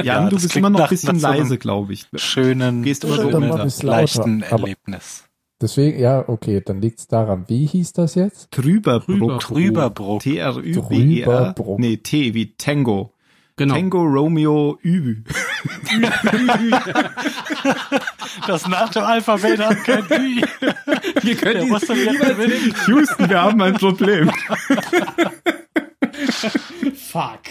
S3: Jan, du
S6: das
S3: bist
S6: klingt
S3: immer noch
S6: nach-
S3: ein bisschen
S6: nach so einem
S3: leise, glaube ich.
S6: Schönen,
S3: Gehst immer so
S6: schönen,
S3: runter.
S6: leichten
S4: Aber-
S6: Erlebnis.
S4: Deswegen, ja, okay, dann liegt's daran. Wie hieß das jetzt?
S3: Trüberbruck.
S5: Trüberbruck.
S6: Trüberbruck.
S3: T-R-Ü-B-E-R.
S4: Trüberbruck.
S3: E Nee, T wie Tango.
S5: Genau.
S3: Tango Romeo Ü.
S6: Das nach dem Alphabet hat kein Ü.
S5: Ihr könnt
S6: Der
S5: dies-
S6: muss doch jetzt gewinnen.
S3: Houston, wir haben ein Problem.
S5: Fuck.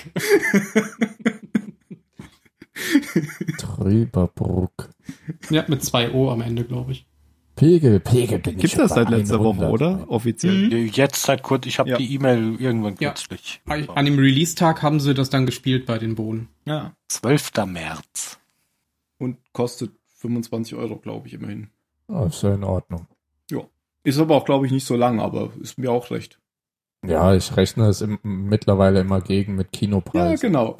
S4: Trüberbruck.
S5: Ja, mit zwei O am Ende, glaube ich.
S4: Pegel, Pegel bin ich
S3: Gibt's das
S4: über
S3: seit letzter Woche,
S4: 100,
S3: oder?
S4: ey.
S3: Offiziell.
S6: Jetzt seit kurz, ich habe
S3: Ja.
S6: die E-Mail irgendwann
S5: Ja.
S6: kürzlich.
S5: An dem Release-Tag haben sie das dann gespielt bei den Bohnen.
S3: Ja.
S6: 12. März.
S3: Und kostet 25 Euro, glaube ich, immerhin.
S4: Ah, ist ja in Ordnung.
S3: Ist aber auch, glaube ich, nicht so lang, aber ist mir auch recht.
S4: Ja, ich rechne es im, mittlerweile immer gegen mit Kinopreis.
S3: Ja, genau.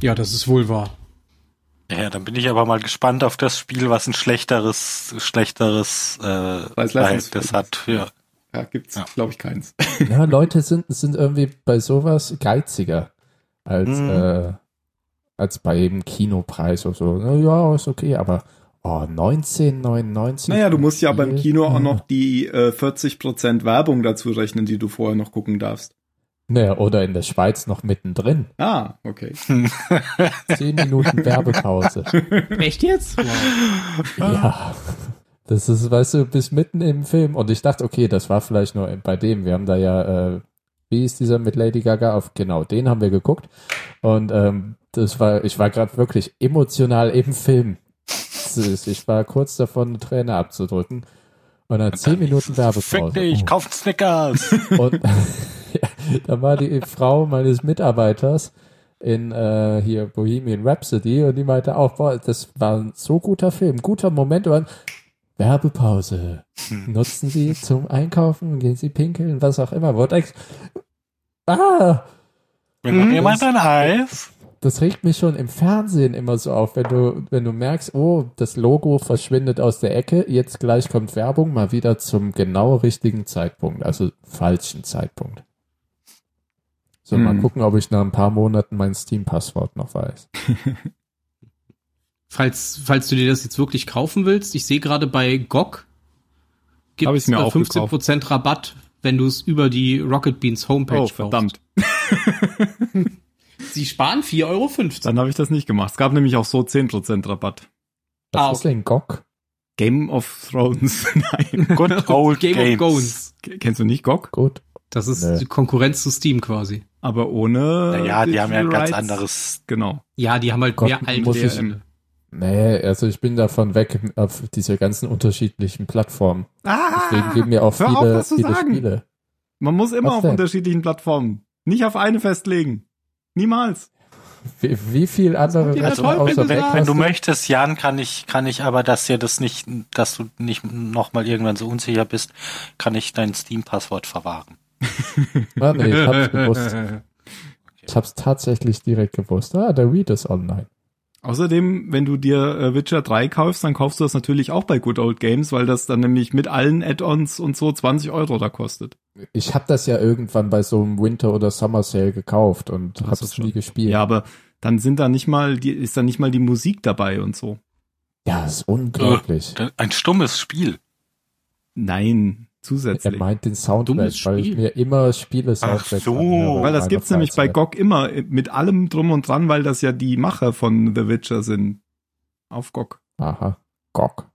S5: Ja, das ist wohl wahr.
S6: Ja, dann bin ich aber mal gespannt auf das Spiel, was ein schlechteres, schlechteres äh,
S3: Preis-Leistungs-
S6: Verhältnis hat. Ja.
S3: Ja, gibt's,
S6: Ja.
S3: glaube ich, keins.
S4: Ja, Leute sind, sind irgendwie bei sowas geiziger als,
S6: Mhm.
S4: äh, als bei eben Kinopreis oder so. Na, ja, ist okay, aber oh, 19,99.
S3: Naja, du musst ja beim
S4: Spiel?
S3: Kino auch
S4: Ja.
S3: noch die äh, 40% Werbung dazu rechnen, die du vorher noch gucken darfst.
S4: Naja, oder in der Schweiz noch mittendrin.
S3: Ah, okay.
S4: Zehn Minuten Werbepause.
S5: Echt jetzt? Wow.
S4: Ja. Das ist, weißt du, bis mitten im Film. Und ich dachte, okay, das war vielleicht nur bei dem. Wir haben da ja, äh, wie ist dieser mit Lady Gaga auf? Genau, den haben wir geguckt. Und ähm, das war, ich war gerade wirklich emotional im Film. Das ist- Ich war kurz davon, eine Träne abzudrücken. Und dann zehn Minuten
S6: Fick
S4: Werbepause.
S6: dich,
S4: Oh.
S6: kauf einen Snickers.
S4: Und ja, da war die Frau meines Mitarbeiters in äh, hier Bohemian Rhapsody und die meinte auch, boah, das war ein so guter Film, guter Moment. Und dann, Werbepause. Nutzen Sie zum Einkaufen, gehen Sie pinkeln, was auch immer. Vortex. Ah,
S6: Will
S5: Mhm.
S6: noch jemand ein Eis?
S4: das regt mich schon im Fernsehen immer so auf, wenn du, wenn du merkst, oh, das Logo verschwindet aus der Ecke, jetzt gleich kommt Werbung, mal wieder zum genau richtigen Zeitpunkt, also falschen Zeitpunkt. So, mal
S3: Hm.
S4: gucken, ob ich nach ein paar Monaten mein Steam-Passwort noch weiß.
S5: Falls, falls du dir das jetzt wirklich kaufen willst, ich sehe gerade bei GOG
S3: Hab
S5: gibt
S3: ich
S5: es
S3: mir auch
S5: 15% Rabatt, wenn du es über die Rocket Beans Homepage
S3: Oh,
S5: kaufst.
S3: verdammt.
S5: Sie sparen 4,50 Euro.
S3: Dann habe ich das nicht gemacht. Es gab nämlich auch so 10% Rabatt.
S4: Was
S5: Ah,
S4: ist denn GOG?
S3: Game of Thrones. Nein.
S6: Good old
S5: Game
S6: Games.
S5: of Gones.
S3: Kennst du nicht GOG?
S4: Gut.
S5: Das ist
S4: Nee.
S5: die Konkurrenz zu Steam quasi.
S3: Aber ohne.
S6: Naja, die haben ja ein
S3: Digital
S6: ganz
S3: Rights.
S6: anderes.
S3: Genau.
S5: Ja, die haben halt
S4: Gott,
S5: mehr alte
S4: muss ich-
S5: Spiele.
S4: Nee, also ich bin davon weg auf diese ganzen unterschiedlichen Plattformen.
S3: Ah,
S4: Deswegen geben mir auch
S3: hör auf,
S4: viele,
S3: das zu
S4: viele
S3: sagen.
S4: Spiele.
S3: Man muss immer
S4: Was
S3: auf
S4: denn?
S3: unterschiedlichen Plattformen. Nicht auf eine festlegen. Niemals.
S4: Wie, wie viel andere
S3: kommt dir
S6: Also,
S3: toll, wenn
S4: außer
S3: du sagst.
S6: Wenn du
S4: Blockbuster-
S6: möchtest, Jan, kann ich, kann ich aber, dass dir das nicht, dass du nicht nochmal irgendwann so unsicher bist, kann ich dein Steam-Passwort verwahren.
S4: Ah, nee, ich hab's gewusst. Ich hab's tatsächlich direkt gewusst. Ah, der Read ist online.
S3: Außerdem, wenn du dir äh, Witcher 3 kaufst, dann kaufst du das natürlich auch bei Good Old Games, weil das dann nämlich mit allen Add-ons und so 20 Euro da kostet.
S4: Ich hab das ja irgendwann bei so einem Winter- oder Summer Sale gekauft und
S3: Ach,
S4: hab's
S3: das
S4: nie
S3: schon.
S4: gespielt.
S3: Ja, aber dann sind da nicht mal, die, ist da nicht mal die Musik dabei und so.
S4: Ja, ist unglaublich.
S6: Ein stummes Spiel.
S3: Nein,
S4: Er
S3: zusätzlich.
S4: meint den Soundtrack,
S5: Dummes
S4: weil ich
S5: Spiel.
S4: mir immer Spiele Soundtrack
S6: so.
S3: Weil das gibt's nämlich bei
S4: GOG.
S3: GOG immer äh, mit allem drum und dran, weil das ja die Macher von The Witcher sind. Auf GOG.
S4: Aha. GOG.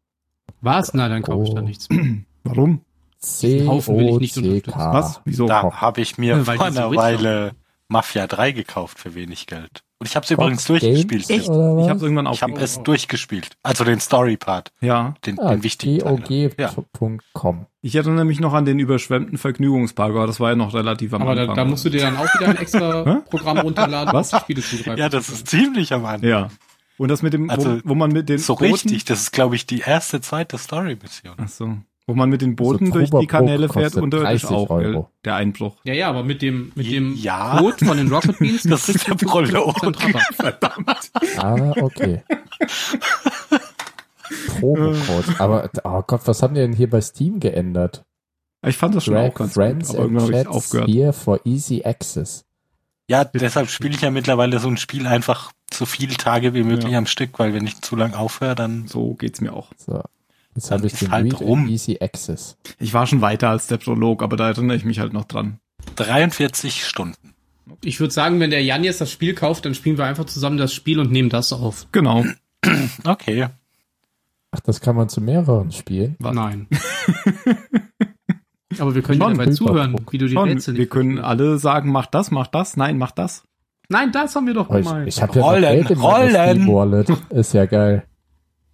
S5: Was? Na, dann kaufe ich da
S4: Oh.
S5: nichts mehr.
S3: Warum?
S4: C
S5: Haufen will ich
S4: O
S5: nicht
S4: C
S5: unterstützen.
S4: K.
S3: Was? Wieso?
S6: Da habe ich mir
S5: Ja, weil
S6: vor
S5: die so
S6: einer
S5: rich waren.
S6: Weile Mafia 3 gekauft für wenig Geld. Und ich habe es
S4: GOG
S6: übrigens durchgespielt.
S4: Games
S6: Ich
S4: oder was?
S3: Ich hab's irgendwann
S6: habe
S3: aufgegeben.
S6: es durchgespielt. Also den Story-Part,
S3: Ja.
S6: den,
S4: Ah,
S6: den wichtigen. Teil. Ja.
S4: GOG.com.
S3: Ich erinnere mich noch an den überschwemmten Vergnügungspark, aber das war ja noch relativ am
S5: Aber da,
S3: Anfang.
S5: da musst du dir dann auch wieder ein extra
S3: Hä?
S5: Programm runterladen,
S3: Was?
S5: um auf die Spiele zugreifen.
S6: Ja,
S5: Ja,
S6: das ist ziemlich am Anfang.
S3: ja. Und das mit dem,
S6: Also,
S3: wo, wo man mit den
S6: So
S3: Booten,
S6: richtig, das ist, glaube ich, die erste, zweite Story-Mission.
S3: Ach so. Wo man mit den Booten
S4: Also
S3: durch die
S4: Trauberbrook
S3: Kanäle fährt,
S4: kostet
S3: unterirdisch
S4: 30
S3: auch, gell?
S4: Euro.
S3: Der Einbruch.
S5: ja, aber mit dem, mit dem
S6: Ja.
S5: Code von den Rocket Beans
S6: Das ist der Prolog.
S3: Verdammt.
S4: Ah, okay.
S3: Äh.
S4: Probocode. Aber, oh Gott, was haben die denn hier bei Steam geändert?
S3: Ich fand das schon auch
S4: Drag
S3: ganz
S4: Friends
S3: gut, aber irgendwann
S4: and
S3: habe ich
S4: Chats
S3: aufgehört.
S4: here for easy access.
S6: Ja, deshalb spiele ich ja mittlerweile so ein Spiel einfach so viele Tage wie möglich
S3: Ja.
S6: am Stück, weil wenn ich zu lang aufhöre, dann
S3: So geht's mir auch.
S4: So. Jetzt
S6: Dann
S4: habe ich
S6: ist
S4: den
S6: halt
S4: Read
S6: rum.
S4: and Easy Access.
S3: Ich war schon weiter als der Prolog, aber da erinnere ich mich halt noch dran.
S6: 43 Stunden.
S5: Ich würde sagen, wenn der Jan jetzt das Spiel kauft, dann spielen wir einfach zusammen das Spiel und nehmen das auf.
S3: Genau.
S6: Okay.
S4: Ach, das kann man zu mehreren spielen.
S3: Was?
S5: Nein. aber wir können dir
S3: Schon,
S5: dabei zuhören,
S4: Überdruck.
S5: wie du die
S3: Schon,
S5: Rätsel
S3: wir
S5: nicht.
S3: können alle sagen, mach das, mach das, nein, mach das.
S5: Nein, das haben wir doch
S4: Oh, ich
S5: gemeint.
S4: ich habe ja noch
S6: Rollen,
S4: Geld in meiner
S6: Rollen.
S4: Steam-Wallet. Ist ja geil.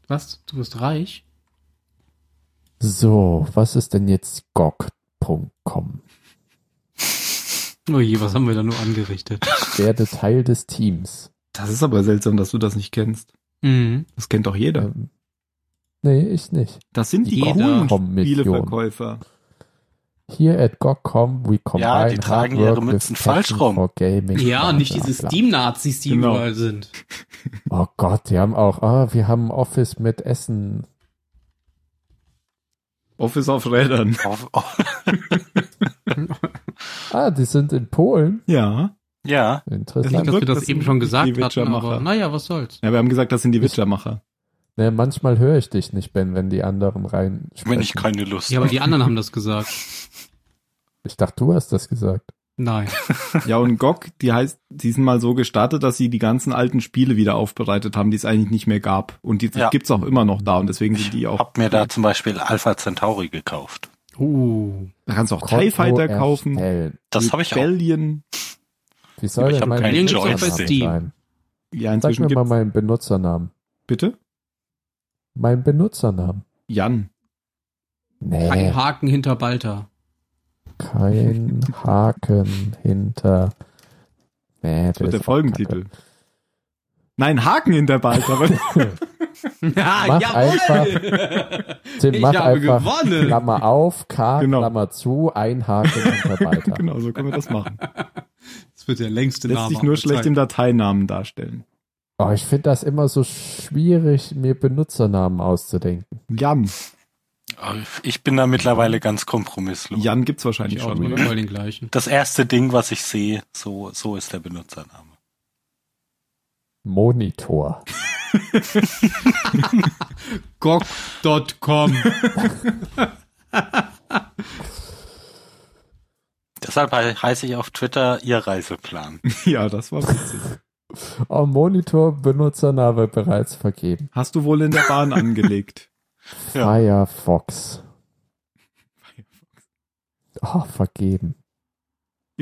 S5: Was? Du bist reich?
S4: So, was ist denn jetzt GOG.com?
S5: Oh je, was haben wir da nur angerichtet?
S4: Werde Teil des Teams.
S3: Das ist aber seltsam, dass du das nicht kennst.
S5: Mhm.
S3: Das kennt doch jeder.
S4: Ähm, nee, ich nicht.
S3: Das sind die
S5: Jeder.
S3: coolen
S4: Komm-Million.
S3: Spieleverkäufer.
S4: Here at GOG.com we combine
S6: Ja, die tragen
S4: hard
S6: ihre
S4: work
S6: Mützen
S4: with passion
S6: falsch rum.
S4: for Gaming,
S5: Ja,
S4: bla,
S5: nicht
S4: bla,
S5: diese
S4: bla.
S5: Steam-Nazis, die
S3: Genau.
S5: überall sind.
S4: Oh Gott, die haben auch, ah, wir haben ein Office mit Essen.
S3: Office auf Rädern.
S6: Auf, auf,
S4: Ah, die sind in Polen.
S3: Ja.
S6: ja.
S5: Nicht,
S4: Interessant.
S5: dass
S3: Glück,
S5: wir das
S3: dass
S5: eben
S3: die
S5: schon gesagt hatten,
S3: Witcher-Macher.
S5: aber naja, was soll's.
S3: Ja, wir haben gesagt, das sind die Witchermacher.
S4: Ne, manchmal höre ich dich nicht, Ben, wenn die anderen rein
S6: Wenn ich
S4: sprechen.
S6: keine Lust
S5: Ja, aber
S6: habe.
S5: die anderen haben das gesagt.
S4: Ich dachte, du hast das gesagt.
S5: Nein.
S3: Ja, und GOG, die heißt, die sind mal so gestartet, dass sie die ganzen alten Spiele wieder aufbereitet haben, die es eigentlich nicht mehr gab. Und die
S6: Ja.
S3: gibt's auch immer noch da und deswegen sind die
S6: Ich
S3: auch.
S6: hab mir da zum Beispiel Alpha Centauri gekauft.
S5: Uh.
S3: Da kannst du auch TIE Fighter
S4: Konto
S3: kaufen,
S4: erstellen.
S6: Das habe ich auch.
S3: Rebellion.
S4: Wie soll
S6: Ich
S4: denn
S6: hab
S4: mein
S6: keinen
S5: Joystick.
S4: Benutzernamen
S5: Bei Steam.
S4: sein?
S3: Ja,
S4: Sag
S3: inzwischen
S4: mir mal
S3: gibt's.
S4: meinen Benutzernamen.
S3: Bitte?
S4: Mein Benutzernamen.
S3: Jan.
S4: Nee, Äh.
S5: Kein Haken hinter Balta.
S4: kein Haken hinter. Nee,
S3: Das wird der
S4: ist auch
S3: Folgentitel. Nein, Haken hinter Balta. aber-
S5: Ja,
S4: Mach Kacke. Tim, mach
S5: Ich habe
S4: einfach
S5: gewonnen.
S4: Klammer auf, K,
S3: Genau.
S4: Klammer zu, ein Haken hinter weiter.
S3: genau, so können wir das machen.
S5: Das wird der längste
S3: Lässt sich nur schlecht im Dateinamen darstellen.
S4: Oh, ich finde das immer so schwierig, mir Benutzernamen auszudenken.
S3: Jan.
S6: Ich bin da mittlerweile ganz kompromisslos.
S3: Jan gibt's wahrscheinlich
S5: Ich auch
S3: schon.
S5: immer
S3: oder?
S5: den gleichen.
S6: Das erste Ding, was ich sehe, so, so ist der Benutzername.
S4: Monitor.
S5: GOG.com.
S6: Deshalb heiße ich auf Twitter ihr Reiseplan.
S3: ja, das war witzig.
S4: Am Oh, Monitor Benutzername bereits vergeben.
S3: Hast du wohl in der Bahn angelegt?
S6: Ja.
S4: Firefox. Oh, vergeben.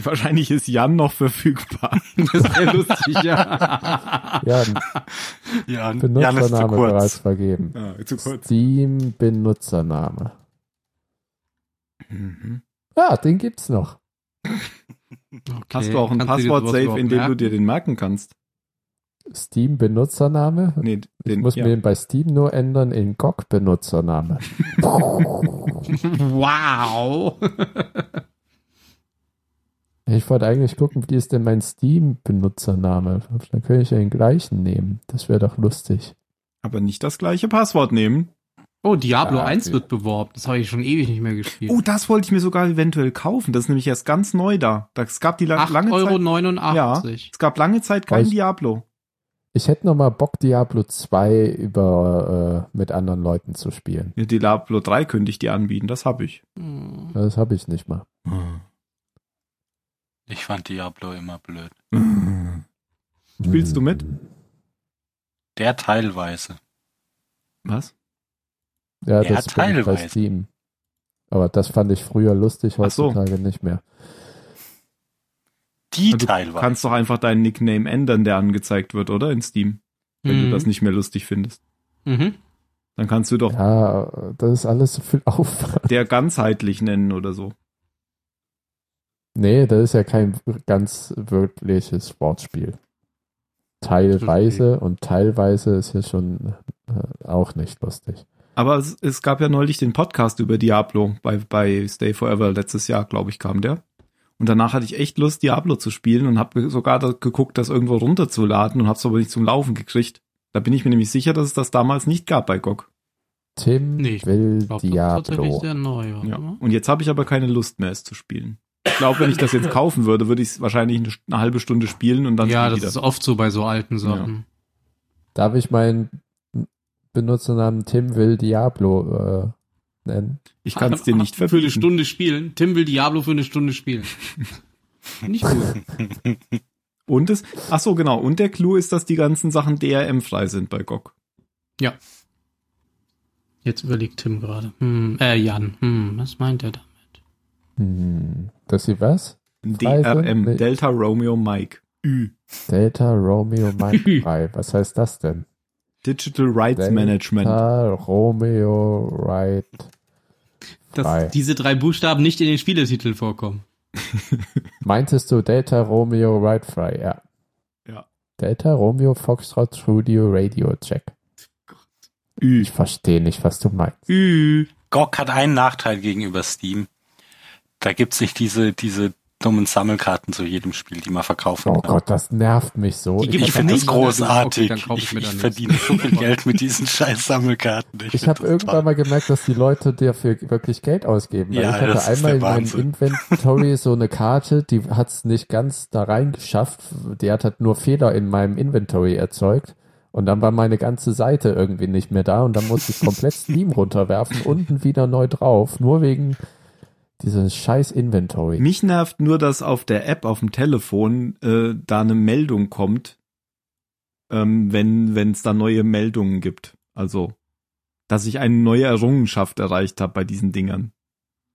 S3: Wahrscheinlich ist Jan noch verfügbar.
S5: Das wäre lustig, ja.
S4: Jan,
S6: Jan, Jan ist zu
S4: Benutzername bereits
S6: kurz.
S4: vergeben.
S3: Ah, zu kurz.
S4: Steam Benutzername.
S3: Mhm.
S4: Ja, den gibt's noch.
S3: Hast du auch ein
S5: Kannst dir sowas
S3: Passwort-Safe,
S5: überhaupt
S3: in dem du
S5: merken?
S3: dir den merken kannst?
S4: Steam Benutzername?
S3: Nee,
S4: Ich
S3: den,
S4: muss
S3: ja.
S4: mir den bei Steam nur ändern in GOG Benutzername.
S5: Wow.
S4: Ich wollte eigentlich gucken, wie ist denn mein Steam Benutzername? Dann könnte ich ja den gleichen nehmen. Das wäre doch lustig.
S3: aber nicht das gleiche Passwort nehmen.
S5: Oh, Diablo
S4: Ah,
S5: 1
S4: okay.
S5: wird beworben. Das habe ich schon ewig nicht mehr gespielt.
S3: Oh, das wollte ich mir sogar eventuell kaufen. Das ist nämlich erst ganz neu da. Das gab die la- lange Zeit.
S5: 8,89 Euro.
S3: Es gab lange Zeit kein
S4: Weiß-
S3: Diablo.
S4: Ich hätte noch mal Bock, Diablo 2 über, äh, mit anderen Leuten zu spielen.
S3: Ja, Diablo 3 könnte ich dir anbieten, das habe ich.
S5: Hm.
S4: Das habe ich nicht mal.
S6: Ich fand Diablo immer blöd.
S3: Spielst du mit?
S6: Der teilweise.
S3: Was?
S4: Ja,
S6: Ja,
S4: das bin ich bei
S6: teilweise.
S4: Steam. Aber das fand ich früher lustig,
S3: Ach so.
S4: heutzutage nicht mehr.
S6: Die
S5: Also,
S3: Du
S6: teilweise.
S3: Kannst doch einfach deinen Nickname ändern, der angezeigt wird, oder? In Steam. Wenn du
S5: Mhm.
S3: das nicht mehr lustig findest.
S5: Mhm.
S3: Dann kannst du doch
S4: Ja, das ist alles so viel Aufwand.
S3: der ganzheitlich nennen oder so.
S4: Nee, das ist ja kein ganz wirkliches Wortspiel. Teilweise und teilweise ist ja schon äh, auch nicht lustig.
S3: Aber es, es gab ja neulich den Podcast über Diablo bei, bei Stay Forever letztes Jahr, glaube ich, kam der. Und danach hatte ich echt Lust, Diablo zu spielen und habe sogar da geguckt, das irgendwo runterzuladen und habe es aber nicht zum Laufen gekriegt. Da bin ich mir nämlich sicher, dass es das damals nicht gab bei GOG.
S4: Tim
S5: Nee, ich
S4: will
S5: Ich glaub, Das ist tatsächlich
S4: Diablo.
S5: sehr neu. warte
S3: Ja.
S5: mal.
S3: Und jetzt habe ich aber keine Lust mehr, es zu spielen. Ich glaube, wenn ich das jetzt kaufen würde, würde ich es wahrscheinlich eine, eine halbe Stunde spielen und dann
S5: ja, das
S3: wieder.
S5: ist oft so bei so alten Sachen.
S4: Darf ich meinen Benutzernamen Tim will Diablo äh, nennen?
S3: ich kann es dir nicht
S5: Für eine
S3: verbieten.
S5: Stunde spielen. Tim will Diablo für eine Stunde spielen. nicht gut.
S3: Und es, ach so, genau. Und der Clou ist, dass die ganzen Sachen DRM-frei sind bei GOG.
S5: Jetzt überlegt Tim gerade. Hm, äh, Jan. Hm, was meint er da?
S4: Hm, dass sie was? Frei sind?
S3: DRM,
S4: Nee.
S3: Delta Romeo Mike. Ü.
S4: Delta Romeo Mike 3. Was heißt das denn?
S3: Digital Rights
S4: Delta
S3: Management.
S4: Romeo Right.
S5: Dass
S4: Frei.
S5: diese drei Buchstaben nicht in den Spieletiteln vorkommen.
S4: Meintest du Delta Romeo Right Fry? Ja.
S3: Ja.
S4: Delta Romeo Foxtrot Studio Radio Check.
S3: Ü.
S4: Ich verstehe nicht, was du meinst.
S5: Ü.
S6: GOG hat einen Nachteil gegenüber Steam. Da gibt's nicht diese, diese dummen Sammelkarten zu jedem Spiel, die man verkaufen
S4: Oh
S6: kann.
S4: Gott, das nervt mich so.
S5: Die
S6: Ich
S5: gibt's
S4: Ich,
S6: finde das
S5: nicht. Okay,
S6: großartig.
S5: dann kauf ich
S6: ich
S5: mir
S6: ich
S5: dann
S6: verdiene so viel
S5: nichts.
S6: Geld mit diesen scheiß Sammelkarten.
S4: ich
S6: find
S4: habe
S6: das
S4: irgendwann
S6: toll.
S4: mal gemerkt, dass die Leute dafür wirklich Geld ausgeben. Weil
S6: Ja,
S4: ich hatte
S6: das ist
S4: einmal
S6: der
S4: in meinem
S6: Wahnsinn.
S4: Inventory so eine Karte, die hat's nicht ganz da reingeschafft. Die hat halt nur Fehler in meinem Inventory erzeugt. Und dann war meine ganze Seite irgendwie nicht mehr da und dann musste ich komplett Steam runterwerfen, unten wieder neu drauf, nur wegen dieses scheiß Inventory.
S3: Mich nervt nur, dass auf der App auf dem Telefon äh, da eine Meldung kommt, ähm, wenn wenn es da neue Meldungen gibt. Also, dass ich eine neue Errungenschaft erreicht habe bei diesen Dingern.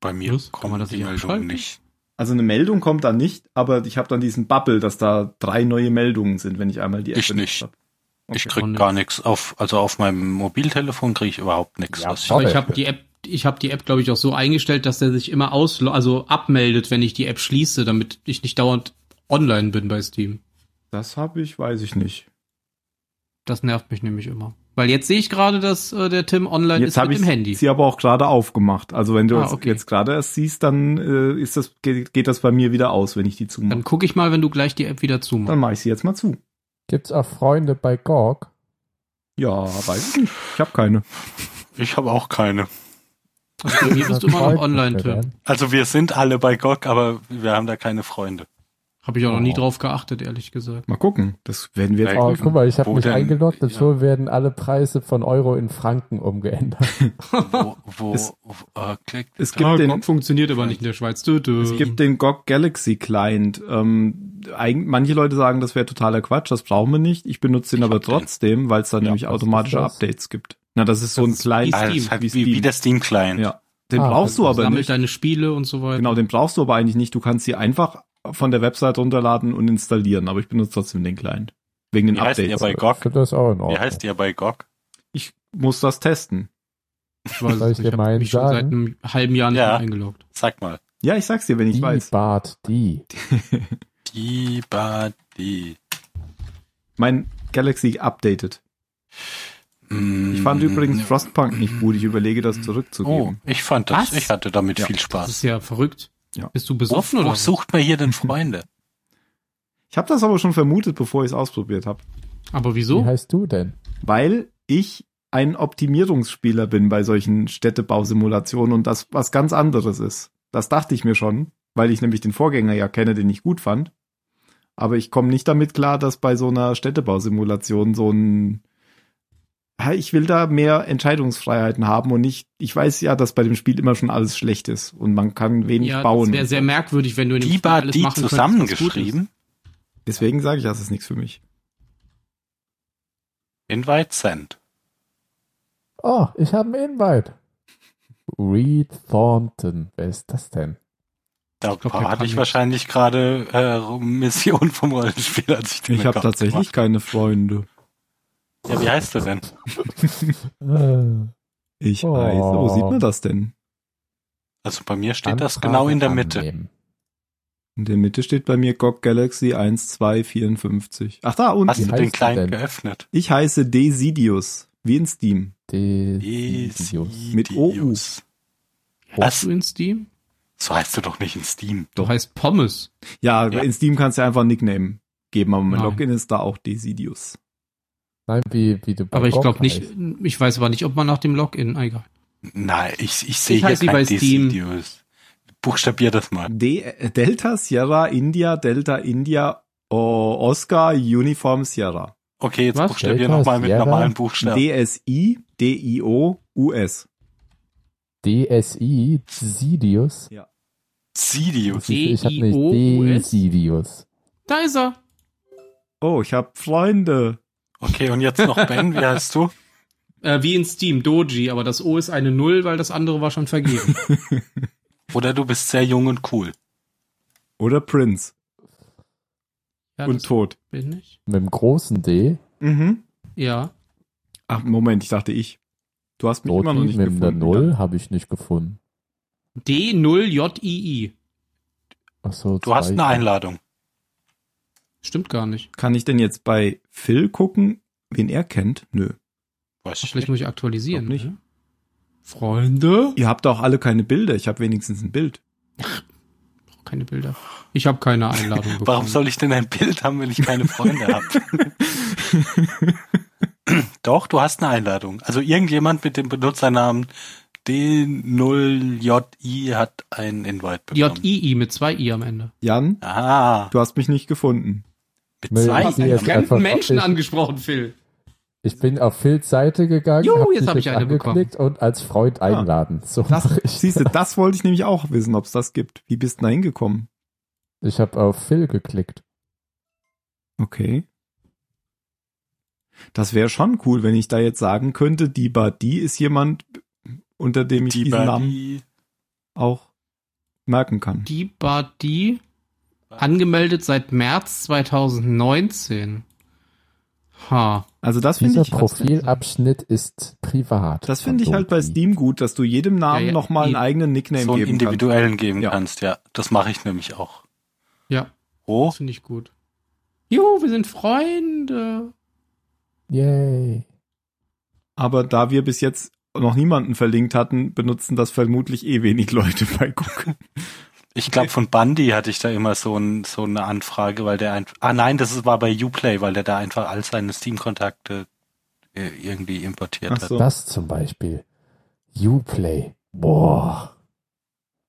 S6: Bei mir
S5: Was? Kann man
S6: kommen
S5: das
S6: die
S5: nicht
S6: Meldungen
S5: abschalten?
S6: nicht.
S3: Also eine Meldung kommt dann nicht, aber ich habe dann diesen Bubble, dass da drei neue Meldungen sind, wenn ich einmal die App
S6: Ich
S3: benutzt
S6: nicht.
S3: hab.
S6: Ich
S3: Okay.
S6: krieg
S5: Und-
S6: gar nichts auf, also auf meinem Mobiltelefon kriege ich überhaupt nichts.
S4: Ja,
S6: was ich,
S4: voll.
S5: Aber ich habe die App, ich habe die App, glaube ich, auch so eingestellt, dass der sich immer aus, also abmeldet, wenn ich die App schließe, damit ich nicht dauernd online bin bei Steam.
S3: Das habe ich, weiß ich nicht.
S5: Das nervt mich nämlich immer. Weil jetzt sehe ich gerade, dass äh, der Tim online
S3: Jetzt
S5: ist
S3: habe
S5: mit
S3: ich
S5: dem Handy.
S3: sie aber auch gerade aufgemacht. Also wenn du
S5: Ah,
S3: es
S5: okay.
S3: jetzt gerade erst siehst, dann äh, ist das, geht, geht das bei mir wieder aus, wenn ich die zumache.
S5: Dann gucke ich mal, wenn du gleich die App wieder zumachst.
S3: Dann mache ich sie jetzt mal zu.
S4: Gibt's auch Freunde bei GOG?
S3: Ja, weiß ich nicht. Ich habe keine.
S6: ich habe auch keine.
S5: Also bei mir bist du immer noch online, Tim.
S6: Also wir sind alle bei GOG, aber wir haben da keine Freunde.
S5: Habe ich auch noch
S3: Oh.
S5: nie drauf geachtet, ehrlich gesagt.
S3: Mal gucken. Das werden wir
S4: Oh,
S3: jetzt
S4: guck
S3: prüfen.
S4: mal, ich habe
S6: Wo
S4: mich
S6: denn?
S4: eingeloggt und schon werden alle Preise von Euro in Franken umgeändert.
S6: Wo, wo,
S3: Es-
S6: wo äh, klickt.
S3: Es gibt
S5: Ah,
S3: den,
S5: Gott, funktioniert aber nicht in der Schweiz. Dö, dö.
S3: es gibt den GOG Galaxy Client. Ähm, eig- manche Leute sagen, das wäre totaler Quatsch, das brauchen wir nicht. Ich benutze den aber trotzdem, weil es da nämlich
S4: was ist
S3: automatische
S4: das?
S3: Updates gibt. Na, das ist so ein
S5: ist
S3: Client.
S5: wie
S6: Ah, das
S5: Steam,
S6: ist halt
S3: wie
S6: wie, wie,
S3: Steam.
S6: der Steam-Client.
S3: Ja. Den
S4: Ah,
S3: brauchst du
S4: also
S3: aber
S5: Sammelt
S3: nicht.
S5: deine Spiele und so weiter.
S3: Genau, den brauchst du aber eigentlich nicht. Du kannst sie einfach von der Website runterladen und installieren, aber ich benutze trotzdem den Client. Wegen den
S6: Wie heißt der
S3: Updates.
S6: bei GOG?
S4: Stimmt, Äh, das ist auch in Ordnung.
S6: Wie heißt der bei GOG?
S3: Ich muss das testen.
S5: Ich weiß
S4: Soll
S5: es
S4: ich
S5: nicht. Ich
S4: dir meinen
S5: habe mich schon
S4: sagen?
S5: seit einem halben Jahr nicht
S6: Ja.
S5: mehr eingeloggt.
S6: Sag mal.
S3: Ja, ich sag's dir, wenn ich
S4: die
S3: weiß.
S4: Bart, die.
S6: Die, ba, die.
S3: Mein Galaxy updated. Ich fand übrigens Frostpunk nicht gut. Ich überlege, das
S6: Mm. Mhm. Oh,
S3: zurückzugeben.
S6: ich fand das.
S5: Was?
S6: Ich hatte damit
S3: Ja.
S6: viel
S5: Das
S6: Spaß.
S5: ist ja verrückt.
S3: Ja.
S5: Bist du
S6: Wo,
S5: besoffen oder
S6: wo
S5: was?
S6: sucht man hier denn Freunde?
S3: Ich habe das aber schon vermutet, bevor ich es ausprobiert habe.
S5: Aber
S4: Wie
S5: wieso?
S4: heißt du denn?
S3: Weil ich ein Optimierungsspieler bin bei solchen Städtebausimulationen und das was ganz anderes ist. Das dachte ich mir schon, weil ich nämlich den Vorgänger ja kenne, den ich gut fand. Aber ich komme nicht damit klar, dass bei so einer Städtebausimulation so ein Ja, ich will da mehr Entscheidungsfreiheiten haben und nicht, ich weiß ja, dass bei dem Spiel immer schon alles schlecht ist und man kann wenig
S5: Ja, das
S3: bauen.
S5: wäre sehr merkwürdig, wenn du in dem
S6: Die,
S5: Spiel
S6: ba,
S5: alles
S6: die
S5: machen könntest, was gut ist.
S6: zusammengeschrieben.
S3: Deswegen sage ich, das ist nichts für mich.
S6: Invite Send.
S4: Oh, ich habe einen Invite. Reed Thornton. Wer ist das denn?
S6: Da
S5: glaub, der
S6: hatte
S5: kann
S6: ich
S5: nicht.
S6: wahrscheinlich gerade äh, Mission vom Rollenspiel, als ich den
S3: Ich habe
S6: Account
S3: tatsächlich keine Freunde.
S6: gemacht- Ja, wie heißt du denn?
S4: Äh,
S3: Ich
S4: Oh.
S3: weiß, wo sieht man das denn?
S6: Also bei mir steht das
S4: Anfrage
S6: genau in der Mitte.
S4: annehmen.
S3: In der Mitte steht bei mir GOG Galaxy 1254. Ach da, unten.
S6: Hast du
S4: heißt
S6: den
S4: die
S6: Client
S4: denn?
S6: geöffnet?
S3: Ich heiße Desidius, wie in Steam.
S4: Die Videos.
S3: Mit OU.
S6: Desidious.
S5: Hast
S6: Was?
S5: du in Steam?
S6: So heißt du doch nicht in Steam.
S5: Du heißt Pommes.
S3: Ja,
S6: Ja.
S3: in Steam kannst du einfach einen Nickname geben, aber mein
S5: Nein.
S3: Login ist da auch Desidius.
S4: Nein, wie, wie du bei
S5: Aber ich
S4: Gog
S5: glaube nicht,
S4: heißt.
S5: ich weiß aber nicht, ob man nach dem Login, Ah, egal.
S6: Nein, ich, ich sehe
S5: Ich
S6: hier
S5: heiße wie
S6: kein
S5: bei Steam.
S6: Desidious. Buchstabier das mal.
S3: D äh, Delta Sierra India Delta India oh, Oscar Uniform Sierra.
S6: Okay, jetzt
S5: Was?
S6: buchstabier
S4: Delta,
S6: nochmal mit
S4: Sierra?
S6: normalen Buchstaben.
S3: DSI DIO US.
S4: DSI Sidius.
S6: Desidious.
S4: Ich habe nicht
S5: D-I-O-U-S?
S4: Desidius.
S5: Da ist er.
S3: Oh, ich habe Freunde.
S6: Okay, und jetzt noch Ben, wie heißt du?
S5: Äh, wie in Steam, Doji, aber das O ist eine Null, weil das andere war schon vergeben.
S6: Oder du bist sehr jung und cool.
S3: Oder Prince.
S5: Ja,
S3: und
S5: das
S3: tot.
S5: bin ich.
S4: Mit dem großen D.
S3: Mhm.
S5: Ja.
S3: Ach, Moment, ich dachte ich. Du hast mich
S4: Dort
S3: immer noch
S4: mit
S3: nicht gefunden.
S4: der Null habe ich nicht gefunden.
S5: D0JII.
S4: Ach so,
S6: Du hast
S4: zwei-
S6: eine Einladung.
S5: Stimmt gar nicht.
S3: Kann ich denn jetzt bei Phil gucken, wen er kennt? Nö.
S6: Weiß ich
S5: Vielleicht
S6: nicht.
S5: muss ich aktualisieren.
S3: Glaub nicht.
S5: ne? Freunde?
S3: Ihr habt auch alle keine Bilder. Ich habe wenigstens ein Bild.
S5: Keine Bilder. Ich habe keine Einladung bekommen.
S6: Warum soll ich denn ein Bild haben, wenn ich keine Freunde habe? Doch, du hast eine Einladung. Also irgendjemand mit dem Benutzernamen D0JI hat einen Invite bekommen.
S5: JII mit zwei I am Ende.
S3: Jan,
S6: Ah,
S3: du hast mich nicht gefunden.
S6: mit zwei
S4: Hast du jetzt
S6: Einladungen.
S4: einfach- ich-
S5: angesprochen, Phil.
S4: Ich bin auf Phils Seite gegangen,
S5: Jo,
S4: hab
S5: jetzt
S4: dich
S5: hab ich eine
S4: angeklickt und als Freund einladen. So mach
S3: Das,
S4: ich.
S3: siehste, das wollte ich nämlich auch wissen, ob es das gibt. Wie bist du da hingekommen?
S4: Ich habe auf Phil geklickt.
S3: Okay. Das wäre schon cool, wenn ich da jetzt sagen könnte, die Badi ist jemand, unter dem ich
S6: Die
S3: diesen Namen
S6: Buddy.
S3: auch merken kann.
S5: Die Badi angemeldet seit März 2019. Ha.
S3: Also das finde
S4: Dieser
S3: ich,
S4: Profilabschnitt ist privat.
S3: das finde ich halt bei Steam gut, dass du jedem Namen
S5: Ja, ja,
S3: nochmal einen
S5: eh.
S3: eigenen Nickname
S6: so einen
S3: geben kannst.
S6: individuellen geben
S3: Ja.
S6: kannst, ja. Das mache ich nämlich auch.
S5: Ja,
S6: Oh,
S5: das finde ich gut. Jo, wir sind Freunde.
S4: Yay.
S3: Aber da wir bis jetzt noch niemanden verlinkt hatten, benutzen das vermutlich eh wenig Leute bei Google.
S6: ich glaube von Bundy hatte ich da immer so, ein, so eine Anfrage, weil der einfach, ah nein, das ist- war bei Uplay, weil der da einfach all seine Steam-Kontakte äh, irgendwie importiert
S3: Ach
S6: hat.
S3: so.
S4: Das zum Beispiel. Uplay. Boah.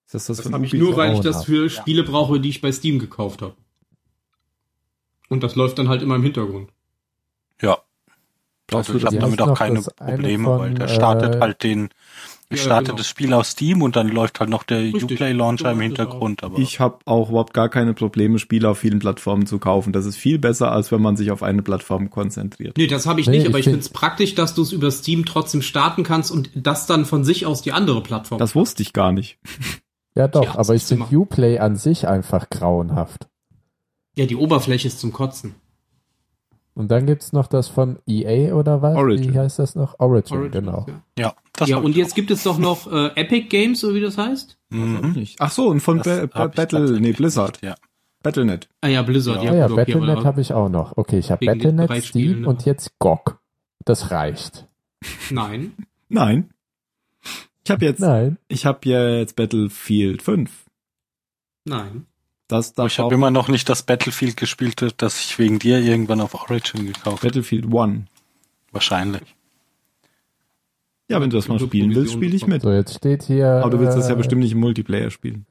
S3: Ist das das,
S5: Das
S3: von
S5: habe ich
S3: Ubisoft?
S5: nur, weil ich
S4: Frauen
S5: das
S4: hab.
S5: für Spiele brauche, die ich bei Steam gekauft habe. Und das läuft dann halt immer im Hintergrund.
S6: Ja. Also ich habe damit auch keine Probleme, von, weil der startet äh, halt den, ich starte ja, genau. das Spiel auf Steam und dann läuft halt noch der Uplay-Launcher im Hintergrund. Aber
S3: ich habe auch überhaupt gar keine Probleme, Spiele auf vielen Plattformen zu kaufen. Das ist viel besser, als wenn man sich auf eine Plattform konzentriert.
S5: Nee, das habe ich nee, nicht, ich aber ich finde es praktisch, dass du es über Steam trotzdem starten kannst und das dann von sich aus die andere Plattform.
S3: Das wusste ich gar nicht.
S4: Ja doch, ja, aber ich finde Uplay an sich einfach grauenhaft.
S5: Ja, die Oberfläche ist zum Kotzen.
S4: Und dann gibt's noch das von EA oder was?
S3: Origin.
S4: Wie heißt das noch? Origin, Origin genau.
S6: Ja,
S5: ja, ja und jetzt gibt es doch noch äh, Epic Games, oder wie das heißt?
S3: Mhm. Ach so, und von ba ba Battle, nee, Blizzard.
S6: Ja.
S3: Battlenet.
S5: Ah ja, Blizzard,
S4: ja. Ah, ja, okay, Battlenet habe ich auch noch. Okay, ich habe Battlenet, Steam Spielen, und jetzt GOG. Das reicht.
S5: Nein.
S3: Nein. Ich habe jetzt,
S4: Nein.
S3: ich habe jetzt Battlefield 5.
S5: Nein.
S3: Das darf
S6: ich habe immer noch nicht das Battlefield gespielt, das ich wegen dir irgendwann auf Origin gekauft
S3: Battlefield One.
S6: Wahrscheinlich.
S3: Ja, wenn du das mal spielen willst, spiele ich mit.
S4: So, jetzt steht hier. äh,
S3: Aber du willst das ja bestimmt nicht im Multiplayer spielen.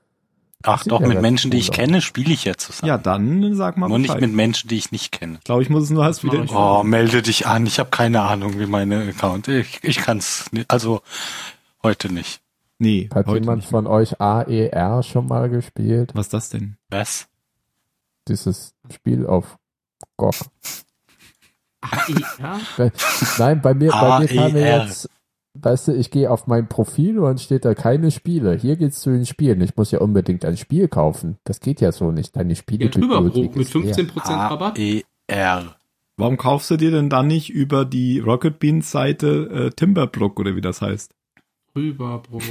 S6: Ach doch, mit Menschen, die ich kenne, spiele ich ja zusammen.
S3: Ja, dann sag mal.
S6: Nur nicht mit Menschen, die ich nicht kenne.
S3: Ich glaube, ich muss es nur erst wieder.
S6: Oh, melde dich an. Ich habe keine Ahnung, wie meine Account. Ich, ich kann es. Also heute nicht.
S3: Nee.
S4: Hat jemand
S3: nicht.
S4: von euch AER schon mal gespielt?
S3: Was ist das denn?
S6: Was?
S4: Dieses Spiel auf GOG. AER? Nein, bei mir, bei mir
S3: E
S4: kam mir jetzt, weißt du, ich gehe auf mein Profil und dann steht da keine Spiele. Hier geht's zu den Spielen. Ich muss ja unbedingt ein Spiel kaufen. Das geht ja so nicht. Deine Spiele
S5: ja, drüber, Bro, mit 15%
S3: Ah,
S5: leer. Rabatt.
S6: E AER.
S3: Warum kaufst du dir denn dann nicht über die Rocket Beans Seite äh, Timberbrook oder wie das heißt?
S5: Rüberbrook.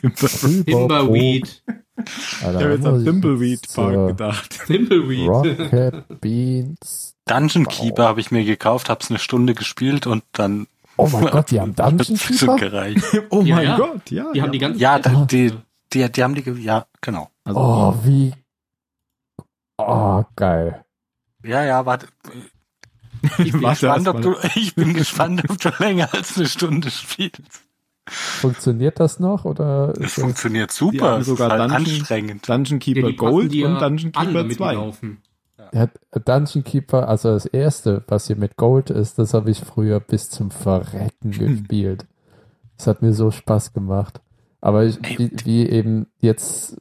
S5: Timberweed. Timberweed.
S3: Alter, ich habe jetzt an Thimbleweed Park gedacht.
S5: Thimbleweed.
S4: Rocket Beans.
S6: Dungeon Keeper habe ich mir gekauft, habe es eine Stunde gespielt und dann.
S4: Oh mein Gott, die haben Dungeon Keeper. Genau.
S6: Gereicht.
S3: oh mein ja, Gott, ja.
S5: Die haben die ganze
S6: Ja, da, die, die, die haben die. Ja, genau.
S4: Also, oh, wie. Oh, geil.
S6: Ja, ja, warte. Ich bin, warte gespannt, ob du, ich bin gespannt, ob du länger als eine Stunde spielst.
S4: Funktioniert das noch oder?
S6: Es funktioniert super.
S3: Die sogar
S6: halt
S3: Dungeon,
S6: anstrengend.
S3: Dungeon Keeper ja, Gold ja und Dungeon Keeper 2.
S4: Ja. Dungeon Keeper, also das erste, was hier mit Gold ist, das habe ich früher bis zum Verrecken gespielt. Das hat mir so Spaß gemacht. Aber ich, wie, wie eben jetzt,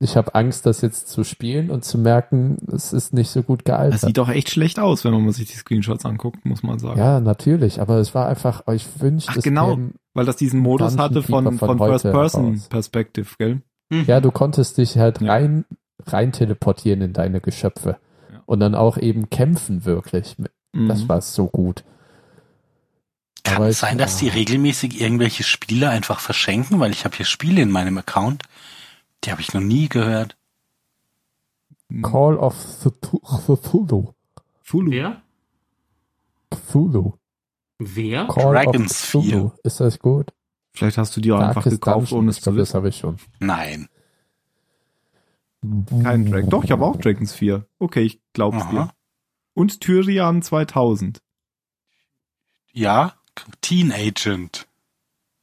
S4: ich habe Angst, das jetzt zu spielen und zu merken, es ist nicht so gut gealtert.
S3: Das sieht doch echt schlecht aus, wenn man sich die Screenshots anguckt, muss man sagen.
S4: Ja, natürlich, aber es war einfach, oh, ich wünschte, es
S3: genau. Eben, weil das diesen Modus hatte von, von, von First-Person-Perspektive, gell?
S6: Hm.
S4: Ja, du konntest dich halt ja. rein, rein teleportieren in deine Geschöpfe. Ja. Und dann auch eben kämpfen wirklich. Mhm. Das war so gut. Ah.
S6: Kann Aber es sein, dass die regelmäßig irgendwelche Spiele einfach verschenken? Weil ich habe hier Spiele in meinem Account, die habe ich noch nie gehört.
S3: Mhm.
S4: Call of Cthulhu.
S5: Cthulhu? Ja?
S4: Cthulhu.
S5: Wer?
S4: Call Dragons 4. Ist das gut?
S3: Vielleicht hast du die auch Dark einfach gekauft, Dungeon. ohne es
S4: zu Das habe ich schon.
S6: Nein.
S3: Kein
S4: Mhm.
S3: Dragon. Doch, ich habe auch Dragons 4. Okay, ich glaub's Aha. dir. Und Tyrian 2000.
S6: Ja, Teen Agent.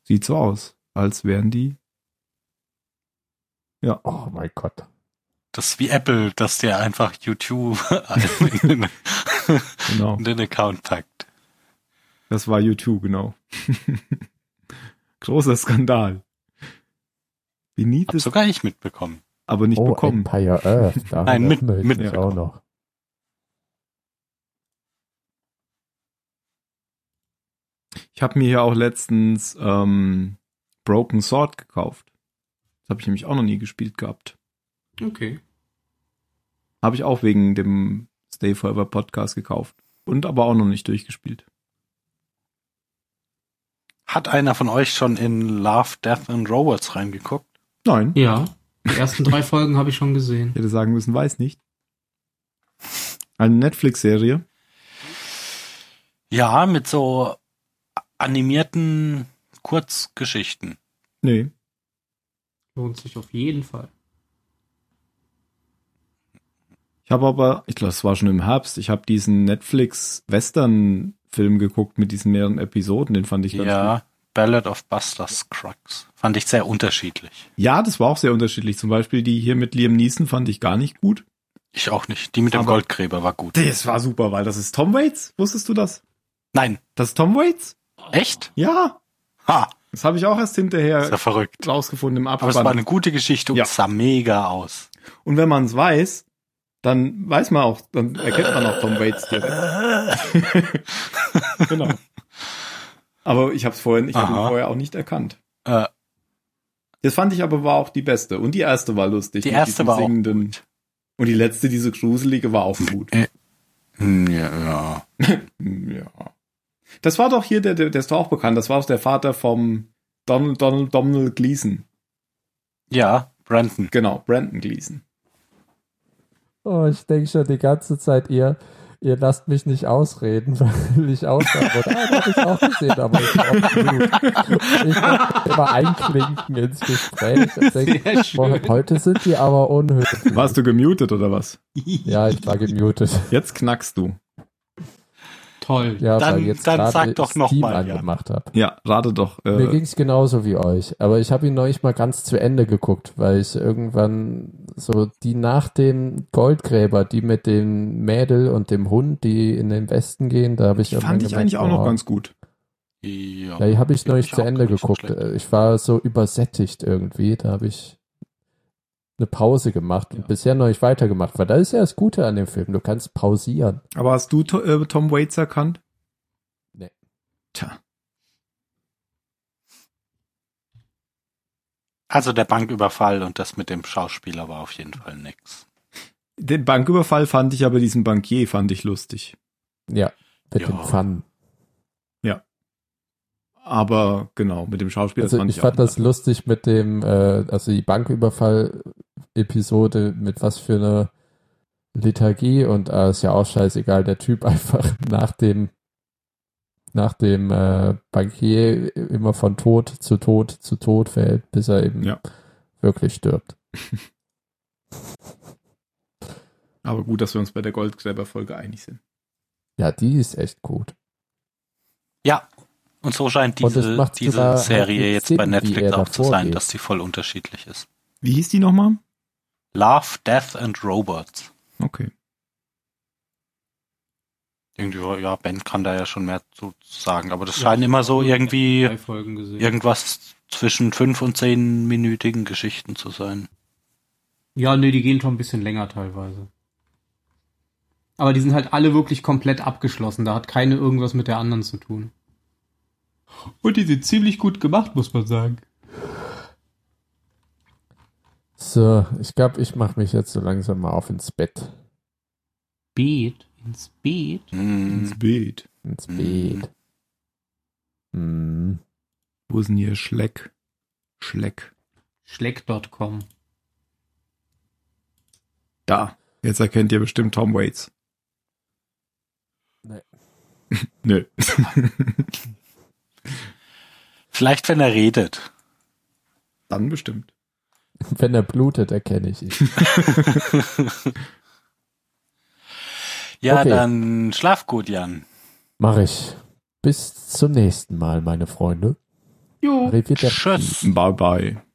S3: Sieht so aus, als wären die. Ja.
S4: Oh mein Gott.
S6: Das ist wie Apple, dass der einfach YouTube in, den, genau. in den Account packt.
S3: Das war U2, genau. Großer Skandal.
S6: Benitez. Hab sogar ich mitbekommen.
S3: Aber nicht
S4: oh,
S3: bekommen.
S4: Empire Earth,
S6: Nein, mit, mit
S4: ja. auch noch.
S3: Ich habe mir hier auch letztens ähm, Broken Sword gekauft. Das habe ich nämlich auch noch nie gespielt gehabt.
S5: Okay.
S3: Habe ich auch wegen dem Stay Forever Podcast gekauft. Und aber auch noch nicht durchgespielt.
S6: Hat einer von euch schon in Love, Death and Robots reingeguckt?
S3: Nein.
S5: Ja. Die ersten drei Folgen habe ich schon gesehen.
S3: Ich hätte sagen müssen, weiß nicht. Eine Netflix-Serie.
S6: Ja, mit so animierten Kurzgeschichten.
S3: Nee.
S5: Lohnt sich auf jeden Fall.
S3: Ich habe aber, ich glaube, es war schon im Herbst, ich habe diesen Netflix-Western Film geguckt mit diesen mehreren Episoden, den fand ich
S6: ganz Ja, gut. Ballad of Buster Scruggs. Fand ich sehr unterschiedlich.
S3: Ja, das war auch sehr unterschiedlich. Zum Beispiel die hier mit Liam Neeson fand ich gar nicht gut.
S6: Ich auch nicht. Die mit dem
S3: Aber-
S6: Goldgräber war gut.
S3: Das war super, weil das ist Tom Waits. Wusstest du das?
S6: Nein.
S3: Das ist Tom Waits?
S6: Echt?
S3: Ja.
S6: Ha,
S3: Das habe ich auch erst
S6: ist ja
S3: hinterher
S6: verrückt.
S3: rausgefunden im
S6: Aber es war eine
S3: Abspann.
S6: gute Geschichte und
S3: Äh, Ja.
S6: sah mega aus.
S3: Und wenn man es weiß, dann weiß man auch, dann erkennt man auch Tom Waits direkt. genau. Aber ich habe es vorhin, ich habe ihn
S6: Aha.
S3: vorher auch nicht erkannt.
S6: Äh,
S3: Das fand ich aber war auch die beste. Und die erste war lustig.
S6: Die
S3: mit
S6: erste
S3: diesem
S6: war auch
S3: singenden. Und die letzte, diese gruselige, war auch gut. Hm,
S6: hm, ja, ja.
S3: Ja. Das war doch hier, der, der, der ist doch auch bekannt. Das war auch der Vater vom Donald, Donald, Donald Gleason.
S6: ja, Brandon.
S3: Genau, Brandon Gleason.
S4: Oh, ich denke schon die ganze Zeit, ihr, ihr lasst mich nicht ausreden, weil ich aussagen wollte. Ah, das hab ich auch gesehen, aber ich bin auch gut. Ich muss immer einklinken ins Gespräch und denke,
S5: Sehr schön.
S4: heute sind die aber unhöflich.
S3: Warst du gemutet oder was?
S4: Ja, ich war gemutet.
S3: Jetzt knackst du.
S5: Toll.
S4: Ja,
S6: Dann-
S4: weil jetzt
S6: dann
S4: gerade
S6: sag doch
S4: ich
S6: noch
S4: Steam
S6: mal, ja.
S4: angemacht habe.
S3: Ja, rate doch.
S4: Mir
S3: Äh,
S4: ging's genauso wie euch, aber ich habe ihn neulich mal ganz zu Ende geguckt, weil ich irgendwann so die nach dem Goldgräber, die mit dem Mädel und dem Hund, die in den Westen gehen, da habe ich
S3: die fand ich eigentlich auch noch ganz gut.
S6: Ja.
S4: Ja, die habe ich neulich
S6: ich
S4: zu
S6: auch
S4: Ende
S6: gar nicht so
S4: geguckt.
S6: schlecht.
S4: Äh, Ich war so übersättigt irgendwie, da habe ich eine Pause gemacht und bisher neulich weitergemacht, weil da ist ja das Gute an dem Film, du kannst pausieren.
S3: Aber hast du To- äh, Tom Waits erkannt?
S4: Nee.
S3: Tja.
S6: Also der Banküberfall und das mit dem Schauspieler war auf jeden Fall nix.
S3: Den Banküberfall fand ich aber diesen Bankier fand ich lustig.
S4: Ja, mit
S6: Ja.
S4: dem Fun.
S3: Aber genau, mit dem Schauspieler
S4: Also ich fand
S3: auch
S4: das lustig mit dem, äh, also die Banküberfall-Episode, mit was für eine Lethargie und äh, ist ja auch scheißegal, der Typ einfach nach dem, nach dem äh, Bankier immer von Tod zu Tod zu Tod fällt, bis er eben
S3: Ja.
S4: wirklich stirbt.
S3: Aber gut, dass wir uns bei der Goldgräberfolge einig sind.
S4: Ja, die ist echt gut.
S6: Ja. Und so scheint
S4: Und es
S6: diese,
S4: macht sogar
S6: diese
S4: halt
S6: Serie
S4: mit
S6: jetzt
S4: Sinn,
S6: bei
S4: wie
S6: Netflix
S4: er da
S6: auch zu sein,
S4: vorgeht.
S6: dass die voll unterschiedlich ist.
S3: Wie hieß die nochmal?
S6: Love, Death and Robots.
S3: Okay.
S6: Irgendwie, ja, Ben kann da ja schon mehr zu sagen, aber das
S5: Ja.
S6: scheinen immer so irgendwie
S5: Drei Folgen gesehen.
S6: irgendwas zwischen fünf und zehnminütigen Geschichten zu sein.
S5: Ja, nee, die gehen schon ein bisschen länger teilweise. Aber die sind halt alle wirklich komplett abgeschlossen. Da hat keine irgendwas mit der anderen zu tun. Und die sind ziemlich gut gemacht, muss man sagen.
S4: So, ich glaube, ich mache mich jetzt so langsam mal auf ins Bett.
S5: Beet. Ins Beet.
S6: Hm.
S3: Bild.
S4: Ins
S6: Mhm.
S4: Bett. Mhm.
S3: Wo ist denn hier Schleck? Schleck.
S5: Schleck.com.
S3: Da. Jetzt erkennt ihr bestimmt Tom Waits.
S4: Nee.
S3: Nö.
S6: Vielleicht, wenn er redet.
S3: Dann bestimmt.
S4: Wenn er blutet, erkenne ich ihn.
S6: Ja,
S4: Okay.
S6: dann schlaf gut, Jan.
S4: Mache ich. Bis zum nächsten Mal, meine Freunde.
S5: Jo.
S4: Arrivederci.
S6: Tschüss.
S3: Bye bye.